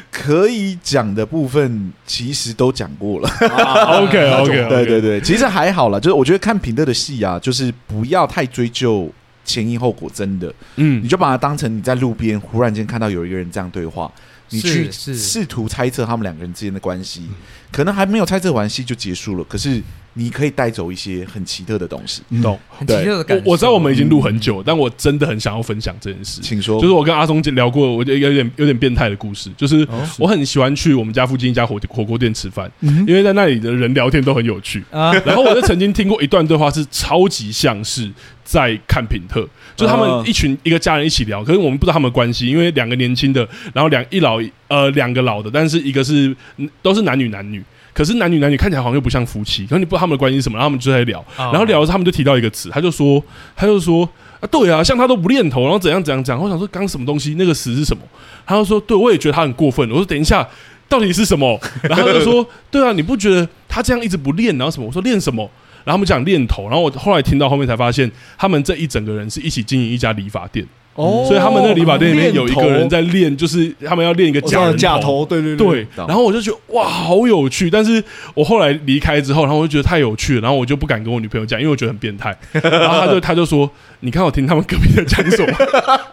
Speaker 3: 可以讲的部分其实都讲过了。
Speaker 5: 啊
Speaker 2: OK，OK，OK
Speaker 3: 对对对，其实还好啦，就是我觉得看品德的戏啊，就是不要太追究前因后果，真的，
Speaker 2: 嗯
Speaker 3: 你，就把它当成你在路边忽然间看到有一个人这样对话，你去
Speaker 4: 是是
Speaker 3: 试图猜测他们两个人之间的关系，可能还没有猜测完戏就结束了，可是你可以带走一些很奇特的东西，
Speaker 2: 懂。
Speaker 4: 很奇特的感
Speaker 2: 我
Speaker 4: 受。
Speaker 2: 我知道我们已经
Speaker 5: 嗯
Speaker 2: 录很久，但我真的很想要分享这件事。
Speaker 3: 请说。
Speaker 2: 就是我跟阿松聊过，我觉得有点有点变态的故事，就是我很喜欢去我们家附近一家火火锅店吃饭，因为在那里的人聊天都很有趣。
Speaker 4: 啊，
Speaker 2: 然后我就曾经听过一段对话，是超级像是在看品特，就是他们一群一个家人一起聊，可是我们不知道他们的关系，因为两个年轻的，然后两一老一呃两个老的，但是一个是嗯都是男女男女。可是男女男女看起来好像又不像夫妻，可是你不知道他们的关系是什么，然后他们就在聊，
Speaker 4: 哦
Speaker 2: 然后聊着他们就提到一个词，他就说，他就说啊，对啊，像他都不练头，然后怎样怎样讲，我想说刚刚什么东西，那个词是什么？他就说，对，我也觉得他很过分。我说等一下，到底是什么？然后他就说， 对啊，你不觉得他这样一直不练，然后什么？我说练什么？然后他们讲练头，然后我后来听到后面才发现，他们这一整个人是一起经营一家理发店，
Speaker 5: 哦
Speaker 2: 所以他们那个理发店里面有一个人在练，就是他们要练一个
Speaker 5: 我知道
Speaker 2: 假人
Speaker 5: 哦假
Speaker 2: 头
Speaker 5: 头，对对
Speaker 2: 对，
Speaker 3: 懂
Speaker 2: 然后我就觉得哇，好有趣。但是我后来离开之后，然后我就觉得太有趣了，然后我就不敢跟我女朋友讲，因为我觉得很变 态。然后她就她就说：“你看我听他们隔壁在讲 什么。”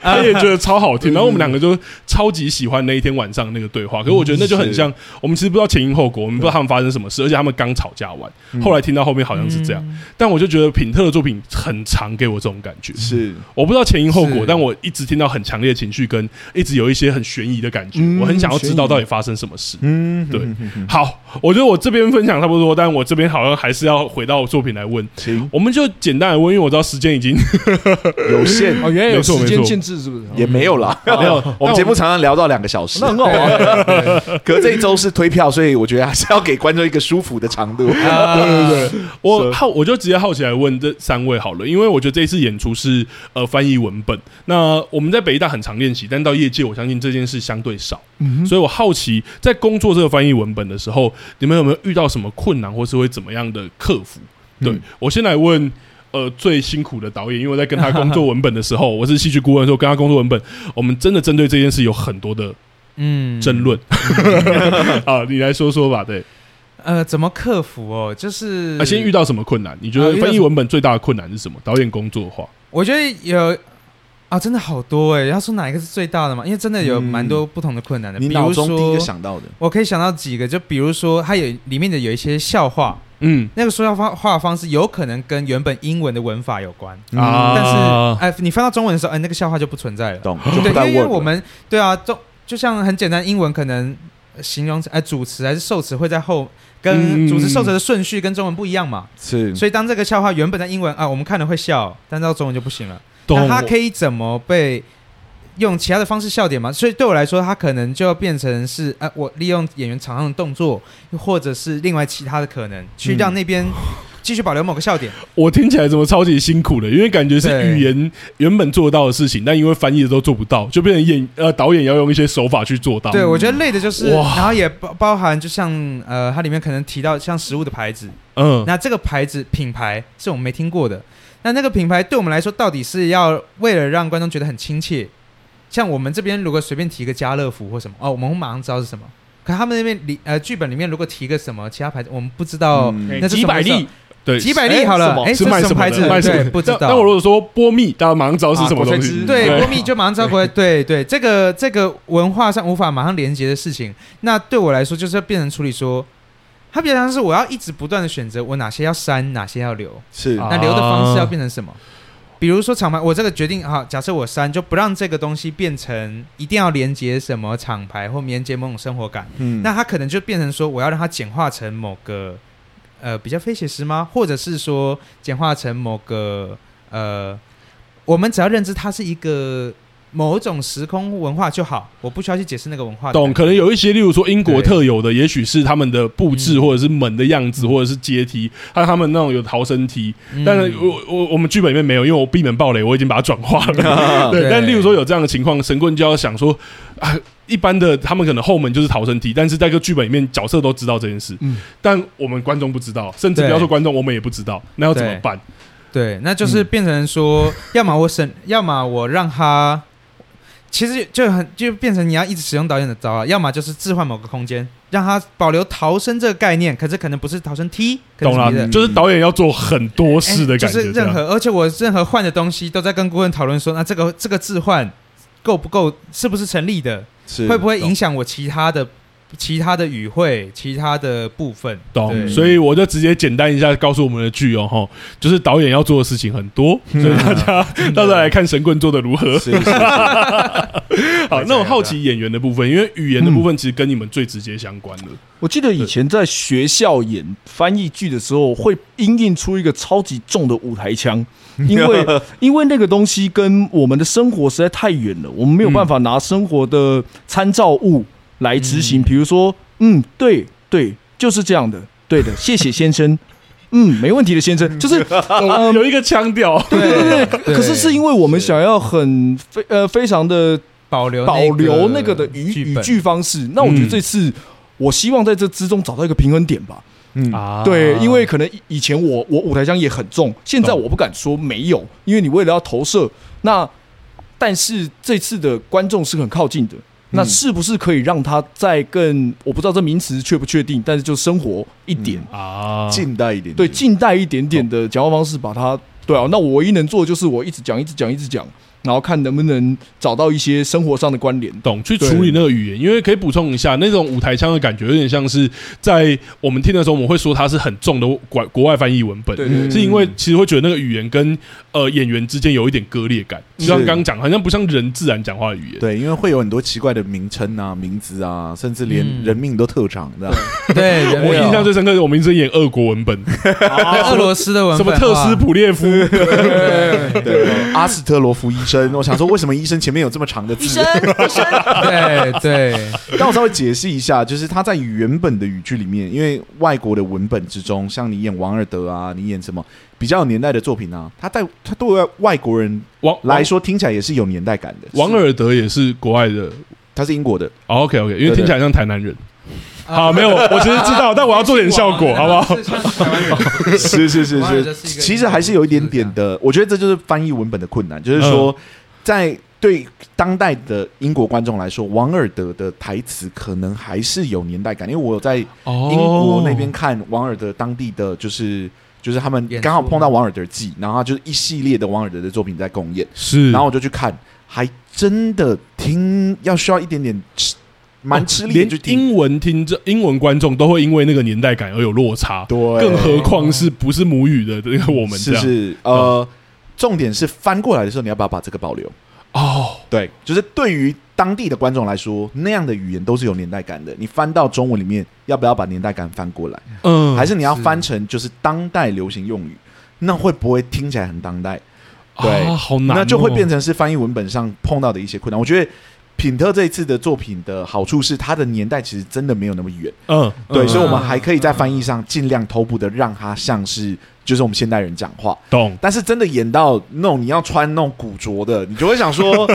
Speaker 2: 她也觉得超好听。然后我们两个就超级喜欢那一天晚上那个对话。可是我觉得那就很像，我们其实不知道前因后果，我们不知道他们发生什么事，而且他们刚吵架完，
Speaker 5: 嗯
Speaker 2: 后来听到后面好像是这样。但我就觉得品特的作品很常给我这种感觉，
Speaker 3: 是
Speaker 2: 我不知道前因后果
Speaker 4: 是，
Speaker 2: 但我一直听到很强烈的情绪，跟一直有一些很悬疑的感觉。
Speaker 5: 嗯
Speaker 2: 我很想要知道到底发生什么事。
Speaker 3: 嗯
Speaker 2: 对，好，我觉得我这边分享差不多，但我这边好像还是要回到作品来问。
Speaker 3: 请
Speaker 2: 我们就简单来问，因为我知道时间已经
Speaker 3: 有限
Speaker 5: 哦，原来有
Speaker 2: 没错
Speaker 5: 时
Speaker 2: 没
Speaker 5: 间
Speaker 2: 错
Speaker 5: 限制是不是？
Speaker 3: 也没有啦，没有。 我们节目常常聊到两个小时
Speaker 5: 那，很好 啊，
Speaker 3: 可是这一周是推票，所以我觉得还是要给观众一个舒服的长 度。
Speaker 4: 呃对对对，
Speaker 2: 我好，我就直接好奇来问这三位好了，因为我觉得这一次演出是呃翻译文本。那我们在北艺大很常练习，但到业界我相信这件事相对少，所以我好奇在工作这个翻译文本的时候，你们有没有遇到什么困难，或是会怎么样的克服？对、我先来问。呃，最辛苦的导演，因为我在跟他工作文本的时候，我 是戏剧顾问的时候，跟他工作文本，我们真的针对这件事有很多的
Speaker 4: 嗯
Speaker 2: 争论。 啊，你来说说吧，对，
Speaker 4: 呃，怎么克服哦？就是
Speaker 2: 啊，先遇到什么困难？你觉得
Speaker 4: 啊遇到
Speaker 2: 翻译
Speaker 4: 什么
Speaker 2: 文本最大的困难是什么？导演工作的话，
Speaker 4: 我觉得有啊，真的好多哎、要说哪一个是最大的嘛？因为真的有蛮多不同的困难的。
Speaker 3: 嗯你
Speaker 4: 比
Speaker 3: 脑
Speaker 4: 如
Speaker 3: 中第一
Speaker 4: 说
Speaker 3: 个，想到的，
Speaker 4: 我可以想到几个，就比如说它有里面的有一些笑话，
Speaker 2: 嗯
Speaker 4: 那个说笑话话方式有可能跟原本英文的文法有关，
Speaker 2: 啊
Speaker 4: 但是哎、你翻到中文的时候，哎、那个笑话就不存在了。
Speaker 3: 懂就
Speaker 4: 对，
Speaker 3: 不
Speaker 4: 因
Speaker 3: 带
Speaker 4: 为因为
Speaker 3: word
Speaker 4: 我
Speaker 3: 了。
Speaker 4: 们对啊，就就像很简单，英文可能呃形容词哎、主词还是受词会在后。
Speaker 2: 嗯
Speaker 4: 跟主词受词的顺序跟中文不一样嘛，
Speaker 3: 是
Speaker 4: 所以当这个笑话原本在英文啊，我们看了会笑，但到中文就不行了。
Speaker 2: 懂
Speaker 4: 那他可以怎么被用其他的方式笑点嘛？所以对我来说，他可能就要变成是呃，
Speaker 2: 哦
Speaker 4: 我利用演员场上的动作，或者是另外其他的可能，去让那边继续保留某个笑点。
Speaker 2: 我听起来怎么超级辛苦的？因为感觉是
Speaker 4: 对
Speaker 2: 语言原本做到的事情，但因为翻译的都做不到，就变成演呃导演要用一些手法去做到。
Speaker 4: 对，我觉得累的就是，
Speaker 2: 哇
Speaker 4: 然后也包包含，就像呃，它里面可能提到像食物的牌子，
Speaker 2: 嗯，
Speaker 4: 那这个牌子品牌是我们没听过的。那那个品牌对我们来说，到底是要为了让观众觉得很亲切？像我们这边如果随便提一个家乐福或什么，哦，我们会马上知道是什么。可他们那边里呃剧本里面如果提个什么其他牌子，我们不知道
Speaker 3: 嗯
Speaker 4: 那是
Speaker 6: 几
Speaker 4: 什么
Speaker 6: 百
Speaker 4: 意思啊
Speaker 6: 例，
Speaker 2: 对，
Speaker 4: 几百例好了，哎，
Speaker 2: 是
Speaker 4: 这
Speaker 2: 卖
Speaker 4: 什
Speaker 2: 什么
Speaker 4: 么
Speaker 2: 牌
Speaker 4: 牌子？
Speaker 2: 子？卖什
Speaker 4: 对，
Speaker 2: 么？
Speaker 4: 不知道。
Speaker 2: 但但我如果说波蜜，大家马上知道是什么东西。
Speaker 5: 啊
Speaker 4: 对，
Speaker 2: 对
Speaker 4: 波蜜就马上知 道国外，对对，这个这个文化上无法马上连接的事情，那对我来说就是要变成处理说，它比较像是我要一直不断的选择我哪些要删，哪些要留，
Speaker 3: 是
Speaker 6: 啊
Speaker 4: 那留的方
Speaker 2: 哦
Speaker 4: 式要变成什么？比如说厂牌，我这个决定好，假设我删，就不让这个东西变成一定要连接什么厂牌或连接某种生活感，
Speaker 3: 嗯
Speaker 4: 那它可能就变成说，我要让它简化成某个呃比较非写实吗？或者是说简化成某个呃，我们只要认知它是一个某种时空文化就好，我不需要去解释那个文化的感觉。
Speaker 2: 懂，可能有一些，例如说英国
Speaker 4: 对
Speaker 2: 特有的，也许是他们的布置，
Speaker 4: 嗯
Speaker 2: 或者是门的样子，或者是阶梯，还有他们那种有逃生梯。
Speaker 4: 嗯，
Speaker 2: 但是我我我们剧本里面没有，因为我避免暴雷，我已经把它转化 了。对，
Speaker 4: 对
Speaker 2: 但例如说有这样的情况，神棍就要想说啊，一般的他们可能后门就是逃生梯，但是在这个剧本里面角色都知道这件事，
Speaker 5: 嗯
Speaker 2: 但我们观众不知道，甚至不要说观众，我们也不知道，那要怎么
Speaker 4: 对
Speaker 2: 办？
Speaker 4: 对，那就是变成说，要么我省，要么我让他，其实就很就变成你要一直使用导演的招啊，要么就是置换某个空间，让他保留逃生这个概念，可是可能不是逃生梯，可
Speaker 2: 懂
Speaker 4: 能是
Speaker 2: 了
Speaker 4: 别的，嗯
Speaker 2: 就是导演要做很多事的感
Speaker 4: 哎
Speaker 2: 觉，
Speaker 4: 就是任
Speaker 2: 这样
Speaker 4: 何，而且我任何换的东西都在跟顾问讨论说，啊那这个这个置换够不够，是不是成立的，
Speaker 3: 是
Speaker 4: 会不会影响我其他的其他的语汇、其他的部分？
Speaker 2: 懂，
Speaker 4: 对
Speaker 2: 所以我就直接简单一下告诉我们的剧哦，吼，就是导演要做的事情很 多，所以大家到时候来看神棍做的如何。
Speaker 3: 是是是
Speaker 2: 好，那我好奇演员的部分，因为语言的部分其实跟你们最直接相关的。
Speaker 5: 我记得以前在学校演翻译剧的时候，会音印出一个超级重的舞台 腔，因为因为那个东西跟我们的生活实在太远了，我们没有办法拿生活的参照物来执行。比如说，嗯，对对，就是这样的，对的，谢谢先生，嗯，没问题的先生，就是
Speaker 2: 哦有一个腔调，
Speaker 5: 嗯对对对对。可是是因为我们想要很非呃非常的
Speaker 4: 保留
Speaker 5: 保留那个的语
Speaker 4: 剧
Speaker 5: 语
Speaker 4: 本
Speaker 5: 句方式。那我觉得这次，我希望在这之中找到一个平衡点吧。
Speaker 3: 嗯
Speaker 4: 啊
Speaker 5: 对，因为可能以以前我我舞台腔也很重，现在
Speaker 2: 懂
Speaker 5: 我不敢说没有，因为你为了要投射，那但是这次的观众是很靠近的，那是不是可以让他再更我不知道这名词确不确定，但是就生活一点，
Speaker 2: 啊，
Speaker 3: 近代一点点，
Speaker 5: 对近代一点点的讲话方式，把它对啊，那我唯一能做的就是我一直讲一直讲一直讲，然后看能不能找到一些生活上的关联。
Speaker 2: 懂去处理那个语言，因为可以补充一下，那种舞台腔的感觉有点像是在我们听的时候，我们会说它是很重的国国外翻译文本，
Speaker 5: 对对
Speaker 3: 嗯
Speaker 5: 对
Speaker 2: 是因为其实会觉得那个语言跟呃演员之间有一点割裂感，就像
Speaker 3: 是
Speaker 2: 刚刚讲，好像不像人自然讲话的语言。
Speaker 3: 对，因为会有很多奇怪的名称啊、名字啊，甚至连
Speaker 4: 嗯
Speaker 3: 人命都特长这样。
Speaker 4: 对，人
Speaker 3: 啊
Speaker 2: 我
Speaker 4: 类
Speaker 2: 印象最深刻，是我们一直演俄国文本，
Speaker 4: 俄罗斯的文
Speaker 2: 什么
Speaker 4: 本
Speaker 2: 特斯普列 夫，
Speaker 3: 对，阿斯特罗夫医生，我想说为什么医生前面有这么长的字？
Speaker 4: 哇对 对，
Speaker 3: 但我稍微解释一下，就是他在原本的语句里面，因为外国的文本之中，像你演王尔德啊，你演什么比较有年代的作品啊，他在他对外外国人
Speaker 2: 王
Speaker 3: 来说听起来也是有年代感的。
Speaker 2: 王，尔德也是国外的。
Speaker 3: 他是英 国的，
Speaker 2: OK OK，因为
Speaker 3: 对
Speaker 2: 听起来像台南人。 好，没有，我其实知道，但我要做点效果，好不好？
Speaker 4: 是像台湾人
Speaker 3: 是是是
Speaker 4: 王尔德是一个
Speaker 3: 其实还是有一点点的，我觉得这就是翻译文本的困难，就是说
Speaker 2: 嗯
Speaker 3: 在。对当代的英国观众来说，王尔德的台词可能还是有年代感，因为我有在
Speaker 2: 哦
Speaker 3: 英国那边看王尔德当地的就是就是他们
Speaker 4: 演出
Speaker 3: 刚好碰到王尔德季，然后他就是一系列的王尔德的作品在公演，
Speaker 2: 是，
Speaker 3: 然后我就去看，还真的听要需要一点点吃蛮吃力
Speaker 2: 连
Speaker 3: 的去听，
Speaker 2: 英文听着英文观众都会因为那个年代感而有落差，
Speaker 3: 对，
Speaker 2: 更何况是不是母语的那个我们这
Speaker 3: 是
Speaker 2: 样嗯
Speaker 3: 是呃，重点是翻过来的时候，你要不要把这个保留？
Speaker 2: 哦，
Speaker 3: 对，就是对于当地的观众来说，那样的语言都是有年代感的。你翻到中文里面，要不要把年代感翻过来？
Speaker 2: 嗯，
Speaker 3: 还是你要翻成就是当代流行用语？那会不会听起来很当代？对
Speaker 2: 啊好难哦，
Speaker 3: 那就会变成是翻译文本上碰到的一些困难。我觉得品特这一次的作品的好处是，它的年代其实真的没有那么远，
Speaker 2: 嗯，
Speaker 3: 对，
Speaker 2: 嗯
Speaker 3: 所以我们还可以在翻译上尽量偷步的让它像是就是我们现代人讲话。
Speaker 2: 懂，
Speaker 3: 但是真的演到那种你要穿那种古着的，你就会想 说，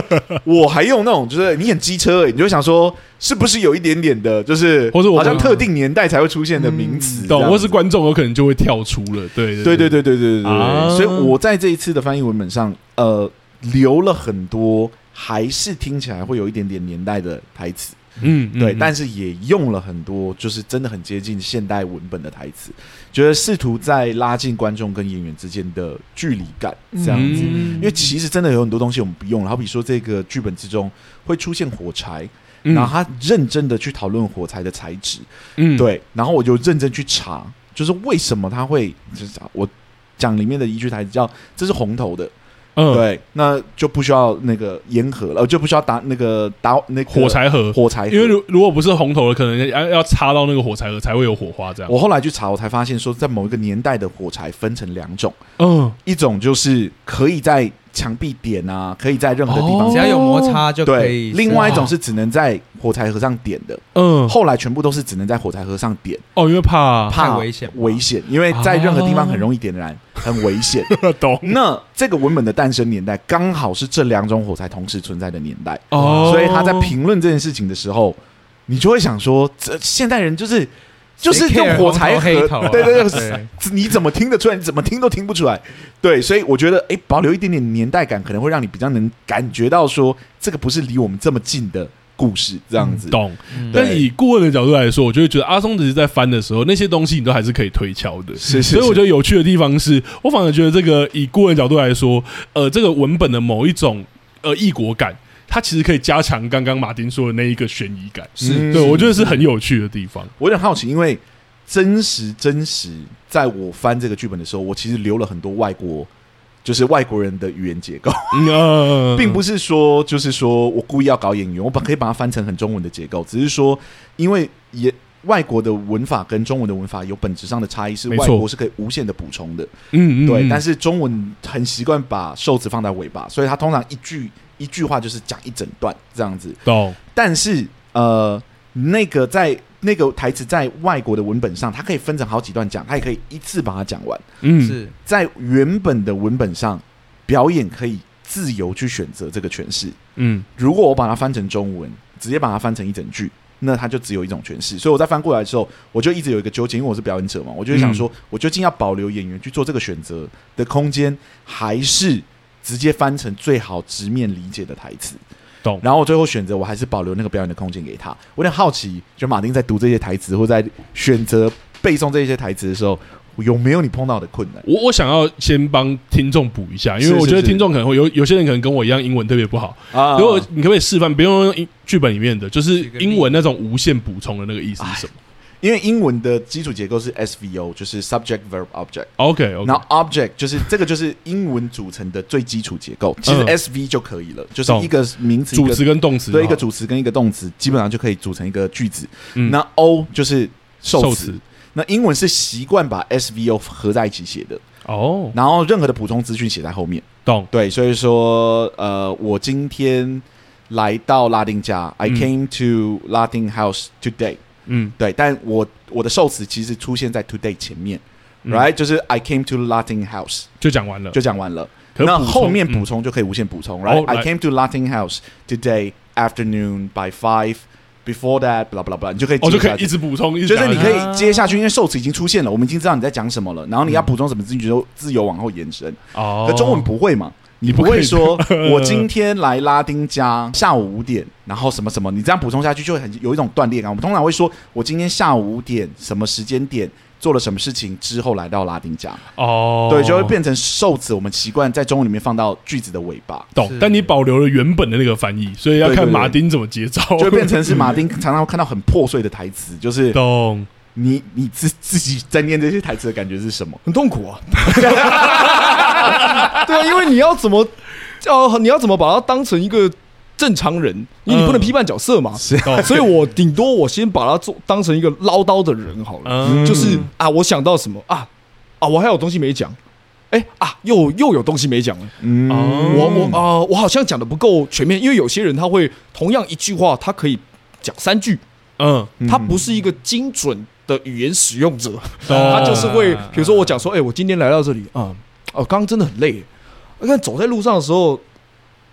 Speaker 3: 我还用那种就是你演机车、欸，你就会想说是不是有一点点的，就是
Speaker 2: 或是我
Speaker 3: 好像
Speaker 2: 们嗯
Speaker 3: 特定年代才会出现的名词、这
Speaker 2: 懂，
Speaker 3: 样
Speaker 2: 或
Speaker 3: 子
Speaker 2: 是观众有可能就会跳出了，对，
Speaker 3: 对对对对对对对
Speaker 2: 啊
Speaker 3: 所以我在这一次的翻译文本上，呃，留了很多还是听起来会有一点点年代的台词，
Speaker 2: 嗯，嗯，
Speaker 3: 对，
Speaker 2: 嗯
Speaker 3: 但是也用了很多就是真的很接近现代文本的台词，觉得试图在拉近观众跟演员之间的距离感，这样子。
Speaker 2: 嗯
Speaker 3: 因为其实真的有很多东西我们不用了，好比说这个剧本之中会出现火柴，
Speaker 2: 嗯
Speaker 3: 然后他认真的去讨论火柴的材质，
Speaker 2: 嗯，
Speaker 3: 对，然后我就认真去查，就是为什么他会，就是我讲里面的一句台词叫“这是红头的”，
Speaker 2: 嗯，
Speaker 3: 对，那就不需要那个烟盒了，呃就不需要打那个打那个
Speaker 2: 火柴盒，
Speaker 3: 火柴盒，
Speaker 2: 因为如如果不是红头的，可能要要插到那个火柴盒才会有火花这样。
Speaker 3: 我后来去查，我才发现说，在某一个年代的火柴分成两种，
Speaker 2: 嗯，
Speaker 3: 一种就是可以在墙壁点啊，可以在任何地方
Speaker 2: 哦
Speaker 4: 只要有摩擦就可
Speaker 3: 对，
Speaker 4: 以。
Speaker 3: 另外一种是只能在火柴盒上点的，
Speaker 2: 嗯，
Speaker 3: 后来全部都是只能在火柴盒上点，
Speaker 2: 哦，因为怕
Speaker 3: 怕
Speaker 4: 太危险
Speaker 3: 危险，因为
Speaker 2: 啊
Speaker 3: 在任何地方很容易点燃，很危险。
Speaker 2: 懂
Speaker 3: 那这个文本的诞生年代，刚好是这两种火柴同时存在的年代，
Speaker 2: 哦，
Speaker 3: 所以他在评论这件事情的时候，你就会想说，这现代人就是就是
Speaker 4: 谁 care
Speaker 3: 用火柴
Speaker 4: 红头黑头
Speaker 3: 盒，
Speaker 4: 啊
Speaker 3: 对对对
Speaker 4: 对，
Speaker 3: 你怎么听得出来？你怎么听都听不出来。对，所以我觉得，哎，保留一点点年代感，可能会让你比较能感觉到说，这个不是离我们这么近的故事，这样子。
Speaker 2: 懂。
Speaker 4: 嗯
Speaker 2: 但
Speaker 3: 对
Speaker 2: 以顾问的角度来说，我就会觉得阿松只是在翻的时候，那些东西你都还是可以推敲的。
Speaker 3: 是是
Speaker 2: 所以我
Speaker 3: 是
Speaker 2: 觉得有趣的地方是，我反而觉得这个以顾问的角度来说，呃，这个文本的某一种呃异国感，它其实可以加强刚刚马丁说的那一个悬疑感。
Speaker 3: 是
Speaker 2: 对
Speaker 3: 是
Speaker 2: 我觉得是很有趣的地方。
Speaker 3: 我有点好奇，因为真实真实，在我翻这个剧本的时候，我其实留了很多外国，就是外国人的语言结构，
Speaker 2: 嗯呃
Speaker 3: 并不是说就是说我故意要搞演员，我把可以把它翻成很中文的结构，只是说因为也。外国的文法跟中文的文法有本质上的差异，是
Speaker 2: 没
Speaker 3: 外
Speaker 2: 错
Speaker 3: 国是可以无限的补充的，
Speaker 2: 嗯嗯，
Speaker 3: 对。
Speaker 2: 嗯
Speaker 3: 但是中文很习惯把受词放在尾巴，所以它通常一句一句话就是讲一整段这样子。
Speaker 2: 懂
Speaker 3: 但是呃，那个在那个台词在外国的文本上，它可以分成好几段讲，它也可以一次把它讲完。
Speaker 2: 嗯
Speaker 4: 是
Speaker 3: 在原本的文本上，表演可以自由去选择这个诠释。
Speaker 2: 嗯
Speaker 3: 如果我把它翻成中文，直接把它翻成一整句。那它就只有一种诠释，所以我在翻过来的时候，我就一直有一个纠结，因为我是表演者嘛，我就会想说，我究竟要保留演员去做这个选择的空间，还是直接翻成最好直面理解的台词？
Speaker 2: 懂
Speaker 3: 然后我最后选择，我还是保留那个表演的空间给他。我有点好奇，就马丁在读这些台词，或在选择背诵这些台词的时候，有没有你碰到的困难？
Speaker 2: 我我想要先帮听众补一下，因为
Speaker 3: 是
Speaker 2: 我觉得
Speaker 3: 是
Speaker 2: 听众可能会有有些人可能跟我一样英文特别不好。
Speaker 3: 啊
Speaker 2: 如果你可不可以示范，不用用英剧本里面的，就是
Speaker 4: 举个例
Speaker 2: 英文那种无限补充的那个意思是什么
Speaker 3: 因为英文的基础结构是 SVO，就是 Subject Verb Object。
Speaker 2: ？OK OK，
Speaker 3: 然后 object 就是这个就是英文组成的最基础结构，其实
Speaker 2: 嗯
Speaker 3: SV 就可以了，就是
Speaker 2: 懂
Speaker 3: 一个名词、
Speaker 2: 主词跟动词，
Speaker 3: 对一个主词跟一个动词，基本上就可以组成一个句子。
Speaker 2: 嗯
Speaker 3: 那 O 就是
Speaker 2: 受
Speaker 3: 受词，
Speaker 2: 词
Speaker 3: 那英文是习惯把 SVO 合在一起写的，
Speaker 2: 哦，
Speaker 3: 然后任何的补充资讯写在后面。
Speaker 2: 懂
Speaker 3: 对，所以说呃，我今天来到拉丁家、i
Speaker 2: 嗯
Speaker 3: came to Latin house today。
Speaker 2: 嗯
Speaker 3: 对，但我我的受词其实出现在 today 前面、
Speaker 2: 嗯
Speaker 3: r i g h t 就是 I came to Latin house。
Speaker 2: 就讲完了，
Speaker 3: 就讲完了。
Speaker 2: 可是
Speaker 3: 那
Speaker 2: 补充
Speaker 3: 后面补
Speaker 2: 嗯
Speaker 3: 充就可以无限补充。
Speaker 2: 哦
Speaker 3: Right, I
Speaker 2: right
Speaker 3: came to Latin House today afternoon by five. Before that, blah blah blah，你就可以
Speaker 2: 哦就可
Speaker 3: 下
Speaker 2: 以
Speaker 3: 去
Speaker 2: 一直补充，一直
Speaker 3: 就是
Speaker 2: 讲啊
Speaker 3: 你
Speaker 2: 下
Speaker 3: 可
Speaker 2: 去
Speaker 3: 以接下去，因为受词已经出现了，我们已经知道你在讲什么了。然后你要补充什么字，你就自由往后延伸。
Speaker 2: 哦
Speaker 3: 可，中文不会嘛？你不
Speaker 2: 不可
Speaker 3: 会
Speaker 2: 以
Speaker 3: 说 我今天来拉丁家下午五点，然后什么什么，你这样补充下去就会很有一种断裂感。我们通常会说我今天下午五点什么时间点做了什么事情之后来到拉丁家。
Speaker 2: 哦，
Speaker 3: 对，就会变成受词，我们习惯在中文里面放到句子的尾巴，
Speaker 2: 懂
Speaker 4: 是，
Speaker 2: 但你保留了原本的那个翻译，所以要
Speaker 3: 对对
Speaker 2: 看
Speaker 3: 对
Speaker 2: 马丁怎么接招，
Speaker 3: 就会变成是马丁常常会看到很破碎的台词，就 是
Speaker 2: 懂。
Speaker 3: 你你自自己在念这些台词的感觉是什么？
Speaker 5: 很痛苦啊。 对啊，因为你要怎么，哦，你要怎么把它当成一个正常人？因为你不能批判角色嘛。
Speaker 3: 是
Speaker 2: 懂
Speaker 5: 所以我顶多我先把它做当成一个唠叨的人好了，
Speaker 2: 嗯
Speaker 5: 就是啊，我想到什么啊啊，我还有东西没讲。哎、哎啊，又又有东西没讲了。
Speaker 3: 嗯
Speaker 2: 哦
Speaker 5: 我我啊、我好像讲的不够全面，因为有些人他会同样一句话，他可以讲三句，
Speaker 2: 嗯，
Speaker 5: 他不是一个精准的语言使用者，
Speaker 2: 懂
Speaker 5: 他就是会，比如说我讲说，哎、我今天来到这里啊，哦，刚刚真的很累，看走在路上的时候。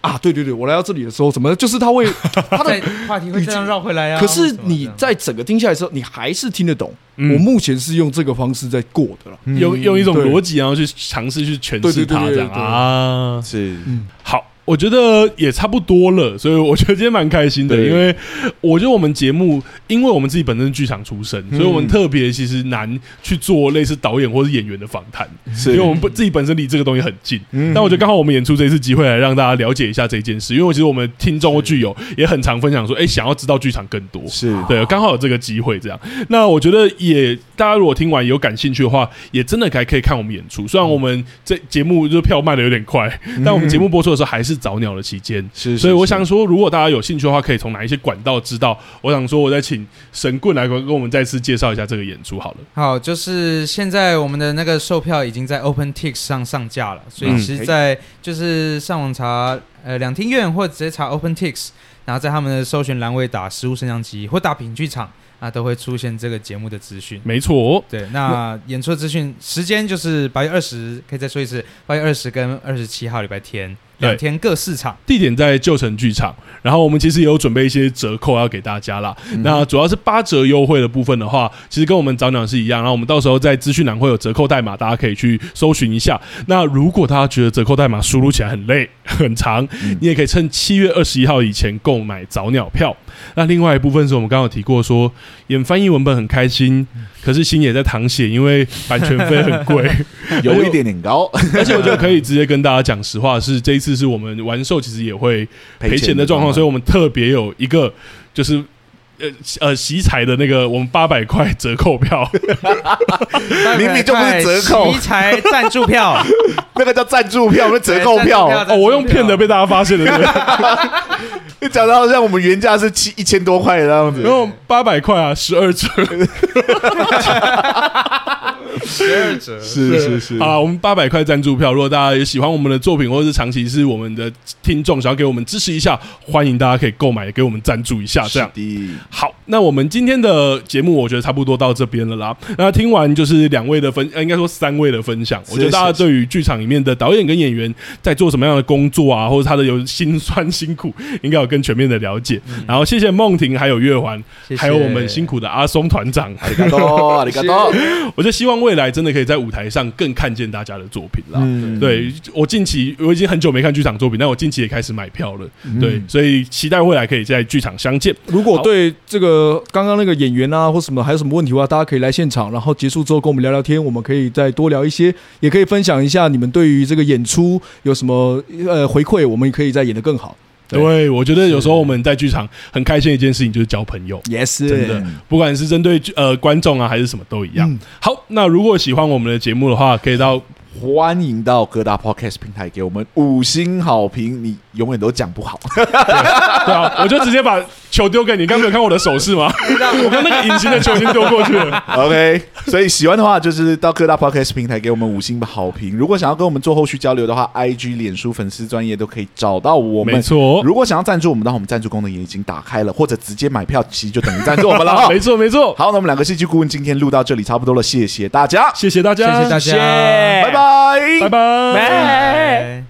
Speaker 5: 啊，对对对，我来到这里的时候，怎么就是 他会他的
Speaker 4: 在话题会这样绕回
Speaker 2: 哎
Speaker 4: 来啊。
Speaker 5: 可是
Speaker 4: 什么
Speaker 5: 你
Speaker 4: 的
Speaker 5: 在整个听下来之后，你还是听得懂。
Speaker 2: 嗯
Speaker 5: 我目前是用这个方式在过的了。
Speaker 2: 用
Speaker 3: 嗯
Speaker 2: 用一种
Speaker 5: 对
Speaker 2: 逻辑，然后去尝试去诠释它
Speaker 5: 对对对对
Speaker 2: 这样
Speaker 5: 对
Speaker 2: 啊。
Speaker 3: 是
Speaker 2: 好，我觉得也差不多了，所以我觉得今天蛮开心的，
Speaker 3: 对
Speaker 2: 因为我觉得我们节目，因为我们自己本身是剧场出身，
Speaker 3: 嗯
Speaker 2: 所以我们特别其实难去做类似导演或是演员的访谈，
Speaker 3: 是
Speaker 2: 因为我们不自己本身离这个东西很近。
Speaker 3: 嗯
Speaker 2: 但我觉得刚好我们演出这一次机会来让大家了解一下这件事，因为我其实我们听众或剧友也很常分享说，哎、想要知道剧场更多，
Speaker 3: 是
Speaker 2: 对，刚好有这个机会这样。那我觉得也，大家如果听完有感兴趣的话，也真的还可以看我们演出。虽然我们这节目就票卖的有点快，但我们节目播出的时候还是早鸟的期间。
Speaker 3: 嗯是，
Speaker 2: 所以我想
Speaker 3: 说，
Speaker 2: 说，如果大家有兴趣的话，可以从哪一些管道知道？我想说，我再请神棍来跟我们再次介绍一下这个演出好了。
Speaker 4: 好，就是现在我们的那个售票已经在 OpenTix 上上架了，所以
Speaker 2: 嗯
Speaker 4: 其实在就是上网查呃两厅院或者直接查 OpenTix，然后在他们的搜寻栏位打“食物升降机”或打“品剧场”，啊都会出现这个节目的资讯。
Speaker 2: 没错，哦
Speaker 4: 对，那演出的资讯时间就是八月二十，可以再说一次，八月二十跟二十七号礼拜天
Speaker 2: 对
Speaker 4: 两天各四场。
Speaker 2: 地点在旧城剧场，然后我们其实也有准备一些折扣要给大家啦。
Speaker 3: 嗯
Speaker 2: 那主要是八折优惠的部分的话，其实跟我们早鸟是一样，然后我们到时候在资讯栏会有折扣代码，大家可以去搜寻一下。那如果大家觉得折扣代码输入起来很累 很长，你也可以趁七月二十一号以前购买早鸟票。那另外一部分是我们刚刚有提过说，演翻译文本很开心，
Speaker 3: 嗯
Speaker 2: 可是心也在淌血，因为版权费很贵。
Speaker 3: 有一点点高，
Speaker 2: 而且我觉得可以直接跟大家讲实话，是这一次是我们玩售其实也会 赔钱的状况，所以我们特别有一个就是。呃呃，洗彩的那个，我们八百块折扣票，
Speaker 3: 明明就不是折扣
Speaker 4: 奇才赞助票，
Speaker 3: 那个叫赞助票，那 折扣
Speaker 4: 对赞
Speaker 3: 票
Speaker 4: 助，
Speaker 2: 哦，我用骗的被大家发现了，对不对？
Speaker 3: 你讲到好像我们原价是七一千多块的样子
Speaker 2: 然，后八百块啊，十二折
Speaker 4: 十二折。
Speaker 3: 是是是
Speaker 2: 啊，我们八百块赞助票。如果大家也喜欢我们的作品，或者是长期是我们的听众，想要给我们支持一下，欢迎大家可以购买，给我们赞助一下，这样。
Speaker 3: 的，
Speaker 2: 好，那我们今天的节目，我觉得差不多到这边了啦。那听完就是两位的分，呃应该说三位的分享，我觉得大家对于剧场里面的导演跟演员在做什么样的工作啊，或者他的有辛酸辛苦，应该有更全面的了解。然后谢谢梦婷，还有月环，
Speaker 4: 嗯谢谢
Speaker 2: 还有我们辛苦的阿松团 长，哎
Speaker 3: 阿里嘎多，阿里嘎 多，
Speaker 2: 我就希望未来真的可以在舞台上更看见大家的作品啦。
Speaker 3: 嗯，
Speaker 2: 对我近期我已经很久没看剧场作品，但我近期也开始买票了。
Speaker 4: 嗯
Speaker 2: 对，所以期待未来可以在剧场相见。
Speaker 5: 如果
Speaker 2: 好
Speaker 5: 对这个刚刚那个演员啊或什么还有什么问题的话，大家可以来现场，然后结束之后跟我们聊聊天，我们可以再多聊一些，也可以分享一下你们对于这个演出有什么呃回馈，我们可以再演得更好。
Speaker 2: 对，我觉得有时候我们在剧场很开心的一件事情就是交朋友。
Speaker 5: Yes，
Speaker 2: 真的，不管是针对剧呃观众啊，还是什么都一样。
Speaker 5: 嗯
Speaker 2: 好，那如果喜欢我们的节目的话，可以到
Speaker 3: 欢迎到各大 podcast 平台给我们五星好评，你永远都讲不好，
Speaker 2: 对啊，我就直接把球丢给你。刚没有看我的手势 吗？我刚那个隐形的球已经丢过去了。
Speaker 3: OK，所以喜欢的话就是到各大 Podcast 平台给我们五星的好评。如果想要跟我们做后续交流的话，IG、脸书粉丝专业都可以找到我们。
Speaker 2: 没错
Speaker 3: 如果想要赞助我们的话，我们赞助功能也已经打开了，或者直接买票，其实就等于赞助我们了 哈。
Speaker 2: 啊没错，没错。
Speaker 3: 好，那我们两个戏剧顾问今天录到这里差不多了，谢谢大家，
Speaker 2: 谢谢大家，
Speaker 4: 谢谢大家
Speaker 3: 拜拜，
Speaker 2: 拜拜。
Speaker 3: 拜
Speaker 4: 拜。